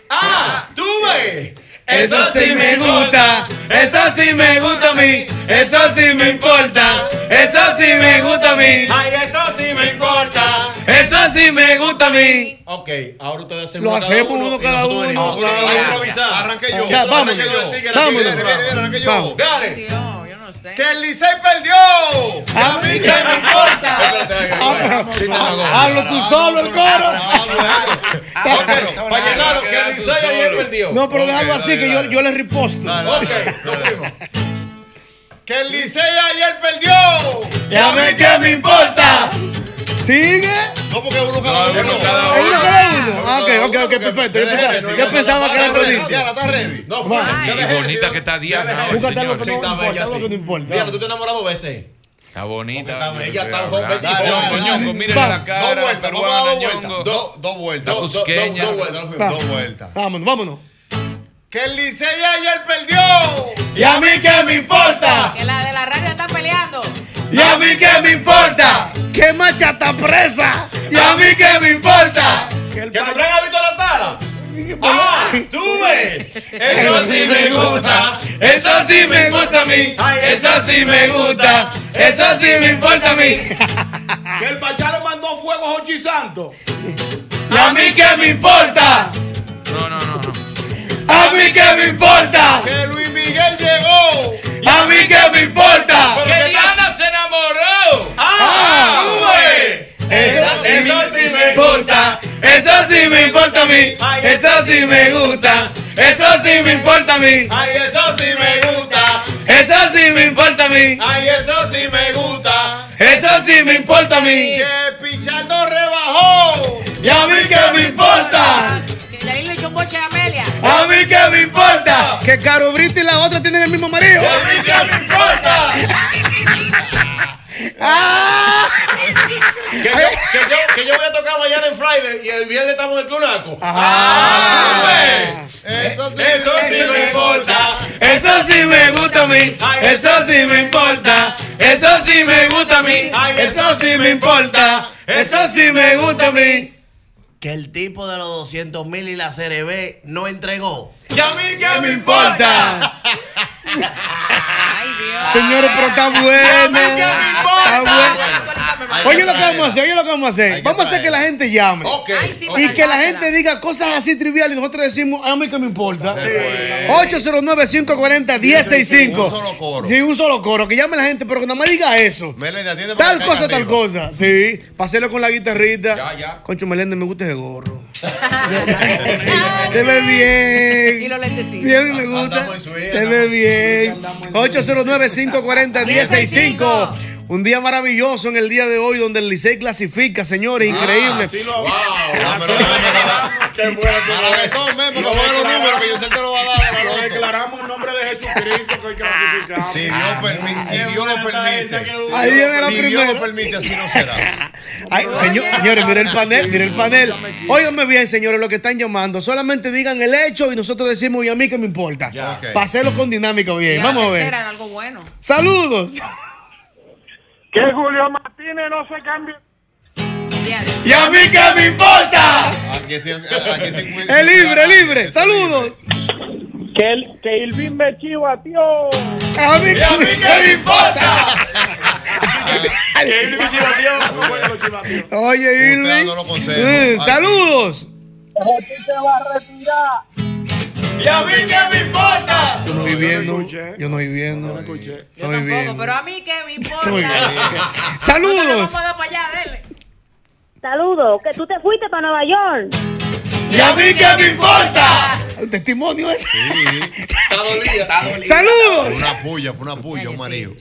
Ah, tú me. eso sí me gusta, eso sí me gusta a mí, eso sí me importa, eso sí me gusta a mí. Ay, eso sí me importa. Eso sí me gusta a mí. Ok, ahora ustedes hacen Lo hacemos uno y cada nosotros uno, venimos. claro. Vamos a improvisar. Arranque yo. Ya, Arranque vámonos. yo. Tigre, Vámonos. tigre, tigre, tigre, arranque yo. Vamos. Dale. sé. Que el Licey perdió. Ah. A mí que me <laughs> importa. Hazlo tú solo el coro. Ah, Para llenarlo, que el Licey ayer perdió. No, pero déjalo así que yo, yo le riposto. <laughs> Que el Licey ayer perdió. Y a mí que me importa. ¿Sigue? No, porque uno cada uno. ¿Es uno cada uno? Ah, ok, ok, ok, perfecto. Yo pensaba, yo pensaba que era todito. Ya, está ready. No, Va. Y bonita que está Diana. hoy, Búscate algo señor. que Sí, no está importa, bella, algo sí. que no importa. Diablo, tú te enamoras dos veces. Está bonita. Porque está yo bella, te está voy a hablar. joven, Dale, tipo. Ñongo, Miren Va. la cara. Dos vueltas, vamos a dar peruana, dos vueltas. Ñongo. Dos- Dos vueltas. La cusqueña. Dos- dos- dos- Dos Va. vueltas. Dos vueltas. Vámonos, vámonos. Que el Licey ayer perdió. Y a mí que me importa. Que la de la radio está peleando. Y a mí que me importa. ¡Qué macha está presa! Y a mí que me importa. Que te traiga a Víctor Antala. Ah, tú ves. Eso sí me gusta. Eso sí me gusta a mí. Eso sí me gusta. Eso sí me importa a mí. Que el Pachá le mandó fuego a Jochi Santos. Y a mí que me importa. No, no, no. A mí que me Ah. importa. Que Luis Miguel llegó. A mí que me importa. Ah, Que Diana se enamoró. Ah, Eso, eso sí me importa, eso sí me importa a mí, eso sí me gusta, eso sí me importa a mí, Ay, eso sí me gusta. eso sí me importa a mí, Ay, eso sí me gusta. eso sí me importa a mí, Que Pichardo rebajó. y a mí que me importa, Que Yair le echó un boche a Amelia. a mí que me importa, Que Caro Brito y la otra tienen el mismo marido. a mí que me importa, ¡Ah! Que yo, que, yo, que yo voy a tocar mañana en Friday y el viernes estamos en el Clunaco. Ah, Eso sí, eso sí me importa, eso sí me gusta a mí, eso sí me importa, eso sí me gusta a mí, eso sí me importa, eso sí me gusta a mí. Que el tipo de los 200 mil y la CRB no entregó. ¿Y a mí qué me importa? Ay, Dios. Señores, pero está bueno. Está bueno. Oye lo que vamos a hacer, oye lo que vamos a hacer. Vamos a hacer que la gente llame. Ay, sí, Y que la salvásela. gente diga cosas así triviales y nosotros decimos, a mí que me importa. 809-540-1065. Un solo coro. Sí, un solo coro. Que llame la gente, pero que nada más diga eso. Melanie, atiende para Tal que cosa, caiga tal arriba. cosa. Sí. Paselo con la guitarrita. Ya, ya. Concho Meléndez, me gusta ese <laughs> gorro. Te ve bien. Y los lentecitos. Sí, a mí me gusta. Andamos en su vida, Te ve bien. 809-540-1065. Un día maravilloso en el día de hoy donde el Licey clasifica, señores. Ah, Increíble. Así Ah, lo No, pero no, no, Qué bueno que no. A <laughs> ver, todo mes, porque juega los números que yo sé te lo va a dar. Lo Manolo. declaramos en nombre de Jesucristo que hoy clasificamos. Si Dios permite, si Dios lo permite. Ahí viene la si primera. Dios lo permite, así no <laughs> será. Ay, señor- señores, mire el panel, mire el panel. Óiganme bien, señores, lo que están llamando. Solamente digan el hecho y nosotros decimos, y a mí que me importa. Ya. Ok. Paselo con dinámica Y bien. la Vamos a tercera ver. era algo bueno. Saludos. Que Julio Martínez no se cambie. Ya. ¿Y a mí qué me importa? Aquí sí, aquí sí. Es libre, es libre. Saludos. Que, el, que Ilvin Mechí batió. A mí ¿Y a mí qué me importa? Que él <laughs> me chivateó, no juega los chivateos. Oye, Usted Irving. dando los Eh, consejos. saludos. Mechí se va a retirar. ¿Y a mí qué me importa? Yo no estoy viendo. escuché. Yo no estoy viendo. Yo No estoy tampoco, viendo. pero a mí que me importa. Muy bien. Nosotros le vamos Saludos. a dar para allá, dele. Saludos, que tú te fuiste para Nueva York. ¿Y a mí qué me importa? Un testimonio ese. Está dolida. Está Saludos. Una puya, fue una puya, un marido.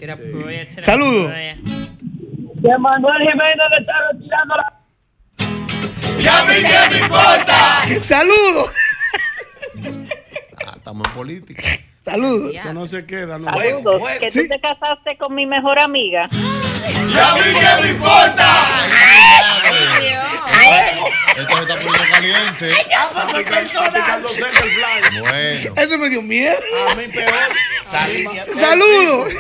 Saludos. Que Manuel Jiménez le está retirando la. ¿Y a mí qué me importa? Saludos. Ah, estamos en política. <laughs> Saludos. Eso no se queda, no. Saludos, que tú Sí. te casaste con mi mejor amiga. Y a mí que me importa. Esto se está poniendo caliente. Bueno. Eso me dio miedo. A mí peor. Saludos.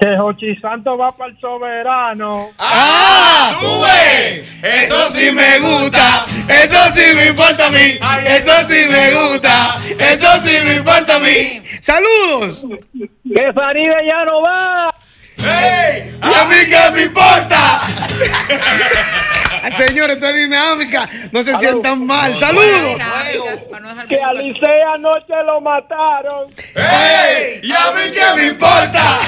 Que Jochi Santos va para el soberano. ¡Ah! ¡Sube! Eso sí me gusta, eso sí me importa a mí, eso sí me gusta, eso sí me importa a mí. ¡Saludos! ¡Que Faride ya no va! ¡Ey! ¡A mí que me importa! <laughs> Señores, esto es dinámica. No se sientan mal. Saludos. Que a Licea anoche lo mataron. ¡Ey! ¿Y a mí qué me importa?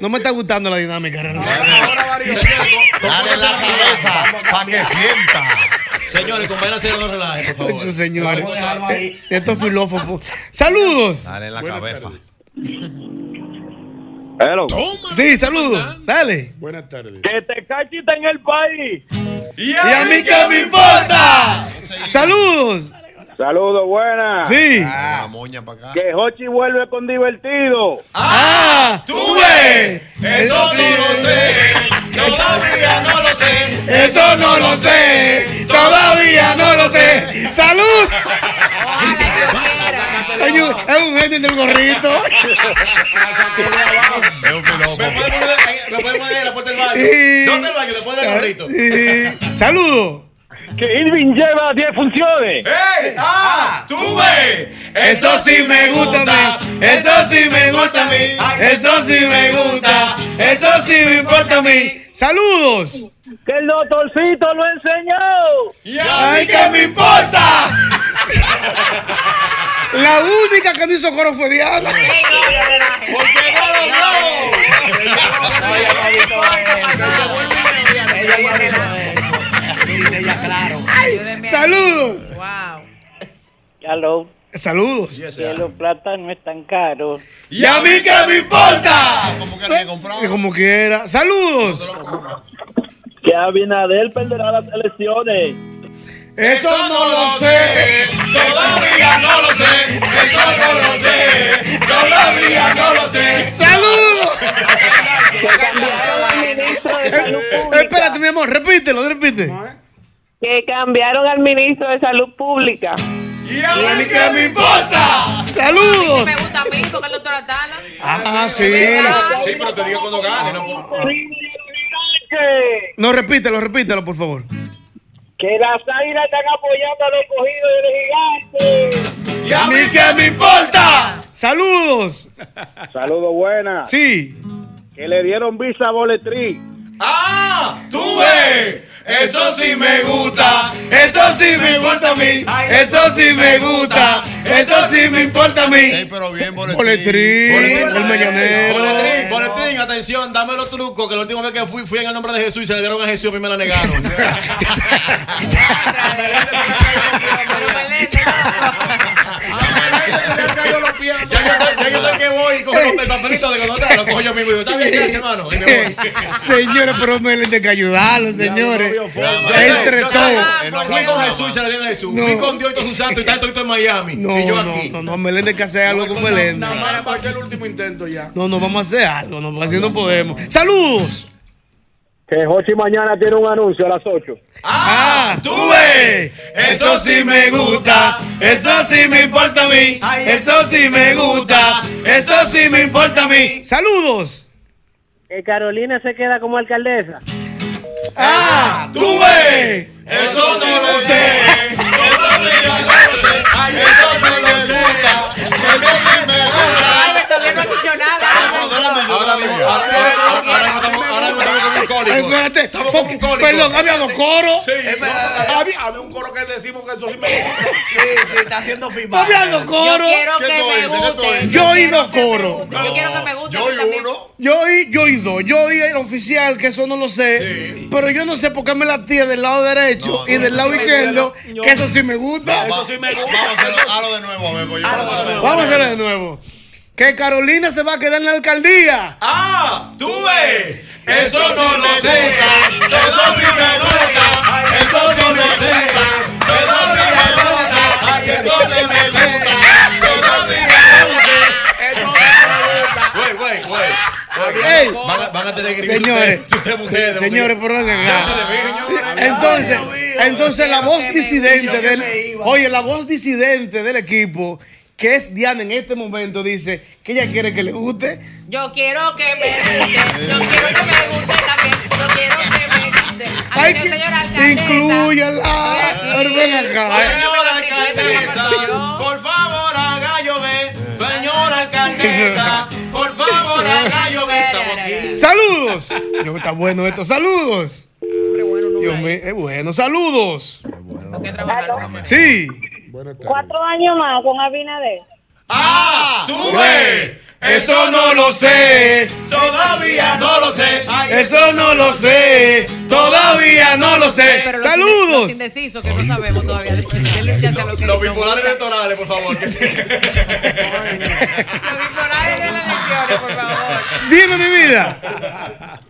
No me está gustando la dinámica realmente. Dale la cabeza para que sienta. Señores, compañeros, no relajen, por favor. Muchos señores. Vamos a dejarlo ahí. Estos filósofos. Saludos. Dale la cabeza. Sí, saludos. Dale. Buenas tardes. Que te cachita en el país. ¿Y a mí qué me importa? Saludos. Saludos, buenas. Sí. La moña para acá. Que Hochi vuelve con divertido. ¡Ah! ¡Tuve! Eso sí lo sé, todavía no lo sé. Eso no lo sé, todavía no lo sé. ¡Salud! Coño, es un genio del gorrito. Me puede poner- me puede poner en la puerta del baño. Sí. ¿Dónde el baño? Después del gorrito. Sí. Saludos. Que Irving lleva 10 funciones. ¡Ey! ¡Ah! ¡Tuve! Eso sí me gusta, eso sí me gusta a mí, eso sí me gusta, eso sí me importa a mí. Saludos. Que el doctorcito lo enseñó. ¡Y a mí qué me importa! La única que no hizo coro fue Diana. ¡Porque no lo Saludos. Wow. Hello. Saludos. Que los plátanos no están caros. ¡Y a mí qué me importa! Que Como quiera. Saludos. Que Abinadel perderá las elecciones. Eso no lo sé, todavía no lo sé, eso no lo sé, todavía no lo sé. ¡Saludos! Eh, Espérate, mi amor, repítelo, repite. eh. Que cambiaron al ministro de Salud Pública. ¿Y a mí qué me importa? Saludos. Me gusta a mí porque el doctor Atala. Ah, sí. Sí, pero te digo cuando gane. No, por- No, repítelo, repítelo, por favor. Que las águilas están apoyando al escogido y al gigante. ¿Y a mí qué me importa? Saludos. Saludos, buenas. Sí. Que le dieron visa a Boletri. ¡Ah! ¡Tuve! Eso sí me gusta, eso sí me importa a mí, eso sí me gusta, eso sí me importa a mí. Pero bien, boletín. Boletrín, el mañanero. Boletín, boletín, atención, dame los trucos. Que la última vez que fui, fui en el nombre de Jesús y se le dieron a Jesús y a mí me la negaron. <laughs> Ya yo estoy- ya yo estoy que voy y cojo el papelito de condotar, lo cojo yo mismo y digo, está bien, gracias, hermano. Y me voy. Señores, pero me tienen que ayudarlos, <laughs> señores. Entre Yo todos. Eh, sé, Fui con Jesús y se le dieron a Jesús. No. Fui con Dios y todo su santo y está todo en Miami. No, y yo no, aquí. no, no, Meléndez que hacer algo con Meléndez. Va a ser el último intento ya. No, no, vamos a hacer algo, no, porque así no podemos. ¡Saludos! Que Jochi mañana tiene un anuncio a las 8. ¡Ah! ¡Tuve! Eso sí me gusta, eso sí me importa a mí, eso sí me gusta, eso sí me importa a mí. ¡Saludos! Que eh, Carolina se queda como alcaldesa. ¡Ah! ¡Tuve! Eso no lo sé, eso sí yo no lo sé, ay, eso sí me gusta, eso sí me gusta. Todavía no ha dicho nada. Ahora mismo, ahora mismo, ahora mismo estamos- ahora mismo estamos con un Ay, cólico. espérate, Estamos con porque- un cólico. perdón, había dos coros. Había, había un coro que decimos que eso sí me gusta. Sí, sí, está haciendo firmado. Había dos Yo coros. quiero ¿Qué que tú me oíste? ¿Qué tú guste. oíste? Yo oí quiero dos que me coros. guste, Yo quiero que me guste. Yo a mí y también. uno. Yo oí, yo oí dos, yo oí el oficial, que eso no lo sé, pero yo no sé por qué me la tía del lado derecho y del lado izquierdo, que eso sí me gusta. Eso sí me gusta. Vamos a hacerlo hazlo de nuevo, a ver, pues yo no puedo ver. Vamos a hacerlo de nuevo. Que Carolina se va a quedar en la alcaldía. ¡Ah! ¡Tuve! Eso no lo sé, eso sí me gusta, eso sí me gusta, eso sí me gusta, eso sí me gusta, eso sí me gusta. Güey, güey, güey. Ey. Van, a- van a tener que Señores, ustedes, señores, por orden. acá. Entonces, entonces la voz que me iba, disidente yo que del, me iba. oye, la voz disidente del equipo, que es Diana en este momento, dice que ella quiere que le guste. Yo quiero que me guste. Yo quiero que me guste también. Yo quiero que me guste. Ay, que señora alcaldesa. Incluyala. Pero ven acá. Señora alcaldesa. Por favor, haga llover. Señora alcaldesa, por favor, haga llover. Estamos aquí. Saludos. Dios, está bueno esto. Saludos. Dios mío, es bueno. Saludos. Sí. Cuatro años más con Abinader. ¡Ah! ¡Tú ves! Eso no lo sé. Todavía no lo sé. Eso no lo sé. Todavía no lo sé. Pero los inde- Los Saludos. indecisos que no sabemos todavía. Denle chance a lo que Los bipolares electorales, por favor. Que sí. <laughs> Dime mi vida.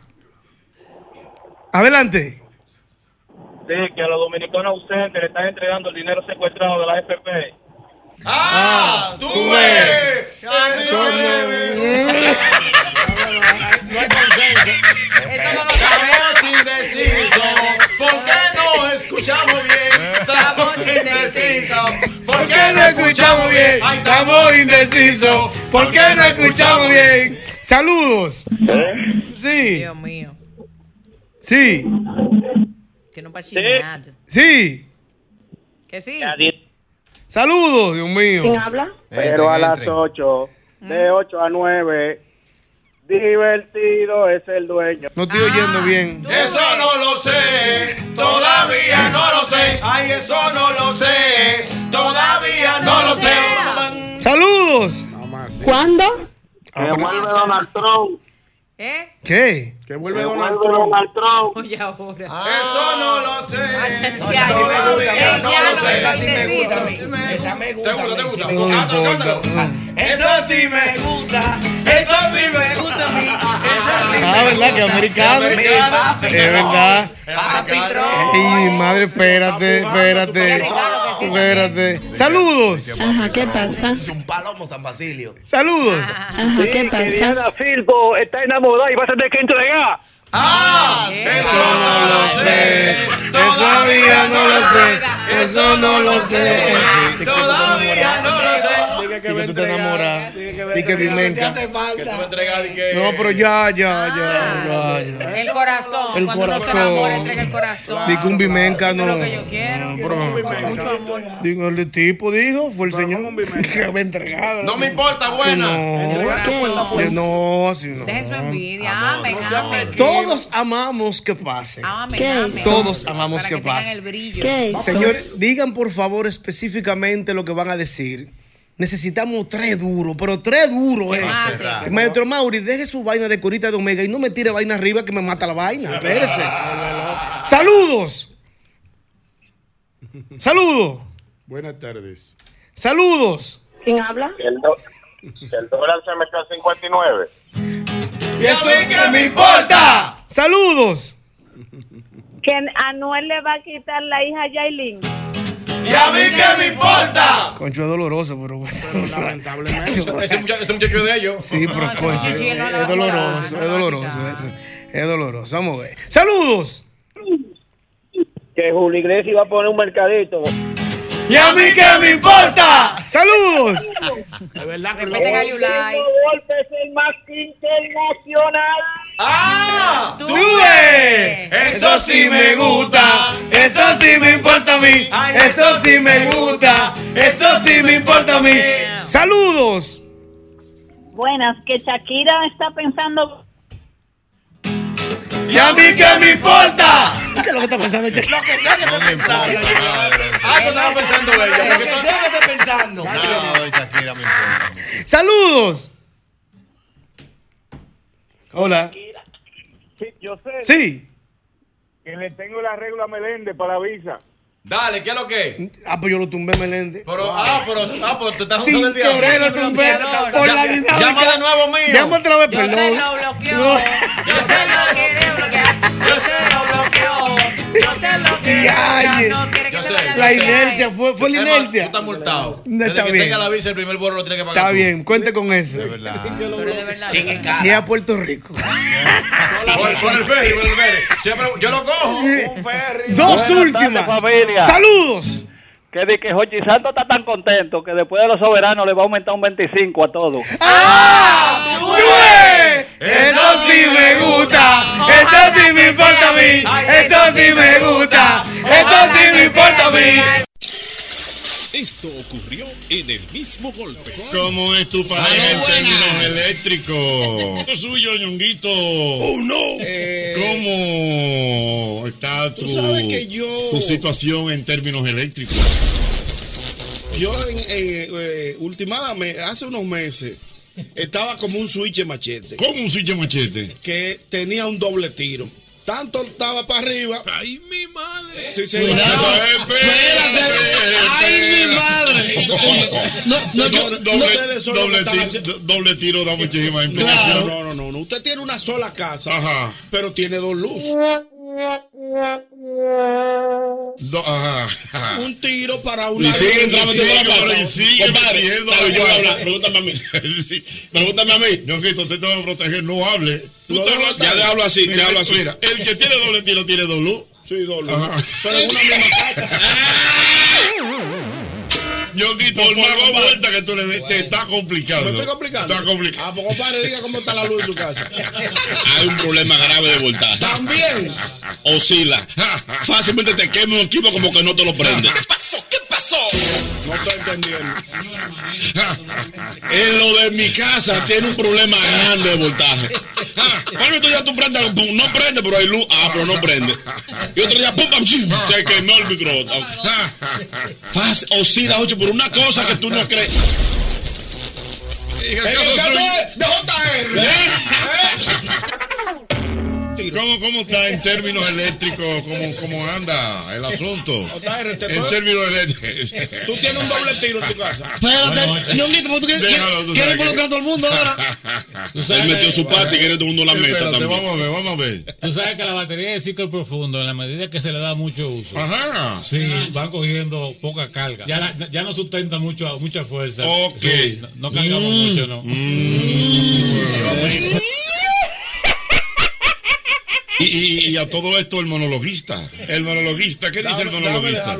Adelante. Sí, que a los dominicanos ausentes le están entregando el dinero secuestrado de la FP. ¡Ah! ¡Tú ves! Eso no Estamos indecisos. ¿Por qué no escuchamos bien? Estamos indecisos. ¿Por qué no escuchamos bien? Estamos indecisos. ¿Por qué no escuchamos bien? Saludos. ¿Eh? Sí. Dios mío. Sí. Que no pachinar. Sí. Que sí. Saludos, Dios mío. ¿Quién habla? Pero a las entren. 8, de Mm. 8 a 9, divertido es el dueño. No estoy Ah, oyendo bien. Eso no lo sé, todavía no lo sé. Ay, eso no lo sé, todavía no lo sé. Saludos. ¿Cuándo? Eh, vuelve Donald Trump. ¿Qué? Que vuelve Donald Trump. Oye, ahora. Ah, Eso no lo sé. Ey, Todavía no ya, lo sé. esa sí me gusta a mí. Eso Esa me gusta. te gusta? No me importa. sí me gusta. Eso sí me gusta a mí. Eso sí Ah, ¿verdad? Que americano. Que americano. Es verdad. Ey, mi madre, espérate, espérate. Espérate. Saludos. Ajá, ¿qué pasa? Un palomo San Basilio. Saludos. Ajá, ¿qué pasa? Oh, Filpo está enamorada y va a tener que entregar. Ah, Eso Ah. no lo sé. Todavía no lo sé. Eso no lo sé. Todavía no lo sé. Dije que tú te enamoras. Di que dimenta. No, pero ya, ya, ya, ya, ya. El corazón. El Cuando uno se corazón. enamora, entrega el corazón. Di que un bimenca no. Eso es lo que yo quiero. No, pero- Mucho amor. Digo, el tipo dijo, fue el señor <laughs> que había entregado. No me importa, buena. No, yo no, así no. Dejen su envidia. Amen, amen. Todos amamos que pase. Amen, amen. Todos amamos que, tengan pase. el brillo. Señor, digan por favor específicamente lo que van a decir. Necesitamos tres duros, pero tres duros, eh. mate. Maestro Mauri, deje su vaina de curita de omega y no me tire vaina arriba que me mata la vaina. <laughs> Espérese. Saludos. Saludos. Buenas tardes. Saludos. ¿Quién habla? El, do- el dólar se metió a 59. Y eso es que me importa. Saludos. Que Anuel le va a quitar la hija a Yailin. Ya vi que me importa. Concho es doloroso, pero, <laughs> Ese- Ese muchacho ese muchacho es de ellos. Sí, pero concho, chichi, es, no la va a doloroso, es doloroso eso. Es doloroso. Vamos a ver. Saludos. Que Julio Iglesias iba a poner un mercadito. Y a mí que me importa. Saludos. De verdad que Respeten lo- a Yulai. El golpe es el más internacional. ¡Ah! ¡Tú Eso sí me gusta, eso sí me importa a mí, eso sí me gusta, eso sí me importa a mí. Saludos. Buenas, que Shakira está pensando. Y a mí que me importa. ¿Qué es lo que está pensando? este Lo que sea <laughs> que esté pensando. Ah, yo estaba pensando ella. Lo que sea que esté pensando. Saludos. Hola. yo sé Sí. que le tengo la regla a Meléndez para la visa. Dale, ¿qué es lo que? Ah, pues yo lo tumbé, Meléndez. Pero, ah, pero, ah, pero te estás Sin juntando el diablo. querer lo tumbé por la dinámica. Llama de nuevo mío. Llama otra vez, Yo se perdón. lo bloqueó. No. Yo se lo quería bloquear. Yo se lo bloqueó. Yo se lo quería. Diaye. No quiere que se vaya La inercia, fue- fue la Tú estás- inercia. Tú estás multado. No, Desde está que bien. tenga la visa, el primer borro lo tiene que pagar. Está tú. bien, cuente con eso. Sí, que cara. Si es a Puerto Rico. Por, por el ferry, por el ferry. Siempre- yo lo cojo. Un ferry. Dos Buenas tardes, últimas. familia. Saludos. Que de que Jochi Santo está tan contento que después de los soberanos le va a aumentar un 25 a todos. Eso sí me gusta, eso sí me importa a mí, eso sí me gusta, eso sí me importa a mí. Esto ocurrió en el mismo golpe. ¿Cómo es tu pareja en términos eléctricos? <laughs> Esto es suyo, ñonguito. Oh, no. Eh. ¿Cómo está tu, Tú sabes que yo- tu situación en términos eléctricos? Yo en, en, eh, últimamente, hace unos meses, estaba como un switch machete. ¿Cómo un switch machete? Que tenía un doble tiro. Tanto estaba para arriba. ¡Ay, mi madre! Sí, señor. ¡Ay, mi madre! No, no, no, no, doble, ustedes son los que doble están ti- haciendo- do- doble tiro da muchísima Claro, implicación. no, no, no, no. Usted tiene una sola casa, Ajá. pero tiene dos luces. Do- ajá. Un tiro para una. Y sigue entrando sigue la plata. por- Y sigue Compadre, metiendo está bien, yo voy plata. a hablar. Pregúntame a mí. Sí, Pregúntame a mí. Yo que usted te va a proteger. No hable. Tú te vas a- Ya le hablo así, Mira, le hablo así. Mira, el que tiene doble tiro tiene doble luz. Sí, doble. Pero en una misma casa. Yo por más vuelta que tú le des, te está complicando. Me estoy complicando. Está complicado. Ah, pues compadre, diga cómo está la luz en <laughs> su casa. Hay un problema grave de voltaje. También. Oscila. Fácilmente te quema un equipo como que no te lo prende. No estoy entendiendo. En lo de mi casa tiene un problema grande de voltaje. Cuando tú ya tú prendes, pum, no prende, pero hay luz. Ah, pero no prende. Y otro día, pum, pam, shum, se quemó el micrófono. Fácil, oscila, ocho, por una cosa que tú no crees. En el caso de ¿Cómo, ¿Cómo está en términos eléctricos? ¿Cómo, cómo anda el asunto? Otaer, te En puedo- términos eléctricos. Tú tienes un doble tiro en tu casa. Espérate, Ñonguito, ¿por tú quieres- Déjalo, tú quieres sabes involucrar a todo el mundo ahora? <laughs> Él metió su parte y quiere todo el mundo la meta Espérate, también. vamos a ver, vamos a ver. Tú sabes que la batería de ciclo profundo, en la medida que se le da mucho uso, Ajá. sí, van cogiendo poca carga. Ya, la- ya no sustenta mucho, mucha fuerza. Ok. Mm. Sí, no, no cargamos mucho, no. Y, y- y a todo esto el monologuista. El monologuista, ¿qué dice el monologuista?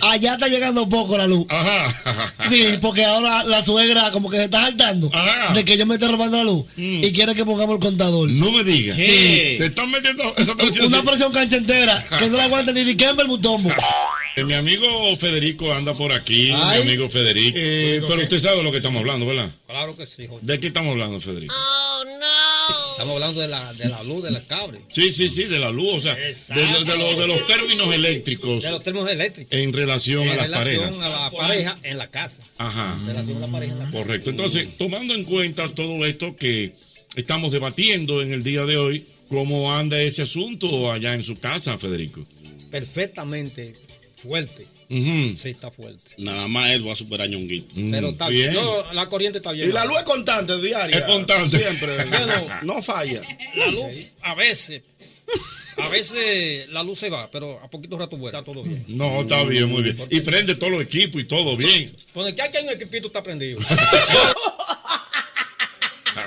Allá está llegando poco la luz. Ajá. Sí, porque ahora la suegra como que se está saltando de que yo me estoy robando la luz Mm. y quiere que pongamos el contador. No me digas. Sí. Te están metiendo esa presión. Una sí. presión cancha <laughs> entera que no la aguanta ni Dikembe el mutombo. Eh, Mi amigo Federico anda por aquí, Ay. mi amigo Federico. Eh, pero usted sabe de lo que estamos hablando, ¿verdad? Ah. Claro que sí, Jorge. ¿De qué estamos hablando, Federico? Estamos hablando de la, de la luz de las cabres. Sí, sí, sí, de la luz, o sea, de, lo- de lo- de los términos eléctricos De los termos eléctricos. en relación a en las relación parejas. a la pareja en la casa. Ajá. En relación a la pareja en la casa. Correcto. Entonces, tomando en cuenta todo esto que estamos debatiendo en el día de hoy, ¿cómo anda ese asunto allá en su casa, Federico? Perfectamente fuerte. Ujú. Sí, está fuerte. Nada más él va a superar a Ñonguito. Mm. Pero está bien. No, la corriente está bien. Y la luz es constante, diaria. Es constante. Siempre. <laughs> Bueno. no falla. La luz, a veces. A veces la luz se va, pero a poquito rato vuelve. Está todo bien. No, está bien, muy bien. Y prende todos los equipos y todo bien. Bueno, que aquí hay un equipito está prendido.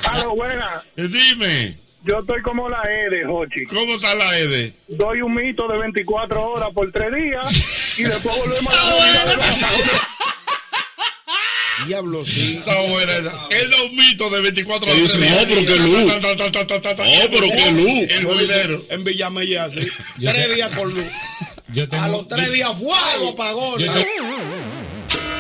Aló, buena. Dime. Yo estoy como la Ede, Jochi. ¿Cómo está la Ede? Doy un mito de 24 horas por 3 días y después volvemos a la Diablo, sí. Está buena esa. Él da un mito de 24 Que dice, tres "No, pero qué luz". Ta, ta, ta, ta, ta, ta, ta. No, pero qué luz. El juidero. En Villamella, así. Yo tres te- días por luz. Yo tengo, A los tres yo- días, fuego, apagón. yo te-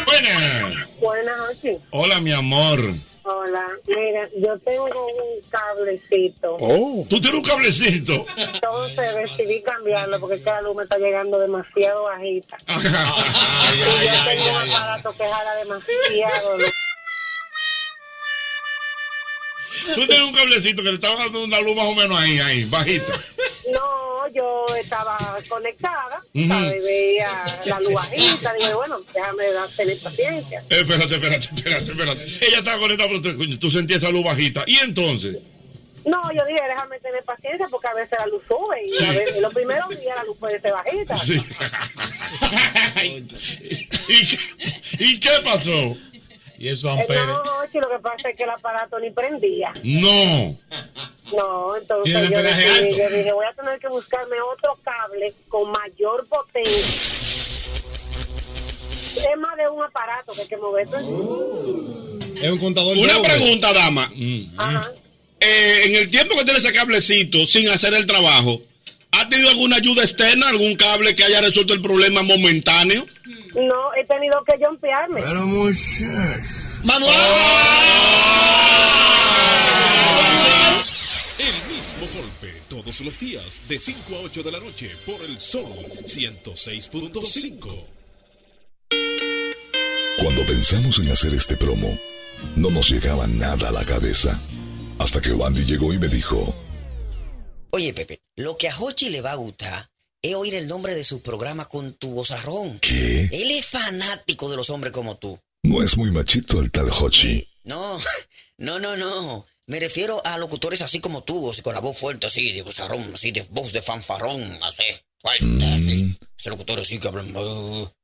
Buenas. Buenas noches. Hola, mi amor. Hola. Mira, yo tengo un cablecito. Tú tienes un cablecito. Entonces decidí cambiarlo porque es que la luz me está llegando <laughs> demasiado bajita. Y yo tengo un aparato que jala demasiado. luz. Tú tienes un cablecito que le estaba dando una luz más o menos ahí, ahí, bajita. No, yo estaba conectada, Ujú. ¿sabes? veía la luz bajita. Dije, bueno, déjame dar- tener paciencia. Eh, Espérate, espérate, espérate, espérate. Ella estaba conectada, pero tú, coño, tú sentías esa luz bajita. Y entonces, No, yo dije, déjame tener paciencia porque a veces la luz sube y a veces los primeros días la luz puede ser bajita. Sí. ¿Y, qué, y qué pasó? Y eso Eh, No, Ochi, lo que pasa es que el aparato ni prendía. No. No, entonces Tiene el yo amperaje dije, alto. yo dije, voy a tener que buscarme otro cable con mayor potencia. Es más de un aparato que hay que mover. Mm. Es un contador. Una de oro. pregunta, dama. Eh, en el tiempo que tiene ese cablecito sin hacer el trabajo, ¿ha tenido alguna ayuda externa, algún cable que haya resuelto el problema momentáneo? No, he tenido que jumpearme. ¡Manuel! El mismo golpe todos los días de 5 a 8 de la noche por el Sol 106.5. Cuando pensamos en hacer este promo, no nos llegaba nada a la cabeza. Hasta que Wandy llegó y me dijo, Oye, Pepe, lo que a Hochi le va a gustar es oír el nombre de su programa con tu vozarrón. ¿Qué? Él es fanático de los hombres como tú. no es muy machito el tal Hochi. No, <laughs> no, no, no. Me refiero a locutores así como tú, así con la voz fuerte, así, de vozarrón, así, de voz de fanfarrón, así, fuerte, Mm. así. Ese locutor así que hablan,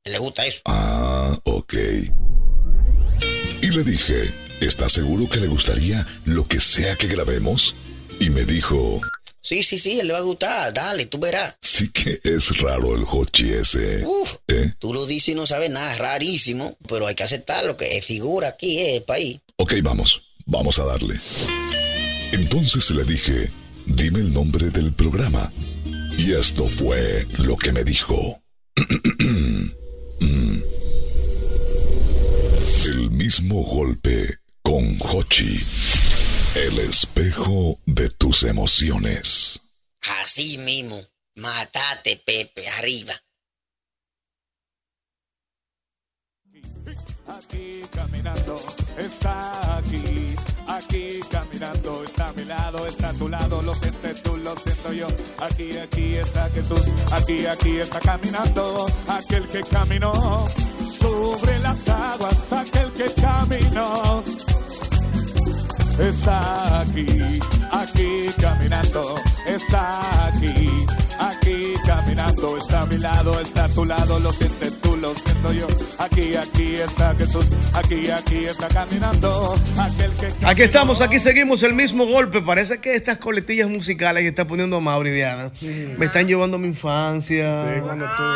le gusta eso. Ah, ok. Y le dije, ¿estás seguro que le gustaría lo que sea que grabemos? Y me dijo, Sí, sí, sí, él le va a gustar, dale, tú verás. sí que es raro el Hochi ese. Uf, ¿Eh? tú lo dices y no sabes nada, es rarísimo, pero hay que aceptar lo que figura aquí eh, es el país. Ok, vamos, vamos a darle. Entonces le dije, dime el nombre del programa. Y esto fue lo que me dijo. <clears throat> Mm. el mismo golpe con Hochi. El espejo de tus emociones. Así mismo, matate, Pepe, arriba. Aquí caminando, está aquí. Aquí caminando, está a mi lado, está a tu lado. Lo sientes tú, lo siento yo. Aquí, aquí está Jesús. Aquí, aquí está caminando. Aquel que caminó sobre las aguas. Aquel que caminó está aquí, aquí caminando, está aquí, aquí caminando, está a mi lado, está a tu lado, lo sientes tú, lo siento yo, aquí, aquí está Jesús, aquí, aquí está caminando, aquel que Aquí estamos, aquí seguimos el mismo golpe. Parece que estas coletillas musicales que está poniendo Mauri Diana me están llevando a mi infancia,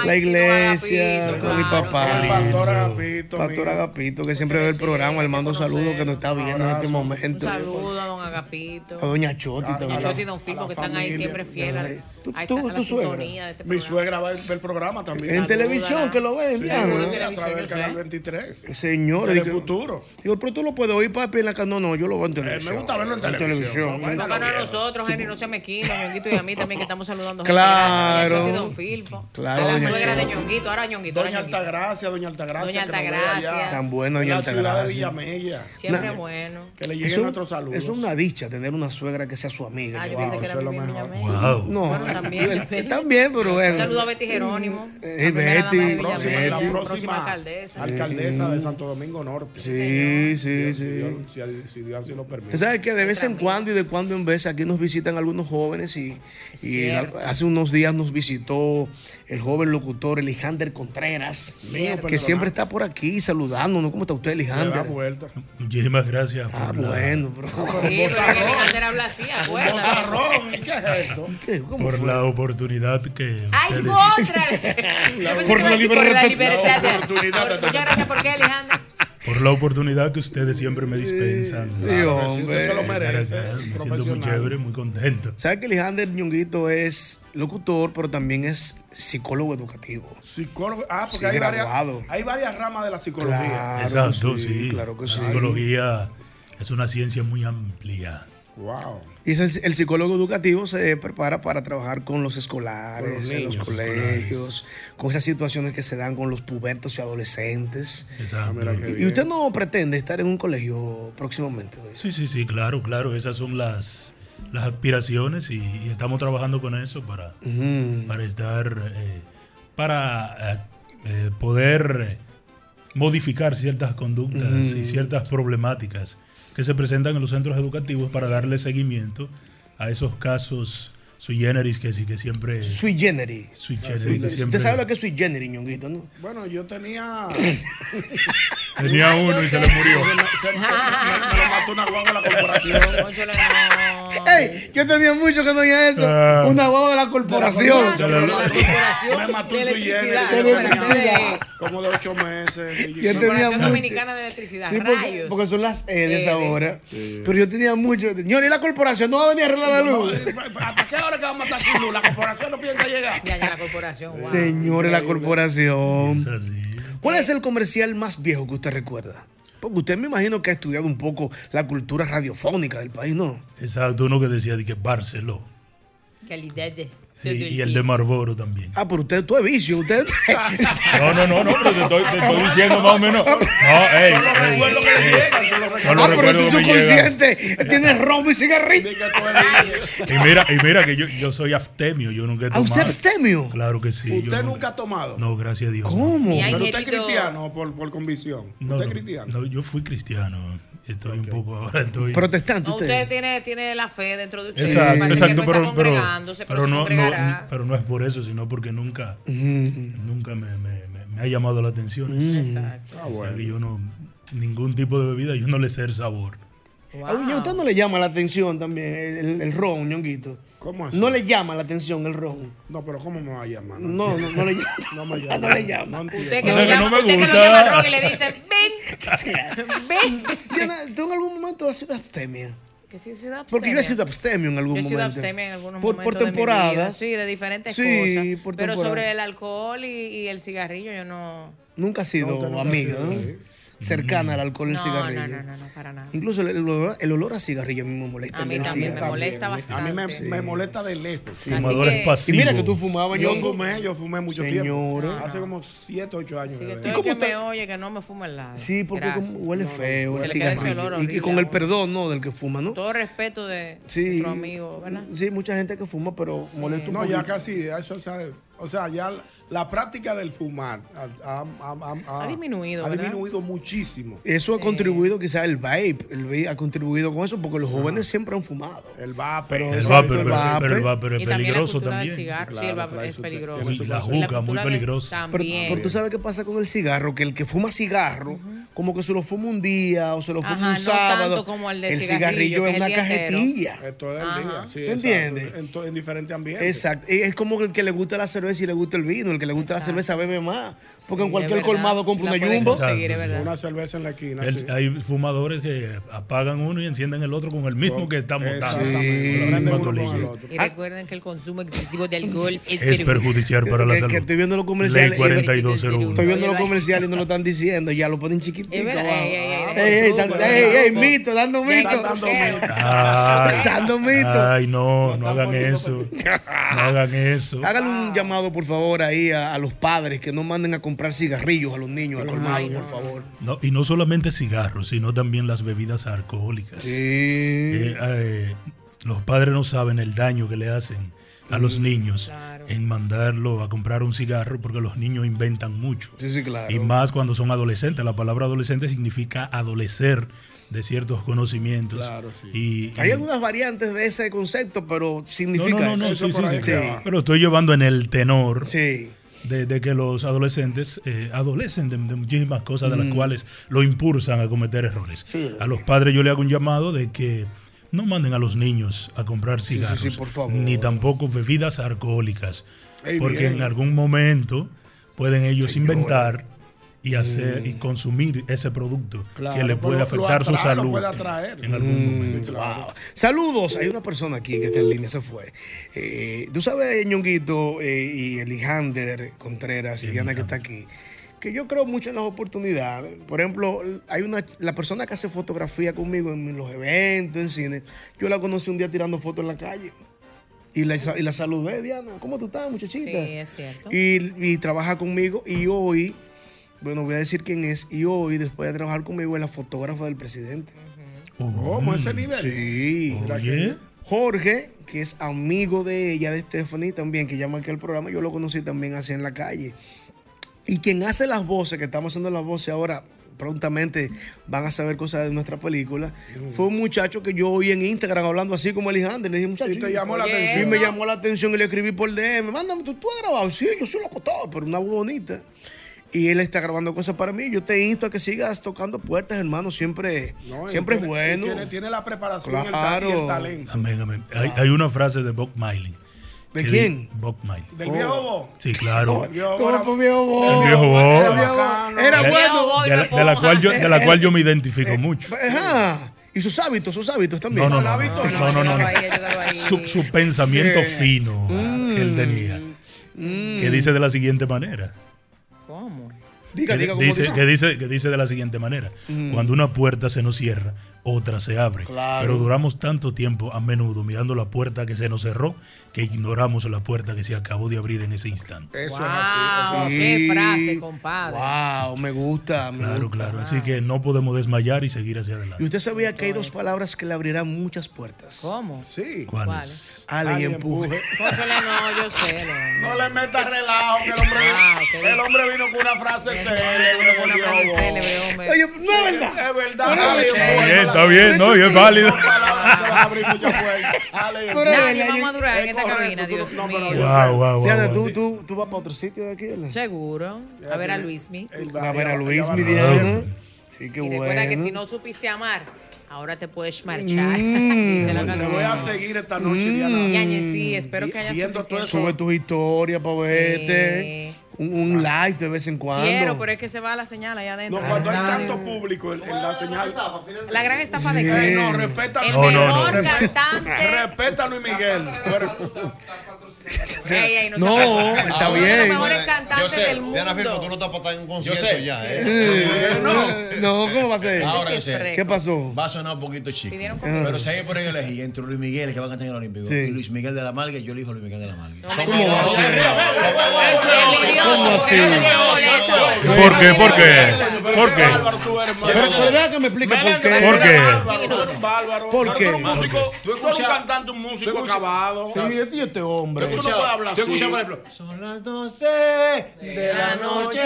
la iglesia, con mi papá. Pastor Agapito, Pastor Agapito, que siempre ve el programa, le mando saludos que nos está viendo en este momento. Saludo a don Agapito. A doña Choti Ah, Doña también. Choti y don Filpo, que están ahí siempre fieles a, a esta- a la tu suegra. sintonía de este Mi suegra va a ver el programa también. En televisión, que lo ven, Sí, Diana. a través del canal 23. Señor, Del digo- futuro. Eh, Digo, pero tú lo puedes oír, papi, en la ca- No, no, yo lo veo en televisión. gusta verlo en televisión. programa. Eso para nosotros, Henry, no se me quita, Ñonguito y a mí también, que estamos saludando. gente. Claro. Doña Choti y don Filpo. Claro, a la doña suegra de Choti. Ñonguito, ahora Ñonguito. Doña ahora Ñonguito. Altagracia, Doña Altagracia. Doña que nos ve Altagracia. allá. Tan buena, doña En la ciudad de Altagracia. Villamella. Siempre Nah. bueno. Que le lleguen Eso- nuestros saludos. Es una dicha tener una suegra que sea su amiga. Ah, yo pensé que era mi niña May. Wow. No, Bueno, también. también, pero Un bueno. saludo a Betty Jerónimo. Eh, la primera dama de Betty, Villamella, Betty. la próxima, próxima alcaldesa. Alcaldesa de Mm. Santo Domingo Norte. Sí, sí, Si Dios, sí. si- si Dios así lo permite. Usted sabe que de vez en cuando y de cuando en vez aquí nos visitan algunos jóvenes y, y cierto. hace unos días nos visitó el joven locutor Elijander Contreras, Mío que personal. siempre está por aquí saludándonos. ¿Cómo está usted, Le da Elijander? vuelta. Muchísimas gracias. Ah, bueno, bro. Sí, pero hay que Alexander habla así, acuérdate. Bozarrón, ¿y qué es esto? Por la oportunidad que. ¡Ay, <laughs> ustedes- <laughs> otra! Yo pensé que iba a decir Por la libertad. de- Por- Muchas gracias, ¿por qué, Alejandro? Por la oportunidad que ustedes siempre me dispensan. Claro que sí, hombre. usted se lo merece, Gracias, es Me siento muy profesional. chévere, muy contento. ¿Sabe que Elijander Ñonguito es locutor, pero también es psicólogo educativo? Psicólogo. Ah, porque Sí, hay, graduado. varias, hay varias ramas de la psicología. Claro Exacto, que sí, sí. claro que la sí. psicología es una ciencia muy amplia. Wow. Y ese es- el psicólogo educativo se prepara para trabajar con los escolares, Con los en los niños. colegios, con esas situaciones que se dan con los pubertos y adolescentes. Exacto. Y, y usted no pretende estar en un colegio próximamente. ¿no? Sí, sí, sí, claro, claro. Esas son las, las aspiraciones y, y estamos trabajando con eso para, para estar, eh, para eh, eh, poder eh, modificar ciertas conductas Ujú. y ciertas problemáticas que se presentan en los centros educativos para darle seguimiento a esos casos sui generis que, sí- que siempre. Sui generis. Ah, Sui generis, que siempre- Usted sabe lo que es sui generis, ñonguito, ¿no? Bueno, yo <laughs> tenía. <laughs> Tenía uno y se le murió. Se- se- me- me lo mató una guagua la corporación. <laughs> ¡Ey! Yo tenía mucho que no oía eso. Ah. Una guagua de la corporación. Se le- <laughs> Me mató un de sui generis, electricidad, de yo tenía electricidad. Como de ocho meses. y Yo tenía Corporación mucho. Dominicana de Electricidad. Sí, porque, Rayos. porque son las eh, Edes Edes. ahora. Pero yo tenía mucho. Señor, ¿y la corporación no va a venir a arreglar la luz? eh, ¿Hasta qué hora que vamos a estar sin luz? La corporación no piensa llegar. Ya, ya, la corporación. Wow. Señores, la corporación. ¿Cuál es el comercial más viejo que usted recuerda? Porque usted me imagino que ha estudiado un poco la cultura radiofónica del país, ¿no? Exacto, uno que decía de que Barceló. Calidad de. Sí, y el de Marlboro también. Ah, pero usted tú es vicio, usted. <laughs> No, no, no, no, pero te estoy, te estoy diciendo más <laughs> o menos. No, ey. ey, ey. Son los ah, pero recuerdos ese que me llegan. subconsciente tiene romo y cigarrillo. Y mira, y mira que yo, yo soy aftemio, yo nunca he ¿A tomado. usted abstemio? Claro que sí. yo ¿Usted nunca- nunca ha tomado? No, gracias a Dios. no. Pero usted es cristiano por, por convicción. No, usted es no, cristiano. no, yo fui cristiano. Estoy un poco ahora estoy protestante No, usted tiene, tiene la fe dentro de usted. Exacto, Parece exacto, que no está pero, pero, congregándose, pero, pero se no, congregará. no, pero no es por eso, sino porque nunca, nunca me, me- me- me ha llamado la atención. Mm. Exacto. Ah, O sea, que yo no, ningún tipo de bebida, yo no le sé el sabor. <laughs> A un- a usted no le llama la atención también el, el- el ron, ñonguito. ¿Cómo No le llama la atención el ron. No, pero ¿cómo me va a llamar? No, no, no le llama. <laughs> No <laughs> me llama. No le llama. Usted que No, lo que llama, no me usted que lo gusta. llama al ron y le dice, <laughs> ven, ven. Diana, ¿tú en algún momento has sido abstemia? Que sí, he sido abstemia. Porque yo he sido abstemio en algún Yo he sido momento. abstemia en algunos por, momentos Por temporada. de mi vida, sí, de diferentes Sí, cosas. por pero temporada. sobre el alcohol y, y el cigarrillo yo no... Nunca has sido usted nunca ha amiga, sido, ¿no? ¿eh? Cercana al alcohol y el No, cigarrillo. no, no, no, no, para nada. Incluso el, el olor, el olor a cigarrillo a mí me molesta. A mí el también me cigarrillo. molesta A mí me, bastante. me molesta de lejos. Sí. Fumador Así que- es pasivo. Y mira que tú fumabas, Yo Ñongo. fumé, yo fumé mucho Señores. tiempo. Hace como 7, 8 años. Así que bebé. todo el que me oye que no me fume el lado. Sí, porque como Gracias. huele feo Se el le queda ese olor cigarrillo. Y- Y, horrible con el perdón, ¿no? Del que fuma, ¿no? Todo respeto de Sí. nuestro amigo, ¿verdad? Sí, mucha gente que fuma, pero molesta un No, ya poquito. casi, eso, o, sea, o sea, ya la, la práctica del fumar ha, ha- ha- ha- Ha disminuido, ha ¿verdad? disminuido muchísimo. Eso ha contribuido quizás el vape, el vape ha contribuido con eso porque los jóvenes siempre han fumado. Ah, El vape, El vape, Eh, pero- pues. pero el vape es Y también la peligroso cultura del también. cigarro, sí, el vape es peligroso. Uy, la juca, muy peligrosa. Pero, pero tú sabes qué pasa con el cigarro, que el que fuma cigarro, como que se lo fuma un día o se lo fuma Ajá, un no sábado. tanto como el de el cigarrillo cigarrillo, es que es el una día entero. cajetilla. Es todo el día. Sí, ¿Te exacto, entiendes? En, to- en diferentes ambientes. Exacto. Y Es como el que le gusta la cerveza y le gusta el vino, el que le gusta la cerveza bebe más. Porque en es cualquier verdad. colmado compra La una puede jumbo. conseguir, es verdad. Una cerveza en la esquina. El- sí. Hay fumadores que apagan uno y encienden el otro con el mismo que está montado. Exactamente. Con la misma colilla. Y Ah. recuerden que el consumo excesivo <laughs> de alcohol es, Es perjudicial para la Que- salud. Que estoy viendo los comerciales. Ley y- 4201. Estoy viendo los Oye, comerciales y no lo están diciendo. Ya lo ponen chiquitico. Es verdad, abajo. ey, ey, ey, Ey, ey, deja tan- el ey, ey, truco. mito, dando Deja mito. el truqueo. Ay, <laughs> Dando mito. Ay, no, no hagan eso. No hagan eso. Hágale un llamado, por favor, ahí a, a los padres que no manden a comprar cigarrillos a los niños, al colmado, por favor. No, y no solamente cigarros, sino también las bebidas alcohólicas. Eh, eh, los padres no saben el daño que le hacen a los niños en mandarlo a comprar un cigarro porque los niños inventan mucho. Sí, sí, claro. Y más cuando son adolescentes. La palabra adolescente significa adolecer de ciertos conocimientos. Y- Hay y- algunas variantes de ese concepto, pero significa no, no, no, eso. sí, sí, sí. Sí. Pero estoy llevando en el tenor de, de que los adolescentes eh, adolecen de, de muchísimas cosas de Mm. las cuales lo impulsan a cometer errores. A los padres yo le hago un llamado de que no manden a los niños a comprar sí, cigarros, sí, por favor. ni tampoco bebidas alcohólicas, Ey, porque bien. en algún momento pueden ellos inventar y hacer Mm. y consumir ese producto que Claro, le puede lo- lo afectar su atrae, lo salud puede en, en algún momento. Wow. Mm, Saludos. Hay una persona aquí que está en línea, se fue. Eh, Tú sabes, Ñonguito eh, y Elijander Contreras y Diana que está aquí, que yo creo mucho en las oportunidades. Por ejemplo, hay una la persona que hace fotografía conmigo en los eventos, en cine. Yo la conocí un día tirando fotos en la calle. Y la, y la saludé, Diana. ¿Cómo tú estás, muchachita? Sí, <laughs> es cierto. y, y trabaja conmigo y hoy, bueno, voy a decir quién es, y hoy, después de trabajar conmigo, es la fotógrafa del presidente. ¿Cómo ese nivel? Sí. Oye. Jorge, que es amigo de ella, de Stephanie también, que llama aquí al programa, yo lo conocí también así en la calle. Y quien hace las voces, que estamos haciendo las voces ahora prontamente van a saber cosas de nuestra película. Fue un muchacho que yo oí en Instagram hablando así como Alejandro. Le dije, muchacho. Y te llamó la oye, atención. Y me llamó la atención y le escribí por DM. Mándame, tú, tú has grabado. Sí, yo soy locutor, pero una voz bonita. Y él está grabando cosas para mí. Yo te insto a que sigas tocando puertas, hermano. Siempre, No, él siempre es tiene- bueno. Tiene, tiene la preparación y el ta- y el talento. Amén, amén. Hay, hay una frase de Bob Miley. ¿De Que quién? di- Bob Miley. ¿Del viejo Bob? Sí, claro. No, el viejo Como Bob fue viejo Bob. El viejo Bob. Era viejo Bob. Era De- bueno. Eh, De la, de la cual yo, de la cual yo me <laughs> identifico mucho. Ajá. Y sus hábitos, sus hábitos también. No, no, no. No, no, no, no. Su, su pensamiento Sí. Mm. fino que él tenía. Que dice de la siguiente manera. ¿Cómo? Diga, que, diga cómo dice, dice. Que, dice, que dice de la siguiente manera. Mm. Cuando una puerta se nos cierra, otra se abre. Claro. Pero duramos tanto tiempo a menudo mirando la puerta que se nos cerró que ignoramos la puerta que se acabó de abrir en ese instante. Eso es así. Wow, qué Ah, frase, compadre. Wow, me gusta. me Claro, gusta. claro. Así que no podemos desmayar y seguir hacia adelante. Y usted sabía que hay dos palabras que le abrirán muchas puertas. ¿Cómo? Sí. ¿Cuáles? Ale y empuje. <laughs> Pónsele, no, yo sé. No, No le metas relajo, que el hombre, el hombre vino con una frase célebre. Una por frase Dios. célebre, hombre. Oye, no es verdad. Es verdad. No, no, Ale, sí. pues, con la- Está bien, está bien, no, yo es válido. Pero Nadie vamos a durar en esta cabina, Dios mío. Wow, wow, wow, Diana, wow. tú, tú, tú vas para otro sitio de aquí, ¿verdad? Seguro. A ver a Luismi. Va a ver a Luis, mi Ah, Diana. Sí, qué Y bueno. recuerda que si no supiste amar, ahora te puedes marchar. Mm. <laughs> Dice la Te canción. Voy a seguir esta noche, Diana. Ñañez, sí, espero que hayas Viendo todo eso. Sube tus historias para verte. Un, un live de vez en cuando. Quiero, pero es que se va la señal allá adentro. No, cuando hay tanto público en, en la señal. La gran estafa de Eh, Craig. no, respeta El No, no, mejor no. cantante. Respeta a Luis Miguel. Bueno. Ey, ey, no se No, apague. está Uno de los bien. mejores cantantes Yo sé. del mundo. Diana Firpo, tú no estás para estar en un concierto sé. ya, Eh, ¿eh? no, no, ¿cómo va a ser? Ahora que sé. ¿Qué pasó? Va a sonar un poquito chico. Pidieron con- Pero si hay por ahí elegí entre Luis Miguel, que va a cantar en el Olímpico, Sí. y Luis Miguel de la Malga, yo elijo a Luis Miguel de la Malga. ¿Cómo va a ser? ¿Cómo Envidioso, porque no te así? dieron por eso. ¿Por qué? ¿Por qué? ¿Por qué? Pero, pero deja que me explique por qué. ¿Por qué? Bárbaro. ¿Por qué? Tú eres un músico, tú eres un cantante, un músico acabado. Sí, este- este hombre. Tú no puedes hablar Tú escuchas, por así. ejemplo, son las 12 de la noche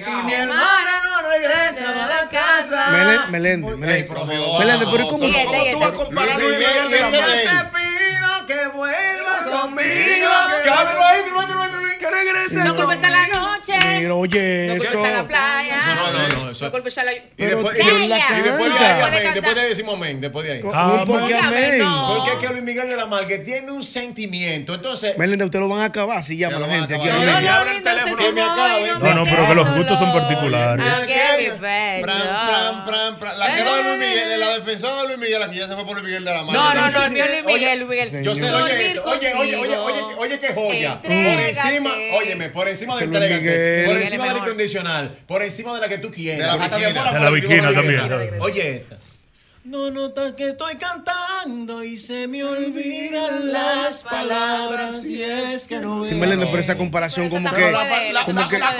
y mi hermana no regresa a la casa. Mele- Meléndez, Meléndez. Meléndez, Ah, pero ¿cómo? Siete, cómo- siete. Tú vas a comparar a Luis Luis Miguel de la Miguel, Malga. Miguel. pido que vuelvas Que regrese. No culpes a la noche. Mira, oye, No culpes eso. a la playa. No, no, no. eso- No culpes a la... Y Pero después, y, que la y después de canta. ahí, amén. Puede Después de ahí decimos amén. Después de ahí. No, porque Oiga, amén. no. Porque es que Luis Miguel de la Malga tiene un sentimiento. Entonces, Meléndez, usted lo van a acabar si llama Ya la lo van a gente aquí. acabar. No, Mira, no, si no, abre el entonces teléfono, no, me acaba, y ¿eh? No, no, me pero que los quedo gustos son solo. particulares. I'll give you back, Pram, pram, pram, pram. La que era de Luis Miguel, la defensora de Luis Miguel, aquí ya se fue por Luis Miguel de la mano. No, no, no, el mío es Luis Miguel, Luis Miguel. yo sé, Dormir oye, esto, oye, oye, oye, contigo. oye, oye, qué joya. Entrégate. Por encima, óyeme, por encima del Luis Miguel. trégate, por encima Miguel es del mejor. incondicional, por encima de la que tú quieres. De la Hasta viquina. amor a De la por viquina encima de la también. viquina. Oye esta. No notas que estoy cantando y se me olvidan las palabras y es que no Sí, Meléndez, pero esa comparación Pero como eso que. tampoco puede- La- como la- la que está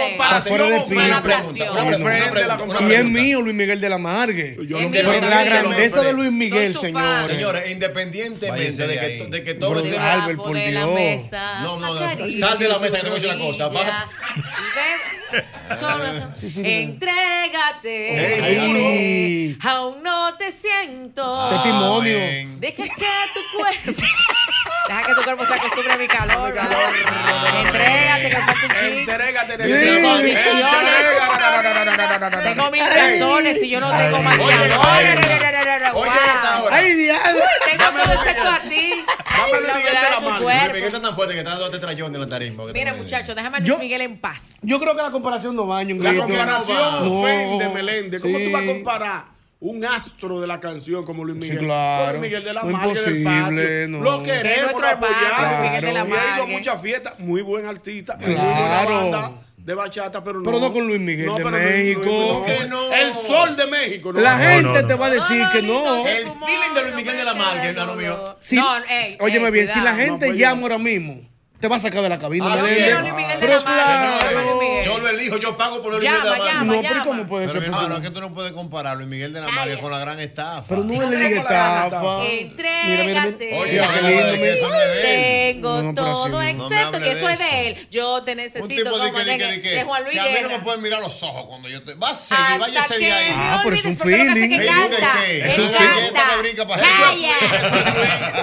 fuera de comparación, fin. Una una pregunta, pregunta, una ofende la pregunta. Y es comparación. mío, Luis Miguel de la Margue. Yo Es no mío quiero Pero también. la decirlo, grandeza de Luis Miguel, Son sus fans. señores. Señores, independientemente Váyanse de de que, ahí. de que todo Bro, esté- Albert, por de la Dios. mesa. No, no, no. acaricio Sal de la tu mesa, que te voy a decir una cosa. rodilla. Baja. Y ven, solo, solo. Entrégate. Ey. Aún no te siento. Testimonio. ven. Deja que tu cuerpo. <laughs> Deja que tu cuerpo se acostumbre a mi calor. ¿va? Entrégate, que falta un chico. Entrégate de Sí. esa manera. Entrégate. Tengo mis razones y yo no tengo más que Oye, amor. oye, Wow. oye, esta hora. ¡Ay, diablo! Tengo todo excepto a ti. Dame el La Miguel de verdad la tu mano. Luis cuerpo. Miguel está tan fuerte que está dando este trayón de la tarima. que Mira, te- muchachos, déjame a Luis Yo- Miguel en paz. Yo creo que la comparación no baña. La comparación No. ofende, Meléndez. ¿Cómo Sí. tú vas a comparar un astro de la canción como Luis Miguel? claro. Con Miguel de la No, Marga del imposible, Patio. no. Lo Es queremos, nuestro lo apoyamos. hermano, Luis Miguel de la Y ha ido a Marga. muchas fiestas, muy buen artista, muy buena Claro. banda de bachata, pero no. Pero no con Luis Miguel de pero Luis- Luis- México. Luis- no. El sol de México. ¿no? La No, gente no, no. te va a decir No, no, que Lito, no. se El fumó, feeling de Luis Miguel de la me Marga, queda, hermano mío. Si- no, ey, óyeme ey, bien, si la cuidado. gente No, pues, llama yo- ahora mismo, te va a sacar de la cabina. Ah, yo Meléndez. quiero a Luis Miguel de Pero la Marga, yo quiero a Luis claro. Miguel. Yo lo elijo, yo pago por Luis Miguel de la Llama, Marga. llama, No, pero ¿y ¿cómo llama. puede Pero ser mi hermano, es posible? que tú no puedes comparar a Luis Miguel de la Marga con la gran estafa. Pero no le Nosotros diga con la estafa. Entrégate. Mira, mira, mira. Oye, Mira qué oye, lindo, oye, mira. Eso no es de él. Te tengo No, pero así todo, no. No me excepto hable de que eso es de él. Yo te necesito tipo de como que, de, de que, de que, de Juan Luis que a mí no Guerra. me pueden mirar los ojos cuando yo te. Va a seguir, Hasta váyase que de ahí. me Ah, pero es un olvides, porque lo que hace es que Mira, ¿de canta, qué? él Eso es canta. galleta que brinca para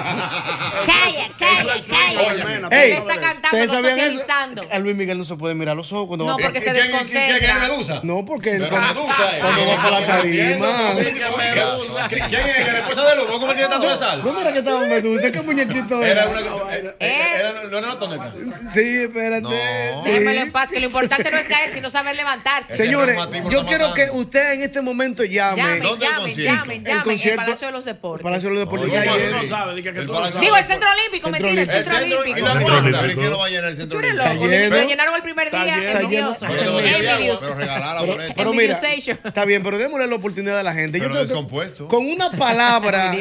Calla, calla, calla. Ey, Él está cantando, no ¿ustedes sabían eso? socializando. A Luis Miguel no se puede mirar los ojos cuando No, va porque se desconcentra. No, porque él Pero cuando, Medusa, eh. cuando va para la tarima. ¿Quién es? ¿Que la esposa de Lugo? ¿Cómo tiene tanto de sal? ¿Dónde era que estaba Medusa? ¿Qué muñequito Era era? una. Eh, era- eh, era- No era una toneca. Sí, espérate. Déjamelo en paz, que lo importante no es caer, sino saber levantarse. Señores, yo quiero que usted en este momento llame. Llamen, llamen, llamen, El llamen. El concierto- Palacio de los Deportes. el Palacio de los Deportes. Oye, ya ¿cómo ayer. no sabe? Digo, el Centro Centro Olímpico. Olímpico, mentira, el Centro Olímpico. ¿Pero quién lo va a llenar el centro Tú eres olímpico? loco, Lo llenaron el primer Está día. lleno, está lleno. envidioso. Hace media hora, Envidioso. Pero regalara Pero, boletos. pero mira, está bien, pero démosle la oportunidad a la gente. Yo creo que Con una palabra,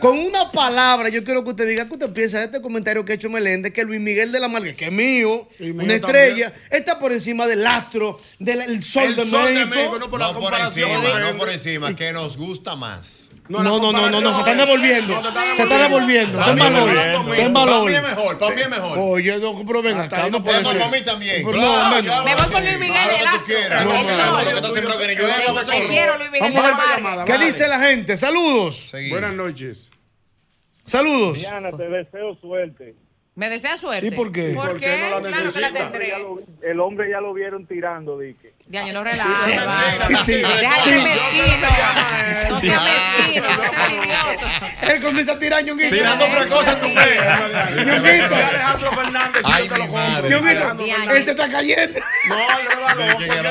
con una palabra, yo quiero que usted diga que usted piensa de este comentario que ha hecho Meléndez, que Luis Miguel de la Marga, que es mío, una mío estrella, está por encima del astro, del el sol, El de, sol de México. México, no por la No por comparación. encima, no por encima, que nos gusta más. No, no, no, no, no, se están devolviendo. Se están devolviendo. Para Ten mí es valor. mejor, Ten para valor. mí es mejor, para mí es mejor. Oye, no, pero ven acá, no puede Vamos, ser. para mí también. No, Claro, hombre, claro, no. Me voy con Luis Miguel el astro. El sol. Te quiero, Luis Miguel Vamos del a Mar. ver qué dice la gente. Saludos. Buenas noches. Saludos. Diana, te deseo suerte. Me desea suerte. ¿Y por qué? ¿Por Porque qué? no la claro que la necesita. tendré. El hombre ya lo vieron tirando, Dique. Ya, yo no relajo. vale. Sí, sí. Deja de Sí. ser mezquino. No seas mezquino, no seas envidioso. Él comienza a tirar ñonguito. Tirando fracosa en tu ñonguito. Alejandro Fernández, si no te lo compro. Ñonguito, él se está cayendo.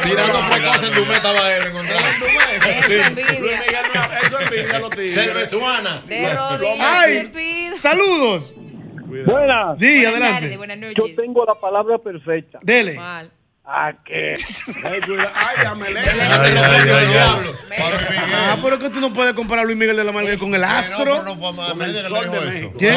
Tirando fracaso en tu meta va a él, encontrar. Eso es envidia. Eso es envidia, lo tiro. Cervezuana. De rodillas te ¡Ay! pido. ¡Saludos! Buenas. Sí, Buenas tardes, adelante. buenas noches. Yo tengo la palabra perfecta. Ah, Dele. ¿Cuál? ¿A qué? Ay, Amelé. Ah, pero es que tú no puedes comparar a Luis Miguel de la Marga con el astro. ¿Quién?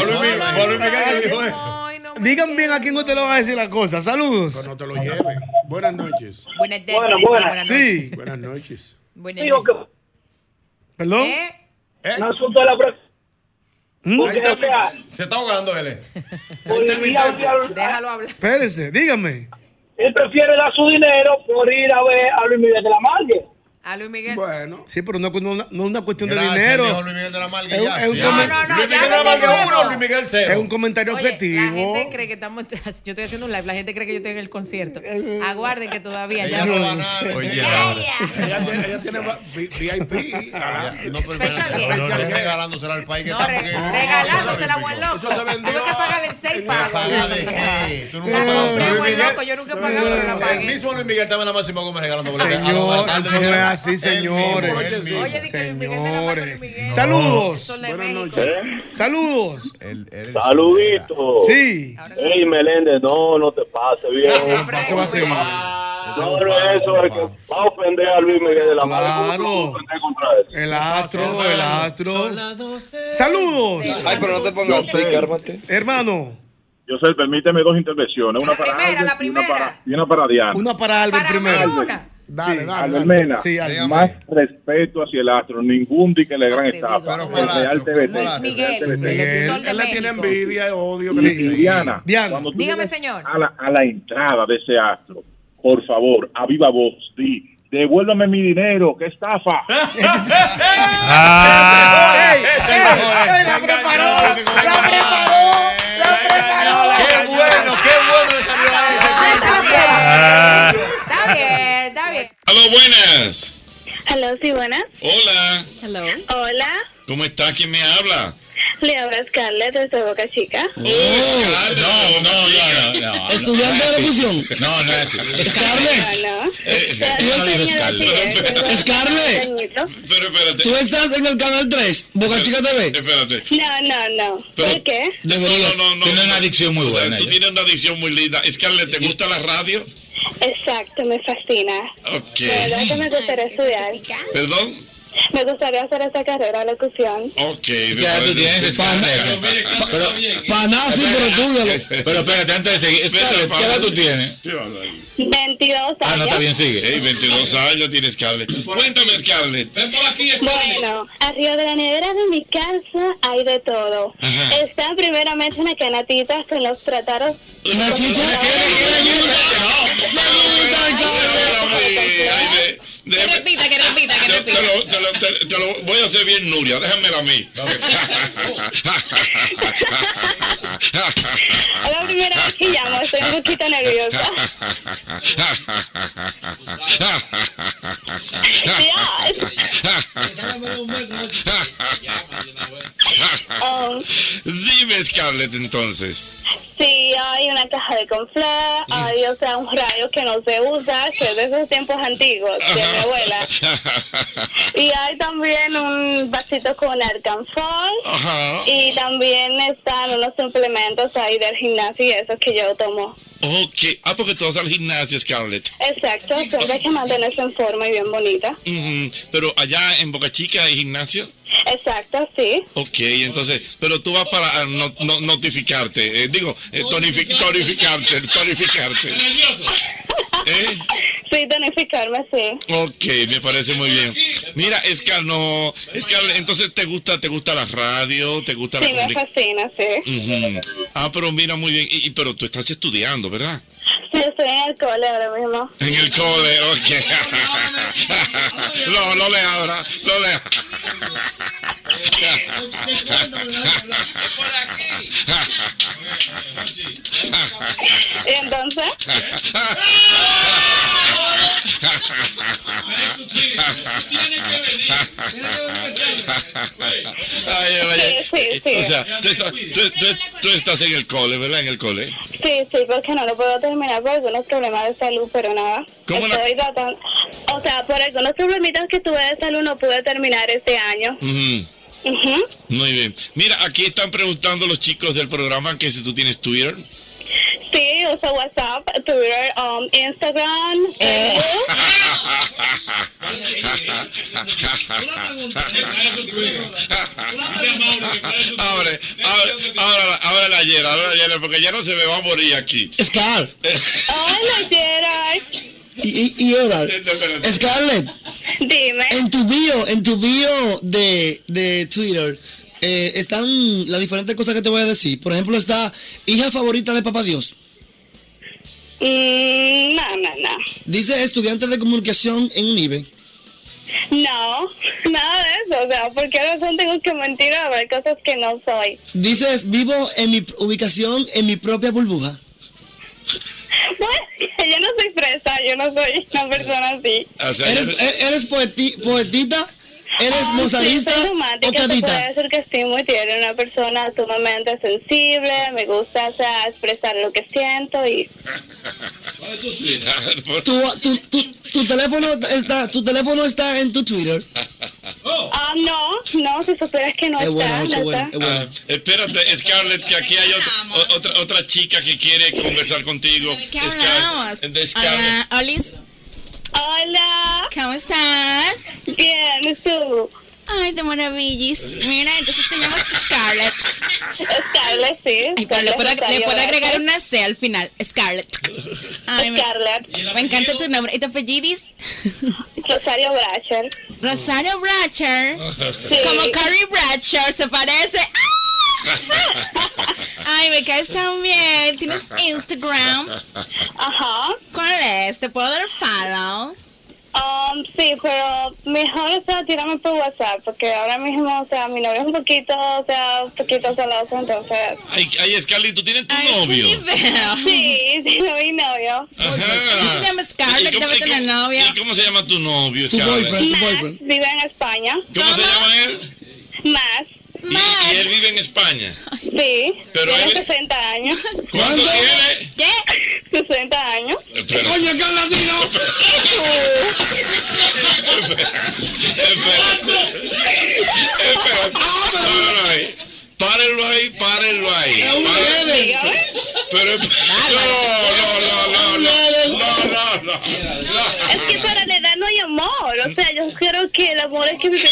Digan bien a quién usted le van a decir las cosas. Saludos. No te lo lleves. Buenas noches. Buenas tardes. Buenas, Buenas buenas. noches. Sí. Buenas noches. Buenas Digo noches. que ¿Perdón? ¿Eh? un asunto de la próxima. Porque, o sea, Se está ahogando él. Bolivia, o sea, Déjalo hablar. Espérense, díganme. él prefiere dar su dinero por ir a ver a Luis Miguel de la Margue. A Luis Miguel. Bueno. Sí, pero no, no, no es una cuestión Gracias, de dinero. dijo Luis Miguel de la Marga, Es un- ya, es un sí. comen- No, no, Luis ya Miguel me era más que devuelvo. uno, Luis Miguel Es cero. un comentario Oye, La objetivo. gente cree que estamos. <laughs> Yo estoy haciendo un live. La gente cree que yo estoy en el concierto. Eh, Aguarden que todavía. Ella Ya no va a nada. Oye, Ella tiene- ella <laughs> tiene va- vi- VIP. ah, no, pero- Special guest. Especial guest. Regalándosela al país que No, está re- porque- regalándosela, buen loco. Eso se vendió. Tuve que pagarle seis ¿Pagada pagos. de qué? Tú nunca Compré, pagaste. buen loco, yo nunca he pagado, pero la El pagué. mismo Luis Miguel estaba en la máxima Gómez regalando boletos. Señor, A los no es alcaldes. así, el señores. mismo. Oye, di que Luis Miguel de la Marca, Luis Miguel. Señores. El Saludos. sol de México. Saludos. Saludito. Sí. Ey, Meléndez, no, no te pases, viejo. Eso va a ser. No, no es eso, es que va a ofender a Luis Miguel de la Margue. Claro. ¿Cómo tú te vas a ofender contra él? El astro, el astro. Saludos. Ay, pero no te pongas así, cálmate. Hermano, Yo sé, permíteme dos intervenciones. Una para primera, la Albert y una primera. para, y una para Diana. una para Albert Para primero. Maruna. Dale, dale. Albert Mena, Sí, Albert. más respeto hacia el astro. Ningún dique en la gran etapa. Pero fue El el Real astro, TVT. fue el el astro. Real Miguel. TVT. El sol de Él le tiene México. envidia y odio. que Y le tiene. Diana, Diana. cuando tú Dígame, llegues señor. A la, a la entrada de ese astro, por favor, a viva voz, di, devuélvame mi dinero, que estafa. ¡Ey! ¡Ey! ¡Ey! ¡La preparó! ¡La preparó! ¡La preparó! Qué bueno, qué bueno le salió a él. Ah, Está Ah. bien. Está bien, está bien. Aló, buenas. Hello, sí, buenas. Hola. Hello. Hola, ¿Cómo está? ¿Quién me habla? le habla Scarlett desde Boca Chica. Oh, Eh, Scarlett. no, no, no, no, no. Estudiante de locución. No, no es así. Eh, Scarlett, Bueno, Eh, no le digo <laughs> eh, Scarlett. Scarlett, Pero espérate. tú estás en el canal 3, Boca Chica TV. Espérate. no, no, no. ¿Por qué? Deberías. No, no, no. Tiene una adicción muy buena. Tú ¿eh? ella. tienes una adicción muy linda. Scarlett, ¿te gusta la radio? Exacto, me fascina. Ok. De verdad que me gustaría estudiar. ¿Perdón? Me gustaría hacer esa carrera de locución. Ok, Ya tú tienes escándalo. Pero, eh. panasi, pero tú. Pero espérate, antes de seguir. Scarlett, ¿qué edad tú tienes? 22 años. Ah, no, está bien, sigue. Ey, 22 años tiene Scarlett. Cuéntame, Scarlett. Ven por aquí, Bueno, arriba de la nevera de mi casa hay de todo. Ajá. Está primeramente una canatita con los tratados. ¿Una chicha? Que repita, que repita, que Te repita. lo, te, lo, te, te lo voy a hacer bien, Nuria. Déjamela a mí. Es la primera vez que llamo, estoy un poquito nerviosa. Oh, Dime, Scarlett, entonces. sí, hay una caja de conflá, hay o sea, un radio que no se usa, que es de esos tiempos antiguos, de mi abuela. Y hay también un vasito con alcanfor. Ajá. Y también están unos suplementos ahí del gimnasio y eso que yo tomo. Ok. Ah, porque tú vas al gimnasio, Scarlett. Exacto, siempre hay que mantenerse en forma y bien bonita. Ujú. Pero allá en Boca Chica hay gimnasio. Exacto, sí. Ok, entonces, pero tú vas para ah, no- no- notificarte, eh, digo, eh, tonifi- tonificarte, tonificarte. ¿Eh? Sí, tonificarme, sí. Ok, me parece muy bien. Mira, Scar, no, Scar, entonces te gusta, te gusta la radio, te gusta la Sí, me comunicación. fascina, sí. Ah, pero mira, muy bien, y, y- pero tú estás estudiando, ¿verdad? Sí, estoy en el cole ahora mismo. En el cole, ok. <laughs> No, no le abra, no le abra. ¿Y <laughs> entonces? Ay, oye, Sí, sí, sí. O sea, tú, estás- tú- tú- tú estás en el cole, ¿verdad? En el cole. Sí, sí, porque no lo puedo terminar por algunos problemas de salud, pero nada. ¿Cómo la- Estoy tratando... O sea, por algunos problemitas que tuve de salud no pude terminar este año. Ujú. Ujú. Muy bien. Mira, aquí están preguntando los chicos del programa que si tú tienes Twitter. Sí, uso WhatsApp, Twitter, um, Instagram, Oh. Facebook. Ahora, ahora, ahora, ahora la Yera, ahora la Yera, porque ya no se me va a morir aquí. Scar. Hola, Gerard. Y, y, y ahora, Scarlett, Dime. en tu bio, en tu bio de, de Twitter, eh, están las diferentes cosas que te voy a decir. Por ejemplo, está hija favorita de Papá Dios. Mm, no, no, no. Dice estudiante de comunicación en UNIBE. No, nada de eso. O sea, ¿por qué razón tengo que mentir a ver cosas que no soy? Dices, vivo en mi ubicación, en mi propia burbuja. Bueno, <laughs> yo no soy fresa, yo no soy una persona así. ¿Eres, e- eres poeti- poetita? ¿Eres Ah, mozalista sí, soy o romántica, se puede catita? decir que estoy muy tierna, una persona sumamente sensible, me gusta o sea, expresar lo que siento y Tu, tu, tu- tu teléfono está, tu teléfono está en tu Twitter. Ah, no, no, si supieras que no Es está, bueno, Jocho, no bueno, está. Ah, espérate, Scarlett, que aquí hay otra, otra, otra chica que quiere conversar contigo. ¿Qué hablamos? Scar- de Scarlett. Hola, Olis. Hola. ¿Cómo estás? Bien, ¿y tú? Ay, de maravillis. Mira, entonces te llamas Scarlett. Scarlett, sí. Ay, pero le puedo, Scarlett le puedo Rosario agregar Vázquez. una C al final. Scarlett. Ay, me- Scarlett. Me, encanta tu nombre. ¿Y tu apellidis? Rosario Bracher. Rosario Bracher. Sí. Como Carrie Bracher, se parece. Ay, me caes tan bien. ¿Tienes Instagram? Ajá. ¿Cuál es? ¿Te puedo dar follow? Um, sí, pero mejor, o sea, tírame por WhatsApp, porque ahora mismo, o sea, mi novio es un poquito, o sea, un poquito celoso, <laughs> entonces... Ay, ay, Scarlett, tú tienes tu novio. Sí, sí, no mi novio. Se llama Scarlett, debe tener novia. ¿Y cómo se llama tu novio, Tu Scarlett? boyfriend, tu Max vive en España. ¿Cómo se llama él? Max, Y, y él vive en España. sí. Pero tiene él- 60 años. ¿Cuánto tiene? ¿Qué? 60 años. Espera. Coño, <laughs> Ah, No, no, no, ahí. Párenlo ahí, párenlo ahí. Es un Párenlo. Eden. Pero no, no, no, no, no, no, no, no. Es que para la edad no hay amor. O sea, yo creo que el amor es que se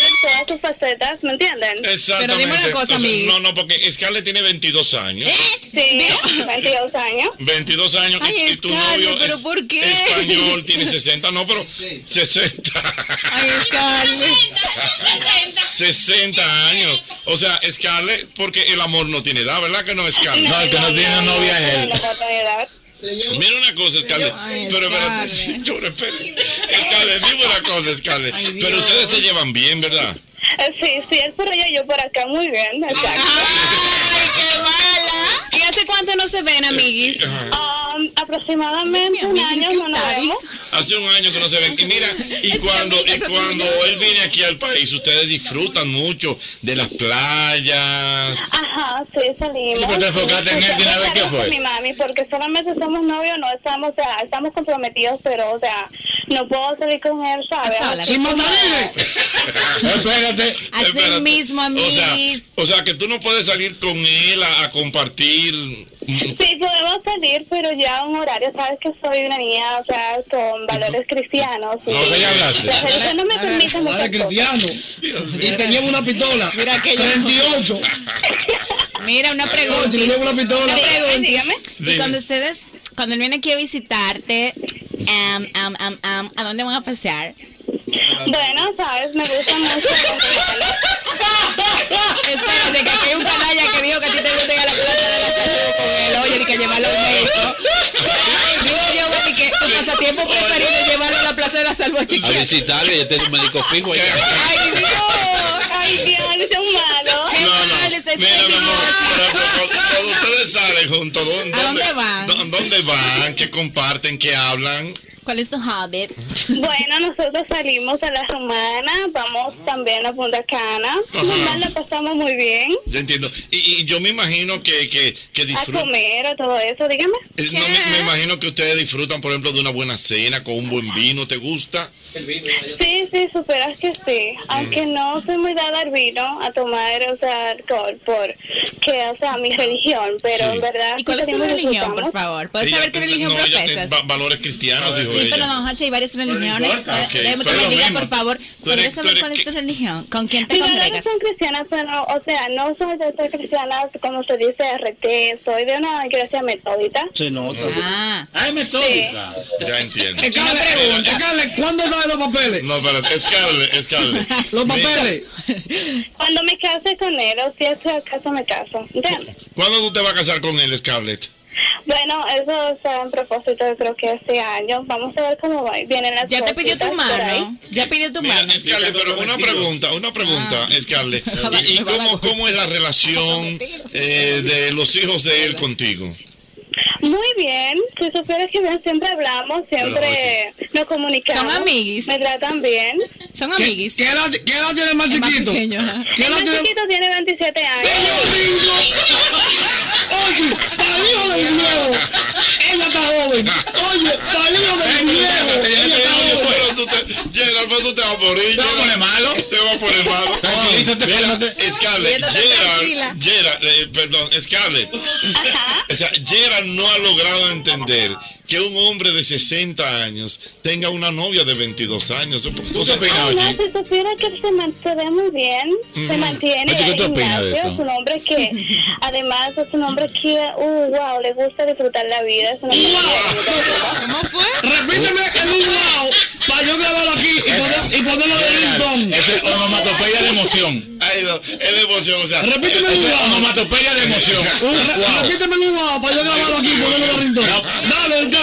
tiene facetas, ¿me entienden? Exactamente. Entonces, No, no, porque Scarlett tiene 22 años. Sí, 22 años. 22 años y- y, ¿Eh? Ay, tu Scarlett, novio ¿pero es por qué? español, tiene 60, no, pero 60. Ay, Scarlett. 60 años. O sea, Scarlett, porque el amor no tiene edad, ¿verdad que no, Scarlett? No, el que no tiene novia es él. Mira una cosa, Scarlett. Pero espérate, señora, espérate. Scarlett, dime una cosa, Scarlett. Pero ustedes se llevan bien, ¿verdad? Eh, Sí, sí, él por allá, yo por acá, muy bien. exacto. ¡Qué mala! ¿Y hace cuánto no se ven, amiguis? Um, aproximadamente un año no nos vemos. Hace un año que no se ven. Y mira, y cuando, y cuando él viene aquí al país, ustedes disfrutan mucho de las playas. Ajá, sí, salimos. ¿Y tú te enfocaste en él de una vez que Estamos fue? con mi mami, porque solamente somos novios, no estamos, o sea, estamos comprometidos, pero, o sea, no puedo salir con él, ¿sabes? ¡Sin matarle! Espérate. espérate. mismo, O sea, amiguis. o sea, que tú no puedes salir con él a, a compartir. Sí, podemos salir, pero ya a un horario, sabes que soy una niña, o sea, con valores cristianos. y- No, ya hablaste. Las religiones no me permiten Dale, muchas cristiano. Y te llevo una pistola. Mira que yo- 38. Mira, una pregunta. Oye, le llevo una pistola. pregunta. Dime. Y cuando ustedes, cuando él viene aquí a visitarte, am, am, am, am, ¿a dónde van a pasear? Bueno, sabes, me <laughs> gusta mucho. Espérate, que aquí hay un canalla que dijo que a ti te gusta ir a la plaza de la salud con él. Oye, ni que llevarlo a un médico. Digo yo, Mati, que tu pasatiempo preferido es llevarlo a la plaza de la salud a A chequear. visitarlo y este es un médico fijo. ahí. ¡Ay, Dios! ¡Ay, Dios! ¡Es un malo! ¡Qué mal! ese es el Cuando ustedes salen juntos, ¿dó- ¿dónde, ¿A dónde van? dó- ¿Dónde van? ¿Qué comparten? ¿Qué hablan? ¿Cuál es tu hobbit? <laughs> Bueno, nosotros salimos a la romana, vamos también a Punta Cana. Normal, la pasamos muy bien. Yo entiendo. Y, y yo me imagino que, que, que A disfrutan. comer, a todo eso, dígame. Ah, No, me, me imagino que ustedes disfrutan, por ejemplo, de una buena cena con un buen vino. ¿Te gusta? Sí, sí, superas que sí. Aunque no soy muy dada al vino, a tomar, o sea, alcohol, por que, o sea, mi religión, pero en verdad. ¿Y cuál es tu salimos y religión, disfrutamos. por favor? ¿Puedes Ella- eh, saber qué religión no, ella tiene profesas? va- valores cristianos, dijo Sí, pero ella. vamos a hay varias religiones. importa. Ok, Déjame pero que eh, me lo diga, mismo. por favor, Tú eres- ¿podrías saber tú cuál es tu religión? ¿Con quién te Mi verdad congregas? son cristianas, pero, o sea, pues no soy de estas cristianas, como se dice, RT, soy de una iglesia metódica. Se nota. Ah. Ay, me Sí. Ya entiendo. eh, Scarlett, Mira, Scarlett, eh, ¿cuándo salen los papeles? No, espérate. Scarlett, Scarlett. <laughs> Los papeles. Cuando me case con él, o si es que acaso me caso. ¿entiendes? ¿Cuándo tú te vas a casar con él, Scarlett? Bueno, eso está en propósito, yo creo que este año. Vamos a ver cómo va. Vienen las Ya te pidió tu cositas por ahí. mano. Ya pidió tu Mira, mano. Ah. Scarlett, pero una pregunta, una pregunta, Scarlett. <laughs> ¿Y, y cómo, cómo es la <laughs> relación eh, de los hijos de él contigo? Muy bien, si supieras que bien, siempre hablamos, siempre nos comunicamos. Son amiguis. Me tratan bien. Son ¿Qué- amiguis. ¿Qué edad, qué edad tiene el más chiquito? ¿Qué El edad más tiene? chiquito tiene 27 años. <laughs> Oye, palillo del viejo. Ella está joven. Oye, palillo del viejo. Ella está joven. Pero tú te, Gerald, pero tú te vas a morir. Te vas a poner malo. Te vas a poner <laughs> malo. Mira, Scarlett, Viéndote tranquila. Gerald, Gerald, eh, perdón, Scarlett. O sea, Gerald no ha logrado entender que un hombre de 60 años tenga una novia de 22 años. ¿Tú qué Ay, no, si supiera que se, man- se ve muy bien, se Mm. mantiene. Betty, ¿qué tú opinas de Ignacio, eso? Es un hombre que, además, es un hombre que, uh, wow, le gusta disfrutar la vida. Es un hombre ¿Cómo fue? Repíteme el un wow para yo grabarlo aquí y poner- y ponerlo de lintón. Esa es onomatopeya de emoción. Ay, no, es de emoción, o sea. Repíteme Esa un es wow. onomatopeya de <laughs> emoción. Un re- Wow. Repíteme un wow para yo grabarlo aquí y ponerlo de lintón. Dale, dale.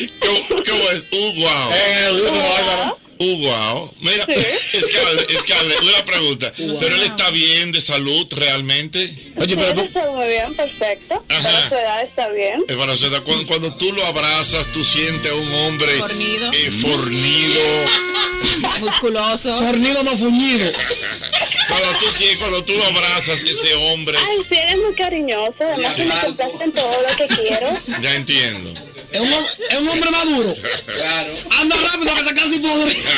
Eh, ¿Cómo es? Un guau. oh. Un guau. Uh, Mira, <laughs> Scarlett, Scarlett, una pregunta. ¿Pero él está bien de salud realmente? Oye, está muy bien, perfecto. Para su edad está bien. Eh, bueno, o sea, cuando, cuando tú lo abrazas, tú sientes a un hombre Fornido. eh, fornido. Musculoso. Fornido no fuñido. Cuando tú, sí- cuando tú lo abrazas, ese hombre, Ay, sí, eres muy cariñoso. Además, que me compraste en todo lo que quiero. ya entiendo. Es un, hom- es un hombre maduro. Anda rápido que está casi podrido.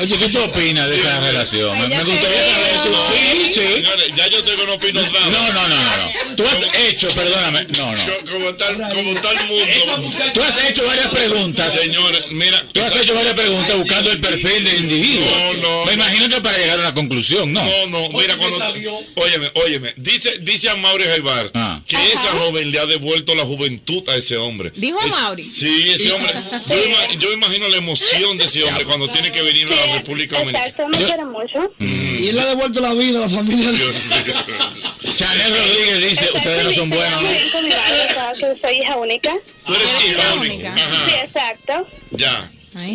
Oye, ¿qué tú opinas de esa relación? Me, me gustaría saber tú. Sí, sí. Señores, ya yo tengo una opinión No, no, no, no, no. Tú has hecho, perdóname. No, no. Co- Como tal, como tal mundo. Tú has hecho varias preguntas. Señores, mira. Tú has hecho varias preguntas buscando el perfil del individuo. No, no, Me imagino que para llegar a una conclusión, ¿no? No, no, mira cuando. Óyeme, óyeme. Dice, dice a Mauri Jaibar que esa joven le ha devuelto la juventud a ese hombre. Dijo a Es- Mauri. Sí, ese hombre. Yo, ima- yo imagino la emoción de ese hombre cuando tiene que venir a la República Dominicana. Exacto, me quiere mucho. Mm. Y él le ha devuelto la vida a la familia. Chanel Rodríguez dice, ustedes no son buenos, ¿no? Estoy con mi madre, o sea, que soy hija única. Tú eres hija única. Ajá. Sí, exacto. Ya.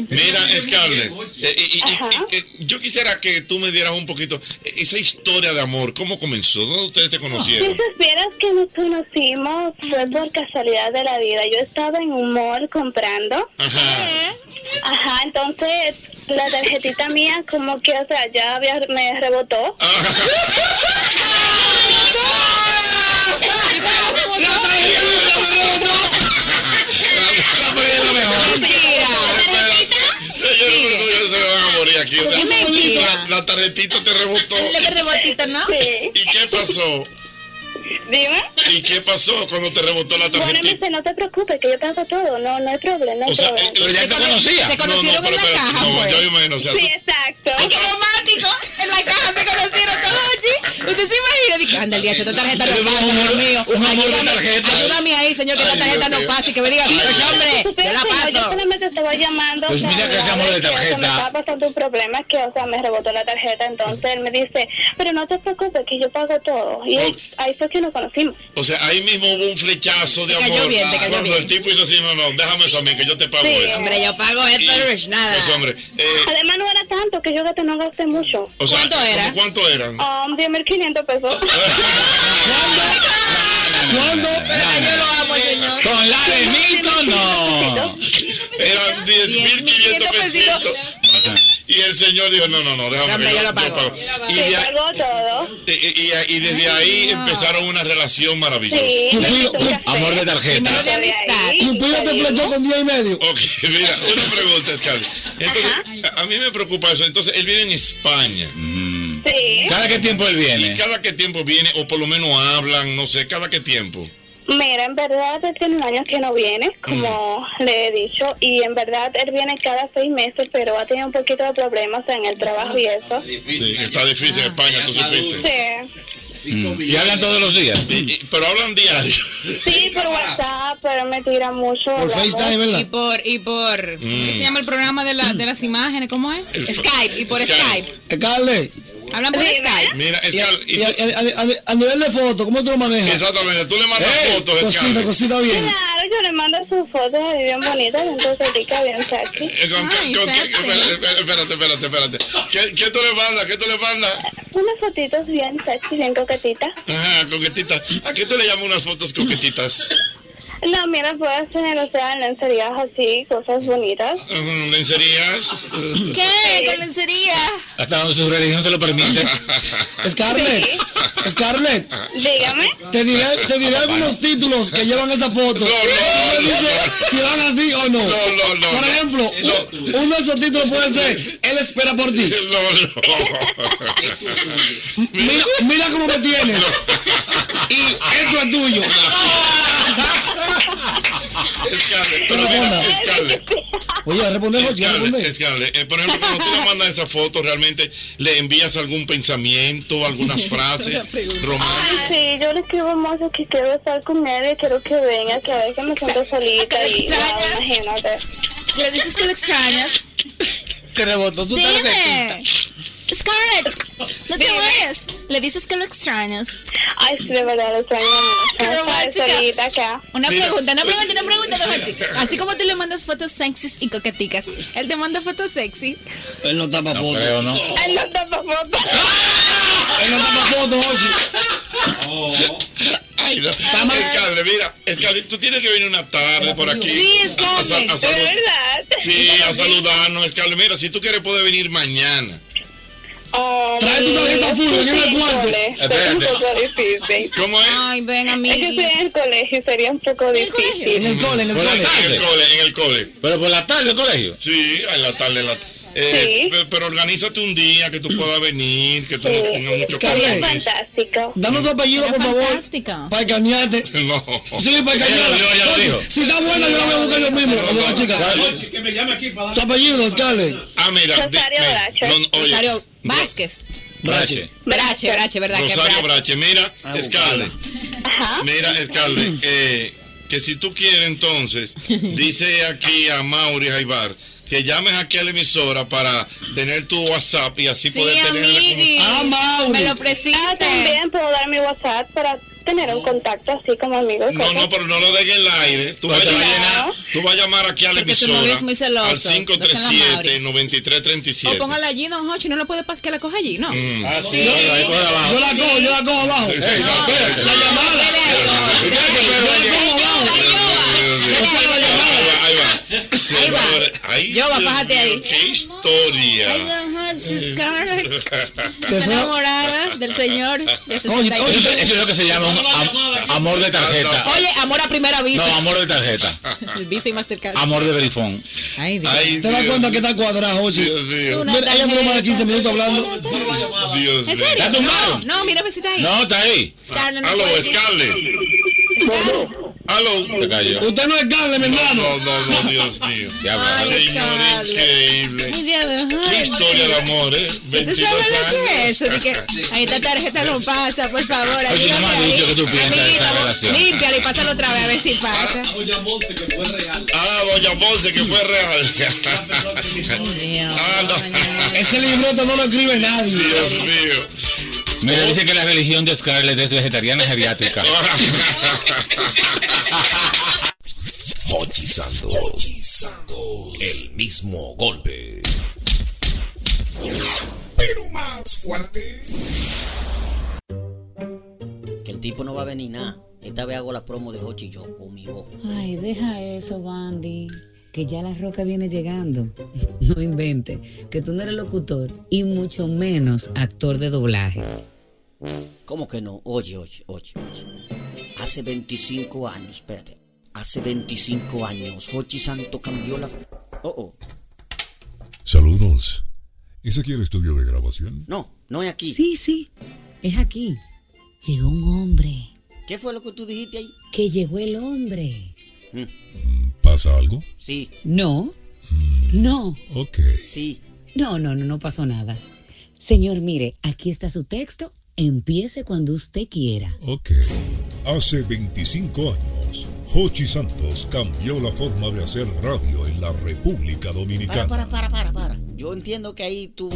Mira, Scarlett, eh, y- y- y- y- eh, yo quisiera que tú me dieras un poquito eh, esa historia de amor, ¿cómo comenzó? ¿Dónde ustedes te Si conocieron? supieras que nos conocimos fue por casualidad de la vida. Yo estaba en un mall comprando. Ajá. Ajá, entonces la tarjetita mía como que, o sea, ya había, me rebotó. Ah, Señores, pero no, ya se van a morir aquí. o sea, Es mentira. la, la tarjetita te rebotó. Le rebotito, ¿no? ¿Y qué pasó? Dime. ¿Y qué pasó cuando te rebotó la Bueno, me tarjetita? dice, no te preocupes, que yo pago todo. No, no hay problema, no hay O sea, problema. eh, ya te conocía. se No, no, conocieron pero en la espérate, caja, no, pues. yo imagino, o sea, tú- Sí, exacto. ¡Ay, qué romántico! En la caja se conocieron todos allí. ¿Usted se imagina? Dije, anda, el esta tarjeta no pasa, Dios mío. un amor de Ayúdame- tarjeta. Ayúdame ahí, señor, que esta Ay, tarjeta Dios no mío. pasa y que me diga, oye, hombre, yo la Pero Yo paso. solamente te voy llamando. Pues o sea, mira que ese amor de que, o sea, tarjeta. Me estaba pasando un problema que, o sea, me rebotó la tarjeta. Entonces él me dice, pero no te preocupes, que yo pago todo. Y ahí- Pues, ahí fue que nos conocimos. O sea, ahí mismo hubo un flechazo de Te cayó amor. bien, te cayó cuando bien. el tipo hizo así, no, no, déjame eso a mí, que yo te pago Sí, eso. hombre, yo pago esto, Y- no es nada. Pues, hombre, eh, Además, no era tanto que yo gasté, no gasté mucho. o sea, ¿cómo- ¿Cuánto eran? Um, 10.500 pesos. <laughs> <laughs> ¿Cuándo? yo lo amo, señor. Con la de Milton, no. Eran 10.500 pesitos. pesitos. Y el señor dijo, no, no, no, déjame Hombre, que yo lo pago. Y, Se de ahí- pagó todo. y- y- y- y desde ahí empezaron una relación maravillosa. Sí, Cupido- eso ya Cup- amor de tarjeta. Primero de amistad. Cupido te flechó con día y medio. Ok, <laughs> mira, una pregunta, Scarlett. Entonces, a, a mí me preocupa eso. Entonces, él vive en España. Sí. ¿Cada qué tiempo él viene? ¿Y cada qué tiempo viene? O por lo menos hablan, no sé, ¿cada qué tiempo? Mira, en verdad él tiene un año que no viene, Mm. como le he dicho, y en verdad él viene cada seis meses, pero ha tenido un poquito de problemas en el trabajo y eso. Sí, está difícil en España, tú supiste. Sí, ¿Y hablan todos los días? pero hablan diario. <laughs> sí por WhatsApp, pero me tira mucho. Por hablamos. FaceTime, ¿verdad? Y por, y por ¿qué Mm. se llama el programa de, la, de las imágenes? ¿Cómo es? El fa- Skype, y por Skype. Skype. Scarlett. Hablan por Skype. Mira, Eh, Y a- y a- y a- a- a nivel de foto, ¿cómo tú lo manejas? Exactamente, tú le mandas fotos, Cosita, Scarlett. cosita bien. Claro, yo le mando sus fotos ahí bien bonitas, entonces rica, bien sexy. Eh, con- con- con- espérate, espérate, espérate, espérate, espérate. ¿Qué, qué tú le mandas? ¿Qué tú le mandas? Unas fotitos bien sexy, bien coquetitas. Ajá, coquetita. ¿A qué tú le llamas unas fotos coquetitas? No, mira, puedes tener, o sea, lencerías así, cosas bonitas. Ujú, ¿Lencerías? ¿Qué? ¿Con lencería? Hasta donde su religión se lo permite. Scarlett, Scarlett. Dígame. Te diré, te diré algunos títulos que llevan esa foto. Y me dice si van así o no. Por ejemplo, un- uno de esos títulos puede ser Él espera por ti. Mira, mira cómo me tienes. Y esto es tuyo. Scarlett, pero mira, Scarlett. <laughs> Oye, a responder, Jorge, a responder. Scarlett, Scarlett, eh, por ejemplo, cuando tú le mandas esa foto, ¿realmente le envías algún pensamiento, <laughs> algunas <laughs> frases románticas? Ay, Ah, sí, yo le escribo mucho que quiero estar con él y quiero que venga, que a veces me siento solita y wow, imagínate. Le dices que lo extrañas. Te rebotó tu tarjetita. Scarlett, no te vayas. Le dices que lo extrañas. Ay, sí, de verdad, lo extraño Qué mucho. Estar romántica. solita acá. Una Mira. pregunta, una pregunta, una pregunta, don Jorge. Así como tú le mandas fotos sexys y coqueticas, él te manda fotos sexy. Él no tapa foto. creo, no. Él no tapa foto. ¡Ah! Él no tapa foto, Jorge. Ay, no. Scarlett, mira, Scarlett, tú tienes que venir una tarde por aquí. Sí, a- a sal- Scarlett. a salud- De verdad. Sí, a saludarnos, Scarlett. Mira, si tú quieres, puedes venir mañana. Oh, Trae tu tarjeta full, aquí en el cuarto. Sería un poco difícil. ¿Cómo es? Ay, ven, Es que estoy amiguis. en el colegio, sería un poco difícil. En el cole, en el Por la cole. tarde, En el cole, en el cole. Pero por la tarde, el colegio. Sí, en la tarde. en la- Eh, pe- Pero organízate un día que tú puedas venir, que tú no pongas mucho Carmen, compromiso. Dame tu apellido, por favor. Para cañarte. <laughs> No. Sí, para cañarla. Ella lo dio, ella lo Oye, dijo. Si está buena, yo la voy a buscar yo mismo. a la chica. Que me llame aquí para Tu apellido, Scarlett. Ah, mira. Rosario Brache. Rosario Vázquez. Brache. Brache, Brache, ¿verdad? que Rosario Brache? Brache. Mira, Scarlett. Ah. Mira, Scarlett, eh, que si tú quieres entonces, dice aquí a Mauri Jaibar que llames aquí a la emisora para tener tu WhatsApp y así Sí, poder tener la amigui. comunicación. Me lo ofreciste. Ah, también puedo dar mi WhatsApp para tener un contacto así como amigos. No, no, pero no lo dejes en el aire. Tú vas, a llamar, tú vas a llamar aquí a la Porque tu novio emisora es muy celoso. al O 537-9337. póngala allí, don Hochi, no lo puede pasar que la coja allí, ¿no? Mm. Ah, sí, Sí. póngala ahí, póngala abajo. Yo la cojo, yo la cojo abajo. Espérate. Ahí va. Señores, ahí Yo, va, Dios bájate mío, ahí. ¡Qué Ay, historia! don Hochi, Scarlett. Te Está suena- enamorada del señor. de Oye, oye, 61. Eso, eso es lo que se llama un am- amor de tarjeta. Oye, amor a primera vista. No, amor de tarjeta. El Visa y Mastercard. Amor de verifón. Ay, Dios. ¿Te das cuenta que está cuadrado, Ochi? Una Mira, ella duró más de 15 minutos hablando. ¿En Dios serio? ¿La No, tumbaron? no, mira, pues, está ahí. No, está ahí. Scarlett, no Aló, puede decir- Scarlett. Aló. Se cayó. Usted no es Scarlett, mi hermano. No, no, <laughs> no, Dios mío. Ay, Señor, increíble. Ay, Dios, don Qué Hochi. historia de amor, ¿eh? ¿Tú 22 sabes lo que es años. eso? De que, ahí esta tarjeta no pasa, por favor. Oye, no ayúdame me has ahí. dicho que tú piensas de esta relación. Límpiala y pásalo otra vez a ver si pasa. Ah, doña Monse, que fue <laughs> real. Ah, no. Ese libreto no lo escribe nadie. Dios mío. Mira, dice que la religión de Scarlett es vegetariana <laughs> geriátrica. Hochi Santos. El mismo golpe. Pero más fuerte. Que el tipo no va a venir nada. Esta vez hago la promo de Hochi yo con mi voz. Ay, deja eso, Bandy. Que ya la roca viene llegando. <laughs> No invente, que tú no eres locutor y mucho menos actor de doblaje. ¿Cómo que no? Oye, oye, oye, oye. Hace 25 años, espérate. Hace 25 años, Hochi Santo cambió la. Oh, oh. Saludos. ¿Es aquí el estudio de grabación? No, no es aquí. Sí, sí, es aquí. Llegó un hombre. ¿Qué fue lo que tú dijiste ahí? Que llegó el hombre. ¿Pasa algo? Sí. No, no. Ok. Sí. No, no, no, no pasó nada. Señor, mire, aquí está su texto. Empiece cuando usted quiera. Ok. Hace 25 años, Hochi Santos cambió la forma de hacer radio en la República Para, Dominicana. para, para, para, para. Yo entiendo que ahí tú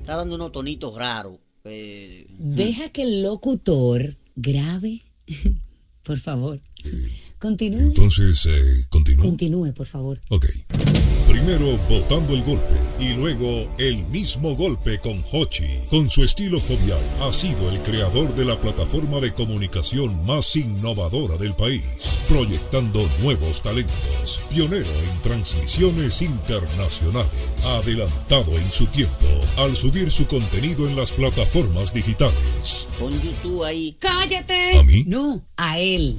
estás dando unos tonitos raros. Eh, Deja que el locutor grabe. <laughs> Por favor. Continúe. Entonces, eh, continúa. Continúe, por favor. Ok. Primero votando el golpe y luego el mismo golpe con Hochi. Con su estilo jovial, ha sido el creador de la plataforma de comunicación más innovadora del país, proyectando nuevos talentos, pionero en transmisiones internacionales, adelantado en su tiempo al subir su contenido en las plataformas digitales. Con YouTube ahí. ¡Cállate! ¿A mí? No, a él.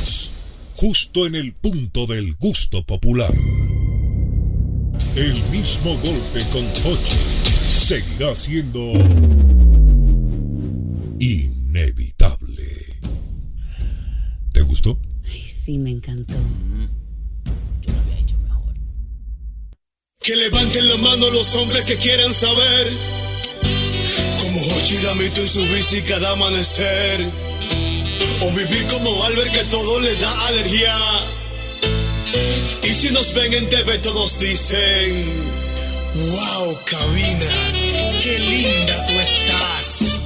justo en el punto del gusto popular. El mismo golpe con Hochi seguirá siendo inevitable. ¿Te gustó? Ay, sí, me encantó. Que levanten la mano los hombres que quieran saber. Como Hochi Damito en su bici cada amanecer. O vivir como Albert que todo le da alergia. Y si nos ven en TV todos dicen, wow, cabina, qué linda tú estás.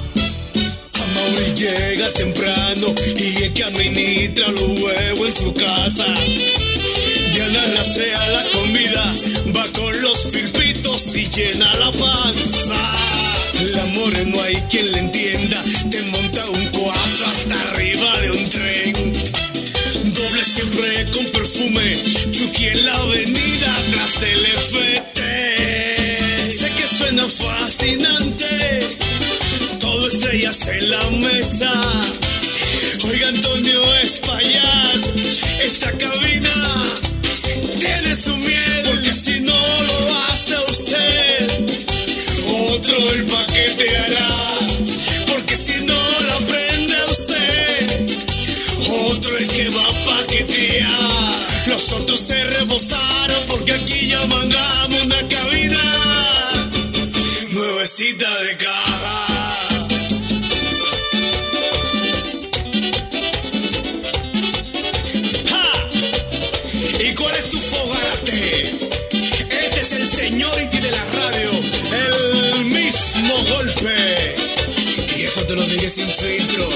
A Mauri llega temprano y es que a mí ni su casa. Diana rastrea la comida, va con los filpitos y llena la panza. El amor no hay quien le entienda, te monta un cuatro hasta arriba de un tren. Doble siempre con perfume, Chucky en la avenida tras del FT. Sé que suena fascinante, todo estrellas en la mesa. Oiga Antonio Espaillat, esta cabina tiene su miel, porque si no lo hace usted, otro el paquete hará. Porque si no la prende usted, otro el que va a paquetear. Los otros se rebosaron porque aquí ya mandamos una cabina nuevecita de caja. ¡Ja! ¿Y cuál es tu fogarate? Este es el señority de la radio, el mismo golpe. Y eso te lo diré sin filtro.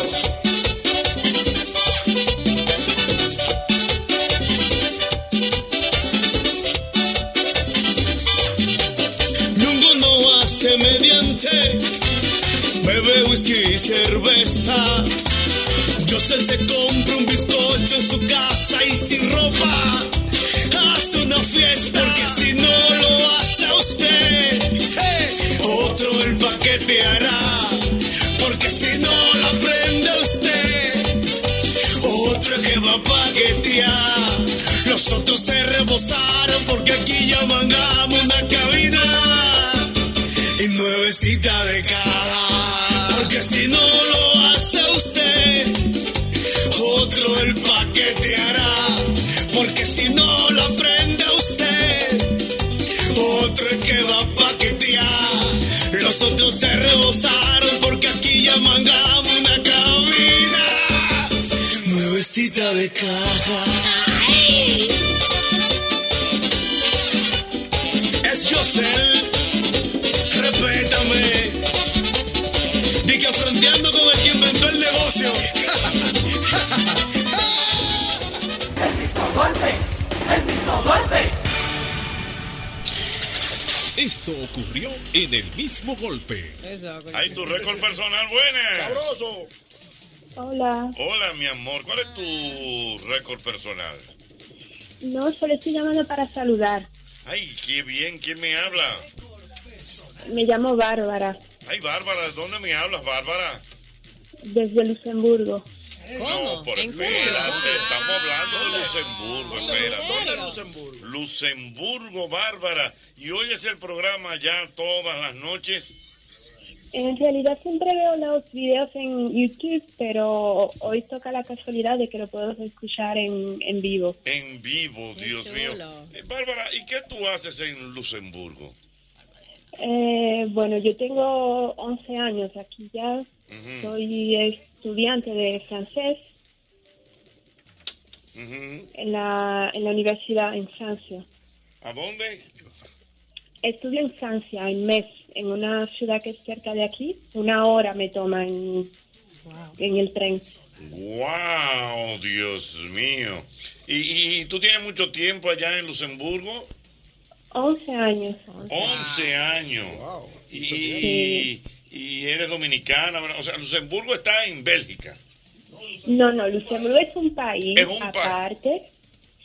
Ñongo no hace mediante, bebe whisky y cerveza. Joseph se compra un bizcocho en su casa y sin ropa hace una fiesta. Porque si no lo hace usted, eh, otro el paquete hará. Porque si no lo aprende usted, otro que va a paquetear. Los otros se rebosaron porque aquí ya mandamos una cabina y nuevecita de cara. Porque si no lo hace usted, otro el paquete hará. Porque si no lo aprende usted, otro el que va a paquetear. Los otros se rebosaron porque aquí ya mandamos una cabina. Nuevecita de caja. Es Yosel, respétame. Di que fronteando con el que inventó el negocio. golpe, el mismo golpe. Esto ocurrió en el mismo golpe. Hay tu récord personal, buena. Sabroso. Hola. Hola, mi amor. ¿Cuál es tu récord personal? No, solo estoy llamando para saludar. Ay, qué bien. ¿Quién me habla? Me llamo Bárbara, Ay, Bárbara, ¿de dónde me hablas, Bárbara? desde Luxemburgo. No, por espérate. Ah. Estamos hablando de Luxemburgo, espérate. Luxemburgo? Luxemburgo, Bárbara. ¿Y oyes el programa ya todas las noches? En realidad siempre veo los videos en YouTube, pero hoy toca la casualidad de que lo puedo escuchar en, en vivo. En vivo, Dios mío. Eh, Bárbara, ¿y qué tú haces en Luxemburgo? Eh, bueno, yo tengo 11 años aquí ya. Ujú. Soy estudiante de francés Ujú. en la, en la universidad en Francia. ¿A dónde? Estudio en Francia, en Metz, en una ciudad que es cerca de aquí. Una hora me toma en, en el tren. ¡Wow! Dios mío. ¿Y, y tú tienes mucho tiempo allá en Luxemburgo? 11 años. Oh, 11 años. Y, y eres dominicana. bueno, O sea, Luxemburgo está en Bélgica. No, no, Luxemburgo es un país aparte,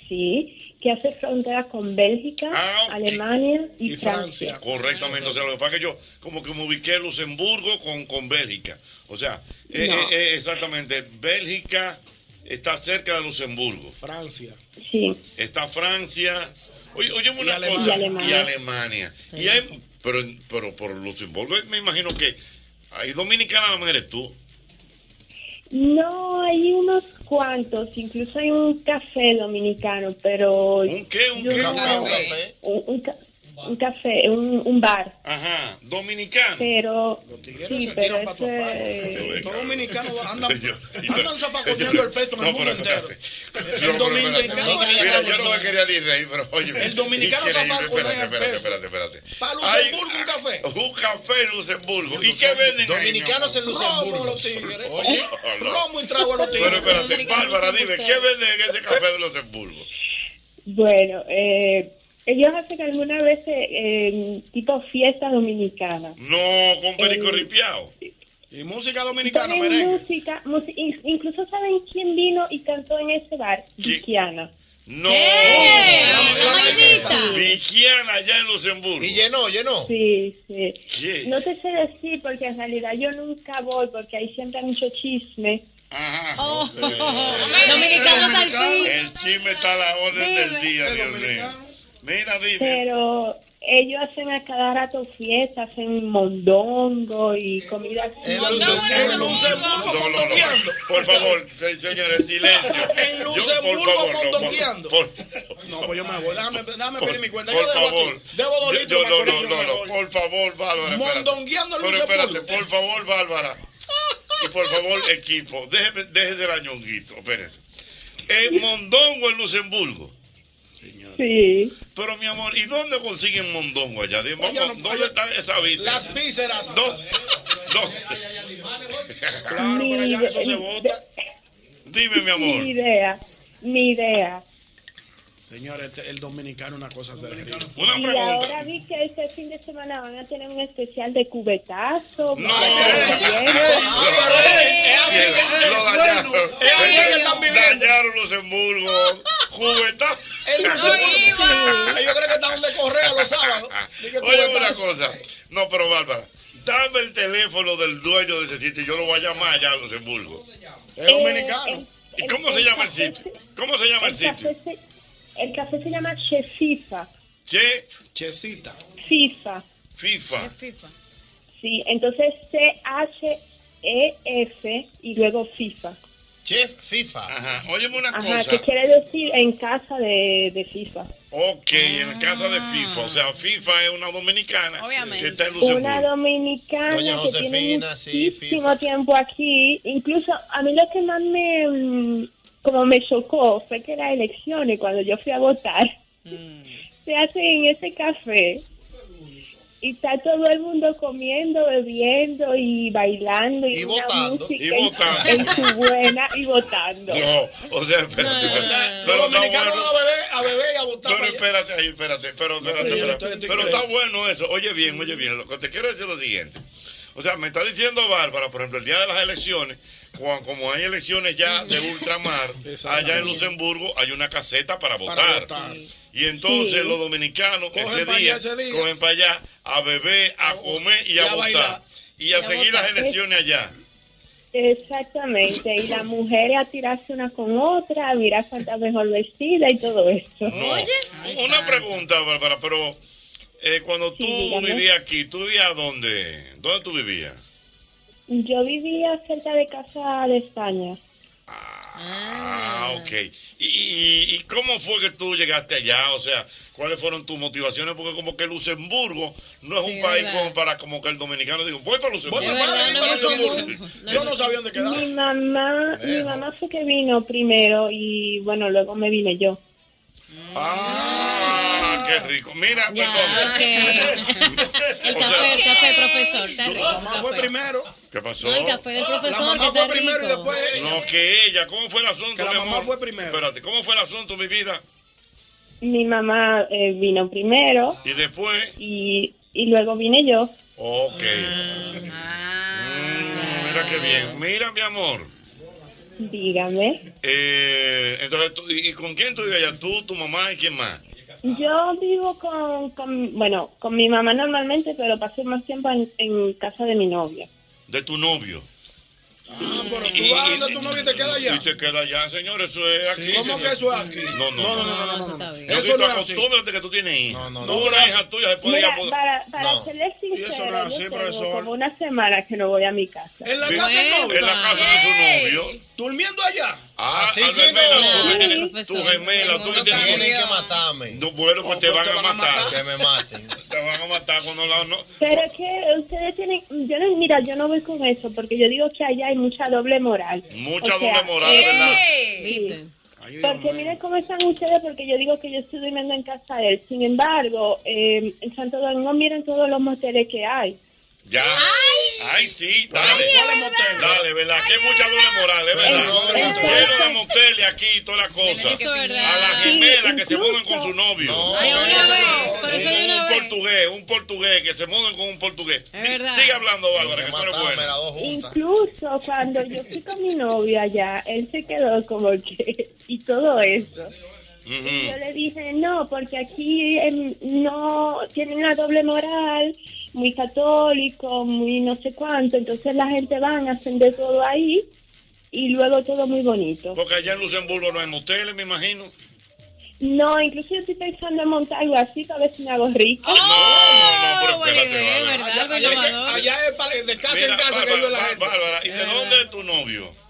sí, que hace frontera con Bélgica, Alemania y, Francia. Correctamente. O sea, lo que pasa es que yo como que me ubiqué Luxemburgo con, con Bélgica. O sea, eh, No. eh, eh, exactamente. Bélgica está cerca de Luxemburgo. Francia. Sí. Está Francia. Oye, óyeme una Alemania. cosa. Y Alemania. Y Alemania. Y hay- pero, pero por Luxemburgo me imagino que hay dominicanas, no eres tú. No, hay unos cuantos, incluso hay un café dominicano, pero... ¿Un qué? ¿Un yo qué? no- ¿Un café? Un, un ca- un café, un, un bar. Ajá, dominicano. Pero, sí, pero ese, Los dominicanos andan, <laughs> andan zapacoteando el peso en el mundo entero. El dominicano Mira, yo no me quería ni reír, pero oye. El dominicano increíble, zapacodea el Espérate, espérate, espérate, espérate. para Ay, Luxemburgo <laughs> un café. Un café en Luxemburgo. ¿Y qué venden ahí, mi amor? Dominicanos en Luxemburgo. Romo los tigres. Oh, no. Romo y trago a los tigres. Pero espérate, Bárbara, dime, ¿qué venden en ese café de Luxemburgo? bueno, eh, ellos hacen algunas veces eh, tipo fiesta dominicana. No, con perico ripiao. Y música dominicana, Ponen merengue. música, mus- in- incluso saben quién vino y cantó en ese bar, Vikiana. No. La maldita. Viquiana allá en Luxemburgo. Y llenó, llenó. Sí, sí. ¿Qué? No te sé decir porque en realidad yo nunca voy porque ahí siempre hay mucho chisme. Ajá. Oh. Dominicanos al fin. El chisme está a la orden del día, Dios mío. Mira, dime. Pero ellos hacen a cada rato fiestas, hacen mondongo y comida así. En Luxemburgo contoqueando. Por favor, se- señores, <laughs> silencio. En Yo, Luxemburgo por favor, no, contoqueando. por- No, pues yo me voy. Déjame, déjame por- pedir mi cuenta. por yo debo favor. aquí. Debo dos Yo- yo- litros. de no, no, alcoholismo, no, me no, voy. por favor, Bárbara. espérate. Mondongueando en Pero Luxemburgo. espérate, por favor, Bárbara. Y por favor, equipo, déjeme, déjese el añonguito, espérese. En Mondongo, en Luxemburgo. Sí. Pero mi amor, ¿y dónde consiguen mondongo allá? Dime, Oye, vamos, no, ¿Dónde está esa visa? Las vísceras. Dos. Dos. Claro, Ni por allá eso se de- vota. Dime, mi amor. Ni idea, ni idea. Señores, este- el dominicano es una cosa seria. Una Y ahora vi que este fin de semana van a tener un especial de cubetazo. No, Lo dañaron. Dañaron Luxemburgo. Juventud. El Luxemburgo. Ellos creen que están de correa los sábados. Dije, tú Oye, una estás- cosa. No, pero Bárbara, dame el teléfono del dueño de ese sitio y yo lo voy a llamar allá a Luxemburgo. Es dominicano. ¿Y cómo se llama el sitio? ¿Cómo se llama el sitio? café se- el café se llama Chefifa. Che, Chesita. FIFA. FIFA. Sí, entonces C-H-E-F y luego FIFA. Chef FIFA. Ajá. Óyeme una Ajá, cosa. que quiere decir en casa de, de FIFA. Ok, en casa de FIFA. O sea, FIFA es una dominicana que está en Una Luxemburgo. dominicana Doña que tiene Josefina, sí, muchísimo tiempo aquí. Incluso a mí lo que más me, mm, como me chocó fue que las elecciones, cuando yo fui a votar, Mm. se hacen en ese café. Y está todo el mundo comiendo, bebiendo y bailando. Y, una votando, música y en- votando. En, su buena y votando. No, o sea, espérate. o sea, Los pero está dominicanos bueno. van a beber, a beber y a votar. Pero espérate ahí, espérate, pero espérate, pero yo no espérate. estoy- estoy Pero creyendo. está bueno eso. Oye bien, oye bien, lo que te quiero decir es lo siguiente. O sea, me está diciendo Bárbara, por ejemplo, el día de las elecciones, cuan- como hay elecciones ya de <laughs> ultramar, allá en Luxemburgo hay una caseta para votar. Y entonces Sí. los dominicanos Cogen ese, pa' allá día, ese día. cogen para allá a beber, a comer y y a, a bailar. votar. Y a Y a seguir votar. las elecciones allá. Exactamente. Y las mujeres a tirarse una con otra, a mirar cuánta mejor vestida y todo eso. No. Una pregunta, Bárbara, pero eh, cuando tú vivías aquí, ¿tú vivías dónde? ¿Dónde tú vivías? Yo vivía cerca de casa de España. Ah, ok. ¿Y, y, y cómo fue que tú llegaste allá? O sea, ¿cuáles fueron tus motivaciones? Porque como que Luxemburgo no es un país verdad. como para como que el dominicano diga, voy para Luxemburgo. Voy para Es Madrid, verdad, para no es Luxemburgo. Yo no sabía dónde quedaba. Mi mamá, mi Lejos. mamá fue que vino primero y bueno, luego me vine yo. Ah, qué rico. Mira, Ya, perdón. ok. El café, el café, profesor. Está rico. La mamá fue café. primero. ¿Qué pasó? No, el café del La profesor, que mamá fue está primero y rico. después ella. No, que ella. ¿Cómo fue el asunto, Que la mi mamá amor? fue primero. Espérate, ¿cómo fue el asunto, mi vida? Mi mamá eh, vino primero Y después, y, y luego vine yo. ok. ah, Mm, mira qué bien. Mira, mi amor. Dígame. Eh, entonces, tú- ¿y y con quién tú vivías allá? ¿Tú, tu mamá y quién más? Yo vivo con, con- bueno, con mi mamá normalmente, pero pasé más tiempo en, en casa de mi novio. De tu novio. Ah, pero tú vas donde tu novia y te quedas allá. Y te queda allá, señor, eso es aquí. ¿Cómo que eso es aquí? No, no, No, no, no, no, no, no, no. Eso Eso no no es así. acostúmbrate que tú tienes hija. No, no, no. Una hija tuya se puede ir Mira, a poder. para, para No. serles eso no sincera, es así, yo profesor. tengo como una semana que no voy a mi casa. En la Vi- casa del novio. En la casa de su novio. Durmiendo allá. Ah, Así al sí, gemela, no. tú que tienes- Claro, tu profesor. gemela, tú que Tienen tienes que matarme. No, bueno, pues te van a matar. Que me maten. <laughs> Te van a matar cuando la no. Pero es que ustedes tienen, yo no, mira, yo no voy con eso porque yo digo que allá hay mucha doble moral. Mucha O sea, doble moral, eh, ¿verdad? sí. Porque miren cómo están ustedes, porque yo digo que yo estoy durmiendo en casa de él. Sin embargo, eh, en Santo Domingo miren todos los moteles que hay. Ya. Ay, sí, dale. Dale, ¿verdad? Que hay mucha doble moral, es verdad. Quiero de motel y aquí y todas las cosas. Eso es A las gemelas que se mudan con su novio. Ay, una vez, por eso de un, una un vez. portugués, un portugués, que se mudan con un portugués. Di- verdad. Sigue hablando, Bárbara, que tú eres buena. Incluso cuando yo fui con mi novio allá, él se quedó como que, <laughs> y todo eso. Ujú. Yo le dije, no, porque aquí em, no tienen una doble moral, muy católico, muy no sé cuánto, entonces la gente van a hacer de todo ahí y luego todo muy bonito. Porque allá en Luxemburgo no hay moteles, me imagino. No, incluso yo estoy pensando en montar algo así para ver si me hago rico. Ah. Allá, allá es que- allá es para- de casa Mira, en <laughs> casa que Bárbara, vive la Bá- gente. Bárbara, ¿y de dónde es tu novio?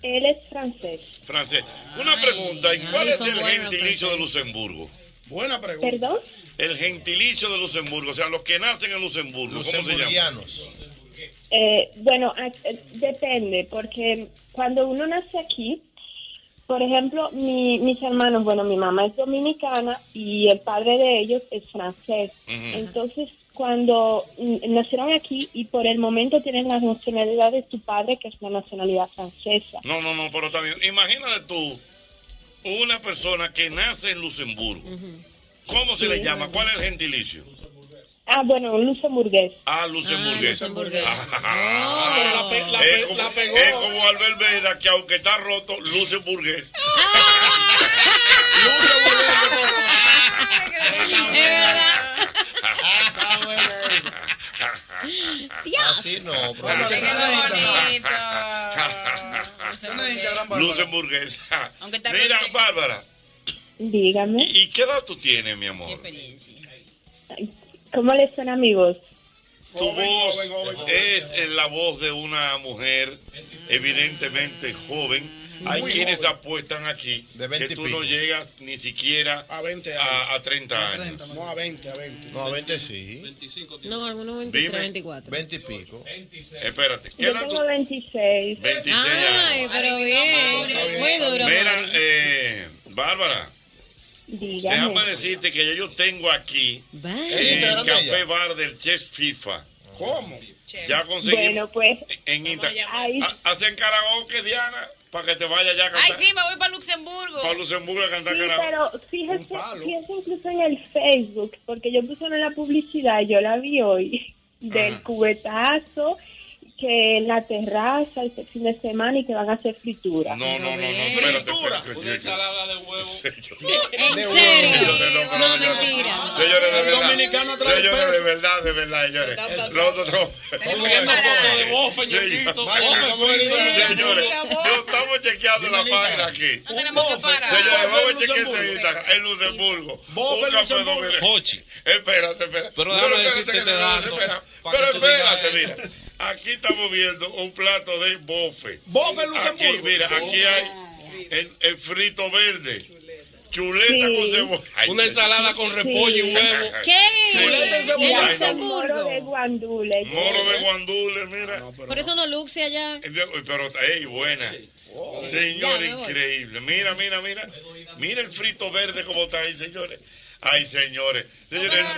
Él es francés. Francés. Una pregunta, ¿y cuál ay, es son el buenos gentilicio de Luxemburgo? Buena pregunta. ¿Perdón? El gentilicio de Luxemburgo, o sea, los que nacen en Luxemburgo, ¿cómo se llaman? Eh, bueno, a- eh, depende, porque cuando uno nace aquí, por ejemplo, mi- mis hermanos, bueno, mi mamá es dominicana y el padre de ellos es francés. Ujú. Entonces, cuando mm, nacieron aquí y por el momento tienen la nacionalidad de tu padre, que es la nacionalidad francesa. No, no, no, pero también, imagínate tú, una persona que nace en Luxemburgo, ¿cómo se le llama? ¿Cuál es el gentilicio? Ah, bueno, un luxemburgués. Ah, luxemburgués. <laughs> Oh. No, pero la pe- la es, pe- como, la pegó. es como Albert Vera, que aunque está roto, <laughs> luxemburgués. Así no, Luxemburgués. Aunque está Mira, roto. Bárbara, Dígame, ¿y qué edad tú tienes, mi amor? ¿cómo les suena mi voz? Tu voz es eh, la voz de una mujer evidentemente joven. Hay Muy quienes joven. apuestan aquí que 20 y tú no pico. llegas ni siquiera A 20 años. a, a 30 años. No, a 20, a 20. No, a 20 sí. 25 No, algunos 23, Dime. 24. 20 y pico. Espérate, ¿qué Yo edad tú? tengo 26. 26 años. Ay, pero bien. Muy duro. Mira, eh, Bárbara, Eh, Dígame. déjame decirte que ya yo tengo aquí Instagram el de café bar del Chef FIFA. ¿Cómo? Ya conseguimos Bueno, pues. en Instagram. Ay. Ha- Hacen karaoke, Diana, para que te vaya ya a Ay, cantar. sí, me voy para Luxemburgo. Para Luxemburgo a cantar Sí, karaoke. pero fíjese, fíjese incluso en el Facebook, porque yo puse una publicidad, yo la vi hoy, del Ajá. cubetazo, que en la terraza este fin de semana y que van a hacer fritura. No, no, no, no, espérate, espérate. Una ensalada de huevo. ¿En serio? No, No, no, no. mentira. Señores, de El verdad. dominicano trae Señores, de verdad, de verdad, señores. Nosotros no. Subiendo fotos de bofe, Señor- Vaya, Bofe vamos a ir. frito. Señores, Mira, yo estamos chequeando la página aquí. No tenemos que parar. Señores, Bofe vamos a en chequear ese Luxemburgo. Instagram. En Luxemburgo. Bofe Un en café Luxemburgo. dominicano. Espérate, espérate. Pero déjame decirte que este no, dato, espera. pa' Pero que tú digas espérate, mira. Ah, Aquí estamos viendo un plato de bofe. Bofe Aquí, en Luxemburgo. mira, aquí hay el, el frito verde. Chuleta Sí. con cebolla. Una ensalada con repollo y huevo. ¿Qué? Chuleta y ¿Y cebolla. Moro de guandule. Moro de guandule, mira. Por eso no luxe allá. Uy, Pero, hey, buena. Oh. Señor, Ya, me voy. increíble. Mira, mira, mira. Mira el frito verde como está ahí, señores. Ay, señores. Señores, Déjame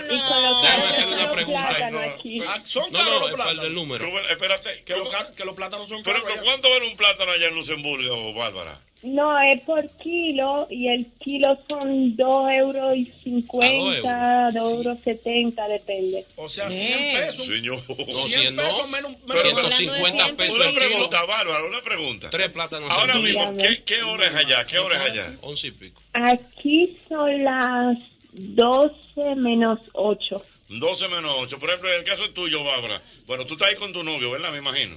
hacerle una pregunta. Ay, no. Ah, Son No, caros no, los el, el plátanos. del número. Tú, bueno, espérate. Que los, car- que los plátanos son Pero, caros. pero, allá. ¿cuánto vale un plátano allá en Luxemburgo, Bárbara? No, es por kilo y el kilo son 2 euros y 50, 2 Ah, euros 70, depende. O sea, Eh. 100 <laughs> pesos. Señor. 100 pesos menos. Pero, menos- pero, 150 pesos Una el kilo. pregunta, Bárbara, una pregunta. Tres plátanos. Ahora al mismo, día. ¿qué, ¿qué hora es allá? ¿Qué hora es allá? Once y pico. Aquí son las 12 menos 8. 12 menos 8. Por ejemplo, en el caso tuyo, Bárbara. Bueno, tú estás ahí con tu novio, ¿verdad? Me imagino.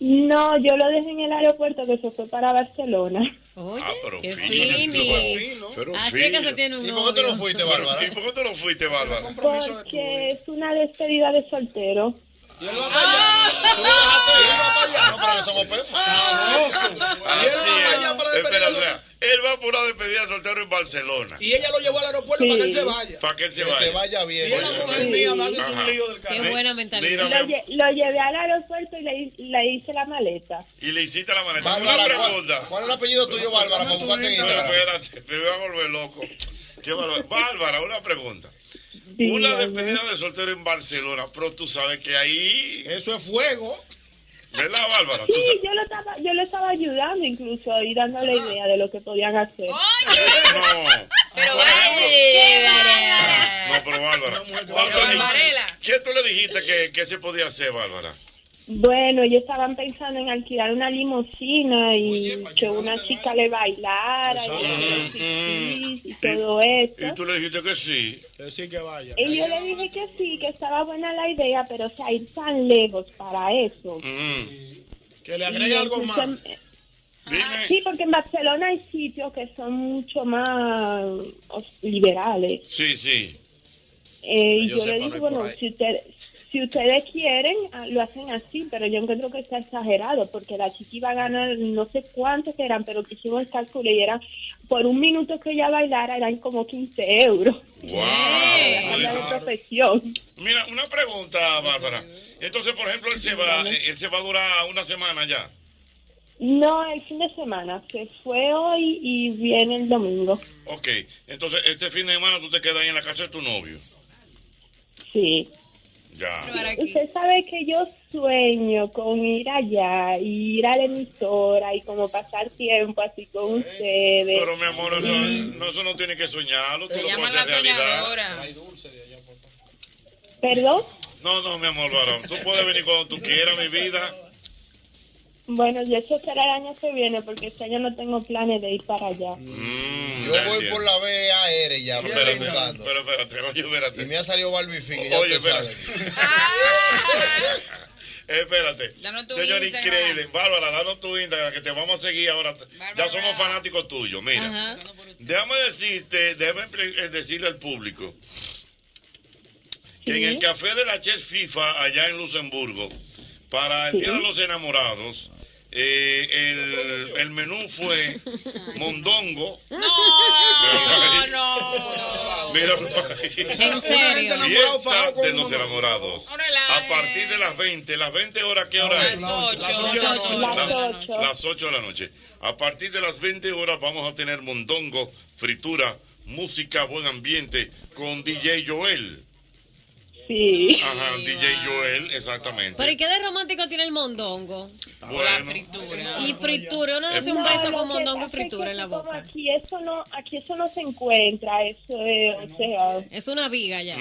No, yo lo dejé en el aeropuerto que se fue para Barcelona. Ah, pero qué fino. finis. Pero Así es que fino. se tiene un ¿Y por qué tú novio. no fuiste, Bárbara? ¿Y por qué tú no fuiste, Bárbara? <laughs> Porque es una despedida de soltero. Ah, Espera, o sea, él va por una despedida de soltero en Barcelona. Y ella lo llevó al aeropuerto para que él se vaya. Para que él se Que vaya. te vaya bien. Si era mujer Sí. mía, dale su Ajá. lío del Qué buena Lo, mentalidad. lle- lo llevé al aeropuerto y le, hi- le hice la maleta. Y le hiciste la maneta. Bárbara, Una ¿cuál- pregunta. cuál es el apellido tuyo, Bárbara, para buscarte en No, Instagram? Espérate, pero me voy a volver loco. Qué bárbaro. Bárbara, una pregunta. Una despedida de soltero en Barcelona, pero tú sabes que ahí. Eso es fuego. ¿Verdad, Bárbara? Tú Sí, yo lo estaba, yo lo estaba ayudando incluso y dándole idea de lo que podían hacer. No, pero Bárbara. Bárbara, ¿y ¿Qué tú le dijiste que, que se podía hacer, Bárbara? Bueno, ellos estaban pensando en alquilar una limusina y que una chica le bailara y, y todo eso. Mm, Y tú le dijiste que sí. Que sí, que vaya. Y yo le dije que sí, que estaba buena la idea, pero o sea, ir tan lejos para eso. Mm. mm. Que le Y agregue algo más. entonces- Sí, porque en Barcelona hay sitios que son mucho más o- liberales. Sí, sí. Eh, Que y yo yo le sepa, no digo, hay bueno, por ahí. si, usted- si ustedes quieren, ah, lo hacen así, pero yo encuentro que está exagerado, porque la chiqui iba a ganar no sé cuántos eran, pero que hicimos el cálculo y era, por un minuto que ella bailara, eran como 15 euros. ¡Wow! Ella de profesión. Mira, una pregunta, Bárbara. Entonces, por ejemplo, él se va, él se va a durar una semana ya. No, el fin de semana, se fue hoy y viene el domingo. Ok, entonces este fin de semana tú te quedas ahí en la casa de tu novio. Sí. Ya. Usted sabe que yo sueño con ir allá, y ir a la emisora y como pasar tiempo así con ustedes. Pero mi amor, eso no, eso no tiene que soñarlo, tú lo puedes hacer realidad. ¿Perdón? No, no, mi amor, varón, tú puedes venir cuando tú quieras, mi vida. Bueno, yo eso será el año que viene porque este año no tengo planes de ir para allá. Yo voy por la eh. BAR ya, me estoy buscando. Ah, Pero espérate, oye, espérate. Y me ha salido Barbie Fink, ya Oye, usted sabe. espérate. <laughs> Eh, Espérate. Danos tu Señor, Instagram. increíble. Bárbara, danos tu Instagram, que te vamos a seguir ahora. Ya somos fanáticos tuyos, mira. Déjame decirte, déjame pre- eh, decirle al público que en el café de la Chess FIFA, allá en Luxemburgo, para el Día de los Enamorados, eh, el, el menú <laughs> fue mondongo. No, no. <laughs> Mira, ¿En serio? Fiesta de los enamorados. A partir de las 20, las 20 horas, ¿qué hora es? Las ocho de la noche. Las ocho. Las 8 de la noche. A partir de las 20 horas vamos a tener mondongo, fritura, música, buen ambiente con DJ Joel. Sí. Ajá, DJ Joel, exactamente. Pero ¿y qué de romántico tiene el mondongo? Bueno, Y fritura, uno hace un No, beso lo con que mondongo y pasa es que fritura en la como boca. Aquí eso no, aquí eso no se encuentra, eso es, o sea, eh, Es una viga ya.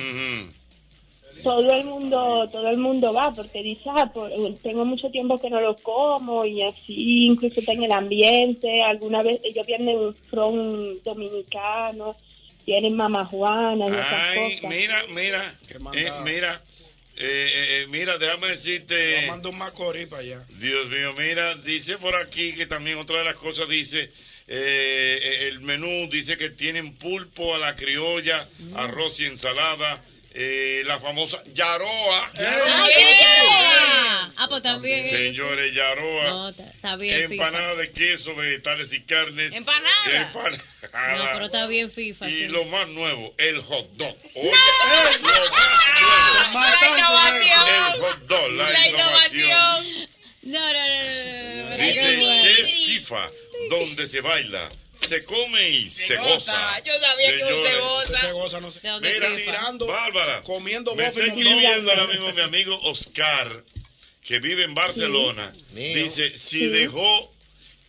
todo el mundo, todo el mundo va porque dice, ah, por- tengo mucho tiempo que no lo como y así, incluso está en el ambiente, alguna vez ellos vienen un front dominicano, tienen mamá Juana y esas Ay, cosas. mira, mira, eh, mira, eh, eh, eh, mira, déjame decirte. Mando un macorí para allá. Dios mío, mira, dice por aquí que también otra de las cosas dice, eh, eh, el menú dice que tienen pulpo a la criolla, Mm. arroz y ensalada, eh, la famosa Yaroa. ¡Ay, qué rico! Ah, pues también es. Señores, Yaroa. No, está- está bien, empanada de queso, vegetales y carnes. Empanada. Empanada. No, pero está bien FIFA. Y sí. lo más nuevo, el hot dog. Oye, ¡La el hot dog, la, La innovación. innovación. No, no, no, no, no. Dice Bueno. Chef Chifa, donde se baila, se come y se, goza. Yo sabía que un Señores, cebosa. Se goza, no sé. ¿De dónde Mira, FIFA? tirando, Bárbara, comiendo me bofe está y mondongo. escribiendo ahora mismo mi amigo Oscar, que vive en Barcelona. Dice, si dejó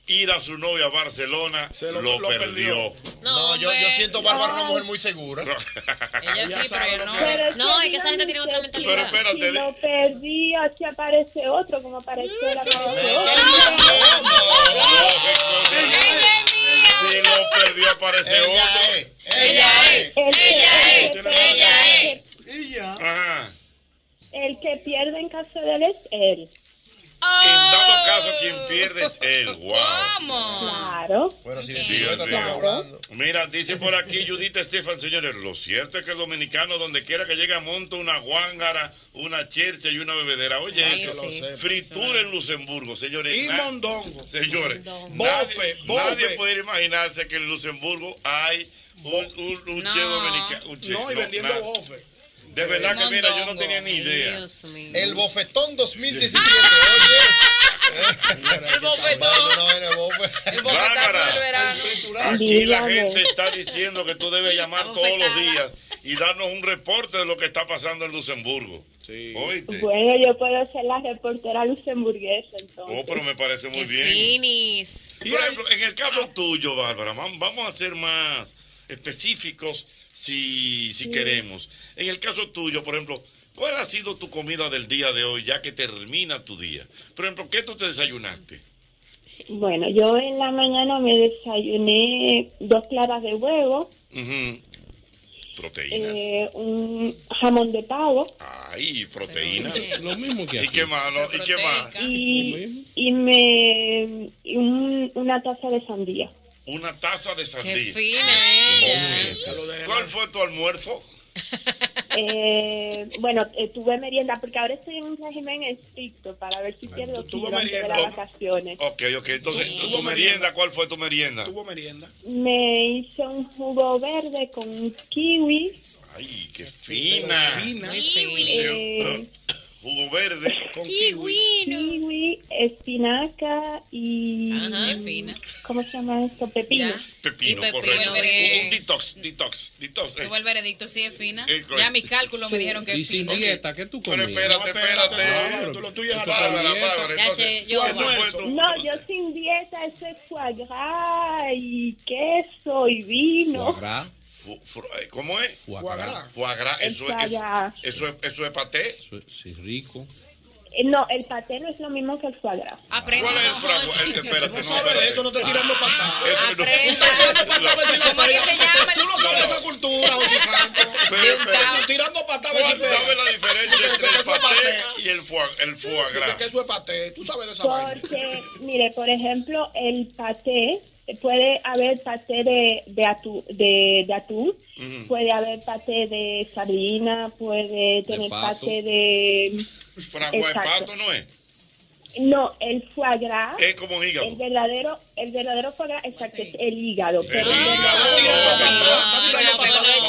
ir a su novia a Barcelona, lo, perdió. No, yo, yo siento Bárbara una mujer muy segura. Ella sí, pero yo no. Pero No, que es que esa gente tiene otra mentalidad. Pero espérate. Si lo perdí, así aparece otro, como apareció la Si lo perdió, aparece otro. El que pierde en casa de él es él. En dado caso, quien pierde es <laughs> él. Wow. Claro. Bueno, si Dios decidió, te estamos mío. hablando. Mira, dice por aquí Judith Estefan, señores, lo cierto es que el dominicano, donde quiera que llega, monta una guángara, una chercha y una bebedera. Oye, Ay, eso, sí. fritura en Luxemburgo, señores. Y na- mondongo. Señores, Mondongo. nadie, Bofe, bofe. nadie puede imaginarse que en Luxemburgo hay un, un, un No. che dominicano. un che, No, y vendiendo nada. bofe. De verdad que, mira, yo no tenía ni idea. El bofetón 2017. Oye. el bofetón. El Bárbara. Aquí la Dígame. gente está diciendo que tú debes llamar todos los días y darnos un reporte de lo que está pasando en Luxemburgo. Oíste. Bueno, yo puedo ser la reportera luxemburguesa, entonces. Oh, pero me parece muy bien. Finis. Por ejemplo, en el caso tuyo, Bárbara, vam- vamos a ser más específicos si, si queremos. En el caso tuyo, por ejemplo, ¿cuál ha sido tu comida del día de hoy ya que termina tu día? Por ejemplo, ¿qué tú te desayunaste? Bueno, yo en la mañana me desayuné dos claras de huevo, Ujú. Proteínas. eh, un jamón de pavo Ay, proteínas. Lo mismo que ¿Y qué más? lo- ¿Y qué más? y, y me y un- una taza de sandía. Una taza de sandía. ella. ¿Cuál fue tu almuerzo? Eh, bueno, eh, tuve merienda porque ahora estoy en un régimen estricto para ver si pierdo kilos antes de las vacaciones. Ok, ok. Entonces, ¿tu, tu merienda? ¿Cuál fue tu merienda? Tuvo merienda. Me hice un jugo verde con kiwi, Ay, qué fina. eh, Jugo verde. kiwi, espinaca y ¿cómo se llama esto? Pepino. Pepino, Y pepino, correcto. bien. Un detox, detox, detox. eh. Tuvo el veredicto, sí es fina. Eh, correcto. Ya mis cálculos me dijeron que Y es sin fina. dieta, ¿qué tú Pero comías? espérate, espérate. Tú lo tuyo es Bárbara, Bárbara. Ya Entonces, sé, yo- eso fue tu- No, yo sin dieta, eso es foie gras y queso y vino. Fu- fu- eh, ¿Cómo es? Foie gras. Foie gras, eso Foie es. gras. Eso es, eso es paté. Sí, rico. Eh, No, el paté no es lo mismo que el foie gras. ¿Cuál es el fragua? Eh, Espérate, no, espérate. Eso no está tirando patadas. Eso no- ¿Cómo se llama? Tú no sabes esa cultura, Ochi Santo. Están tirando patadas. ¿Cuál sabe la diferencia entre el paté y el foie, el foie gras? Que eso es paté. Tú sabes de esa vaina. Porque, Eh, mire, por ejemplo, el paté, eh, puede haber paté de, de, atu- de, de atún, Ujú. puede haber paté de sardina, puede tener pato. paté de... Fragua de Exacto. pato no es. No, el foie gras. Es como un hígado. El verdadero, el verdadero foie gras, exacto, es el hígado. pero- No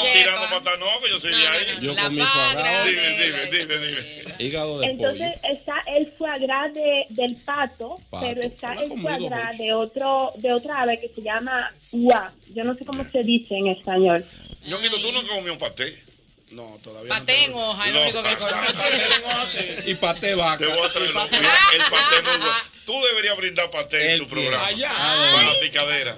tirando patas, no, que yo soy de ahí. Yo comí foie gras, Dime, dime, dime, dime. hígado de pollo. Entonces está el foie gras de, del pato, Pato. pero está Habla el foie conmigo, gras Jorge. de, otro, de otra ave que se llama ua. Yo no sé cómo se dice en español. Yo miro, tú no comí un paté. No, todavía Paté en hoja, es lo único que conozco. <laughs> Y paté vaca. Te voy a traer el paté. El paté muy bueno. Tú deberías brindar paté en tu programa. Allá. Para la picadera.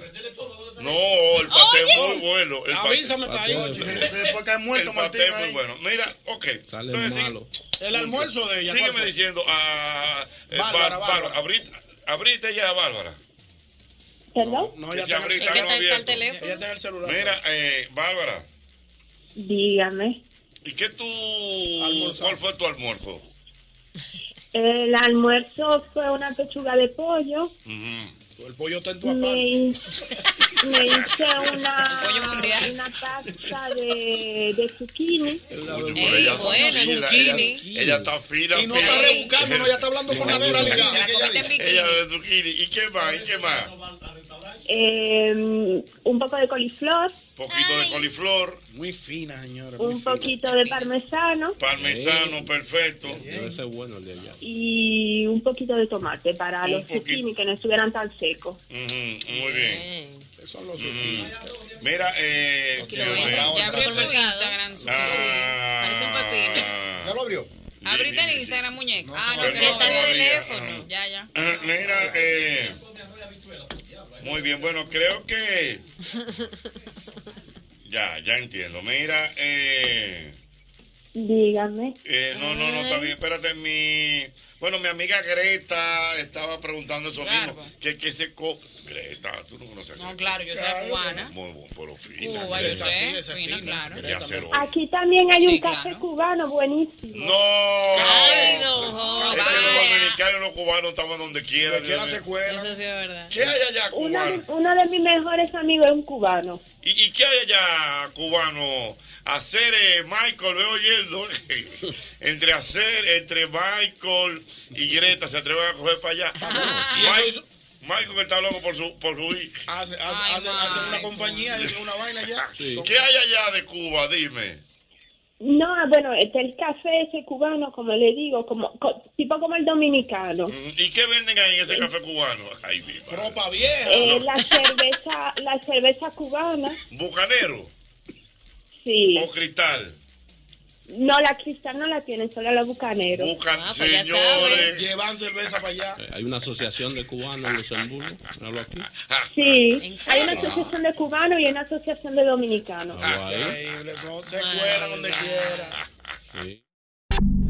No, el paté es muy bueno. El paté- Avísame para ahí, Ochi. Después que hay muerto, El paté es muy ahí. bueno. Mira, ok. Entonces, sí, El almuerzo de ella. Sígueme ¿cuál fue? diciendo a eh, Bárbara, Bárbara, Bárbara. abrí- abriste ya a Bárbara. ¿Perdón? No, ya Que se está en abriste, hágalo el celular. abierto. Ella está en el celular. Mira, eh, Bárbara, Dígame. ¿y qué tú cuál fue tu almuerzo? El almuerzo fue una pechuga de pollo. El pollo está en tu Me, aparte. hi- me hice una, una pasta de, de zucchini. Oye, Ey, pero ella bueno, está fila, zucchini. ella- ella está fila. Y no está fila. rebuscando, no, ella está hablando con naturalidad. Ella de zucchini. ¿Y qué más? ¿Y qué más? eh, un poco de coliflor, Poquito de coliflor. Muy fina, señora. un poquito de parmesano Parmesano, perfecto. Ese es bueno el de allá. y un poquito de tomate para los zucchini que no estuvieran tan secos. Ujú, muy bien. Ujú. Mira, eh. Dios mío. Ya abrió tu Instagram. su- Parece un pepino. ¿Ya lo abrió? Abrite el Instagram, muñeca. Ah, no, pero que está no, el todavía. teléfono. Ya, ya. Ah, Mira, eh. Muy bien, bueno, <laughs> creo que. Ya, ya entiendo. Mira, eh. Dígame. Eh, no, no, no, está bien. Espérate, mi. Bueno, mi amiga Greta estaba preguntando eso mismo. Que, que se co. Greta, tú no conoces. a No, Greta. claro, yo soy cubana. Muy bueno, pero fina. Cuba, yo Greta. sé. Fina, claro. De acero. Aquí también hay un café cubano buenísimo. No. Ay, don Jorge. Ese es dominicano. diario los cubanos estamos donde quiera. Donde quiera Dios se mío. cuelan. Eso sí es verdad. ¿Qué hay allá, Uno cubano? de, uno de mis mejores amigos es un cubano. ¿Y, y qué hay allá, cubano? Hacer eh, Michael, veo oyendo. <laughs> entre hacer, entre Michael y Greta se atreven a coger para allá. Mike- Michael está loco por su por su hijo. Hace, hace, hace, hace una compañía, hace una vaina <laughs> ya. Son- ¿Qué hay allá de Cuba? Dime. No, ah, bueno, está el café ese cubano, como le digo, como co- tipo como el dominicano. ¿Y qué venden ahí en ese café cubano? Ay, mi madre. Oh, Ropa vieja. Eh, la cerveza, la cerveza cubana, ¿Bucanero sí. o cristal? No, la cristal no la tienen, solo la bucanero. Bucan, señores. Llevan cerveza para allá. Hay una asociación de cubanos en Luxemburgo. Míralo aquí. Sí, hay una serio? asociación de cubanos y una asociación de dominicanos. Increíble, bro. Se cuela <laughs> donde quiera.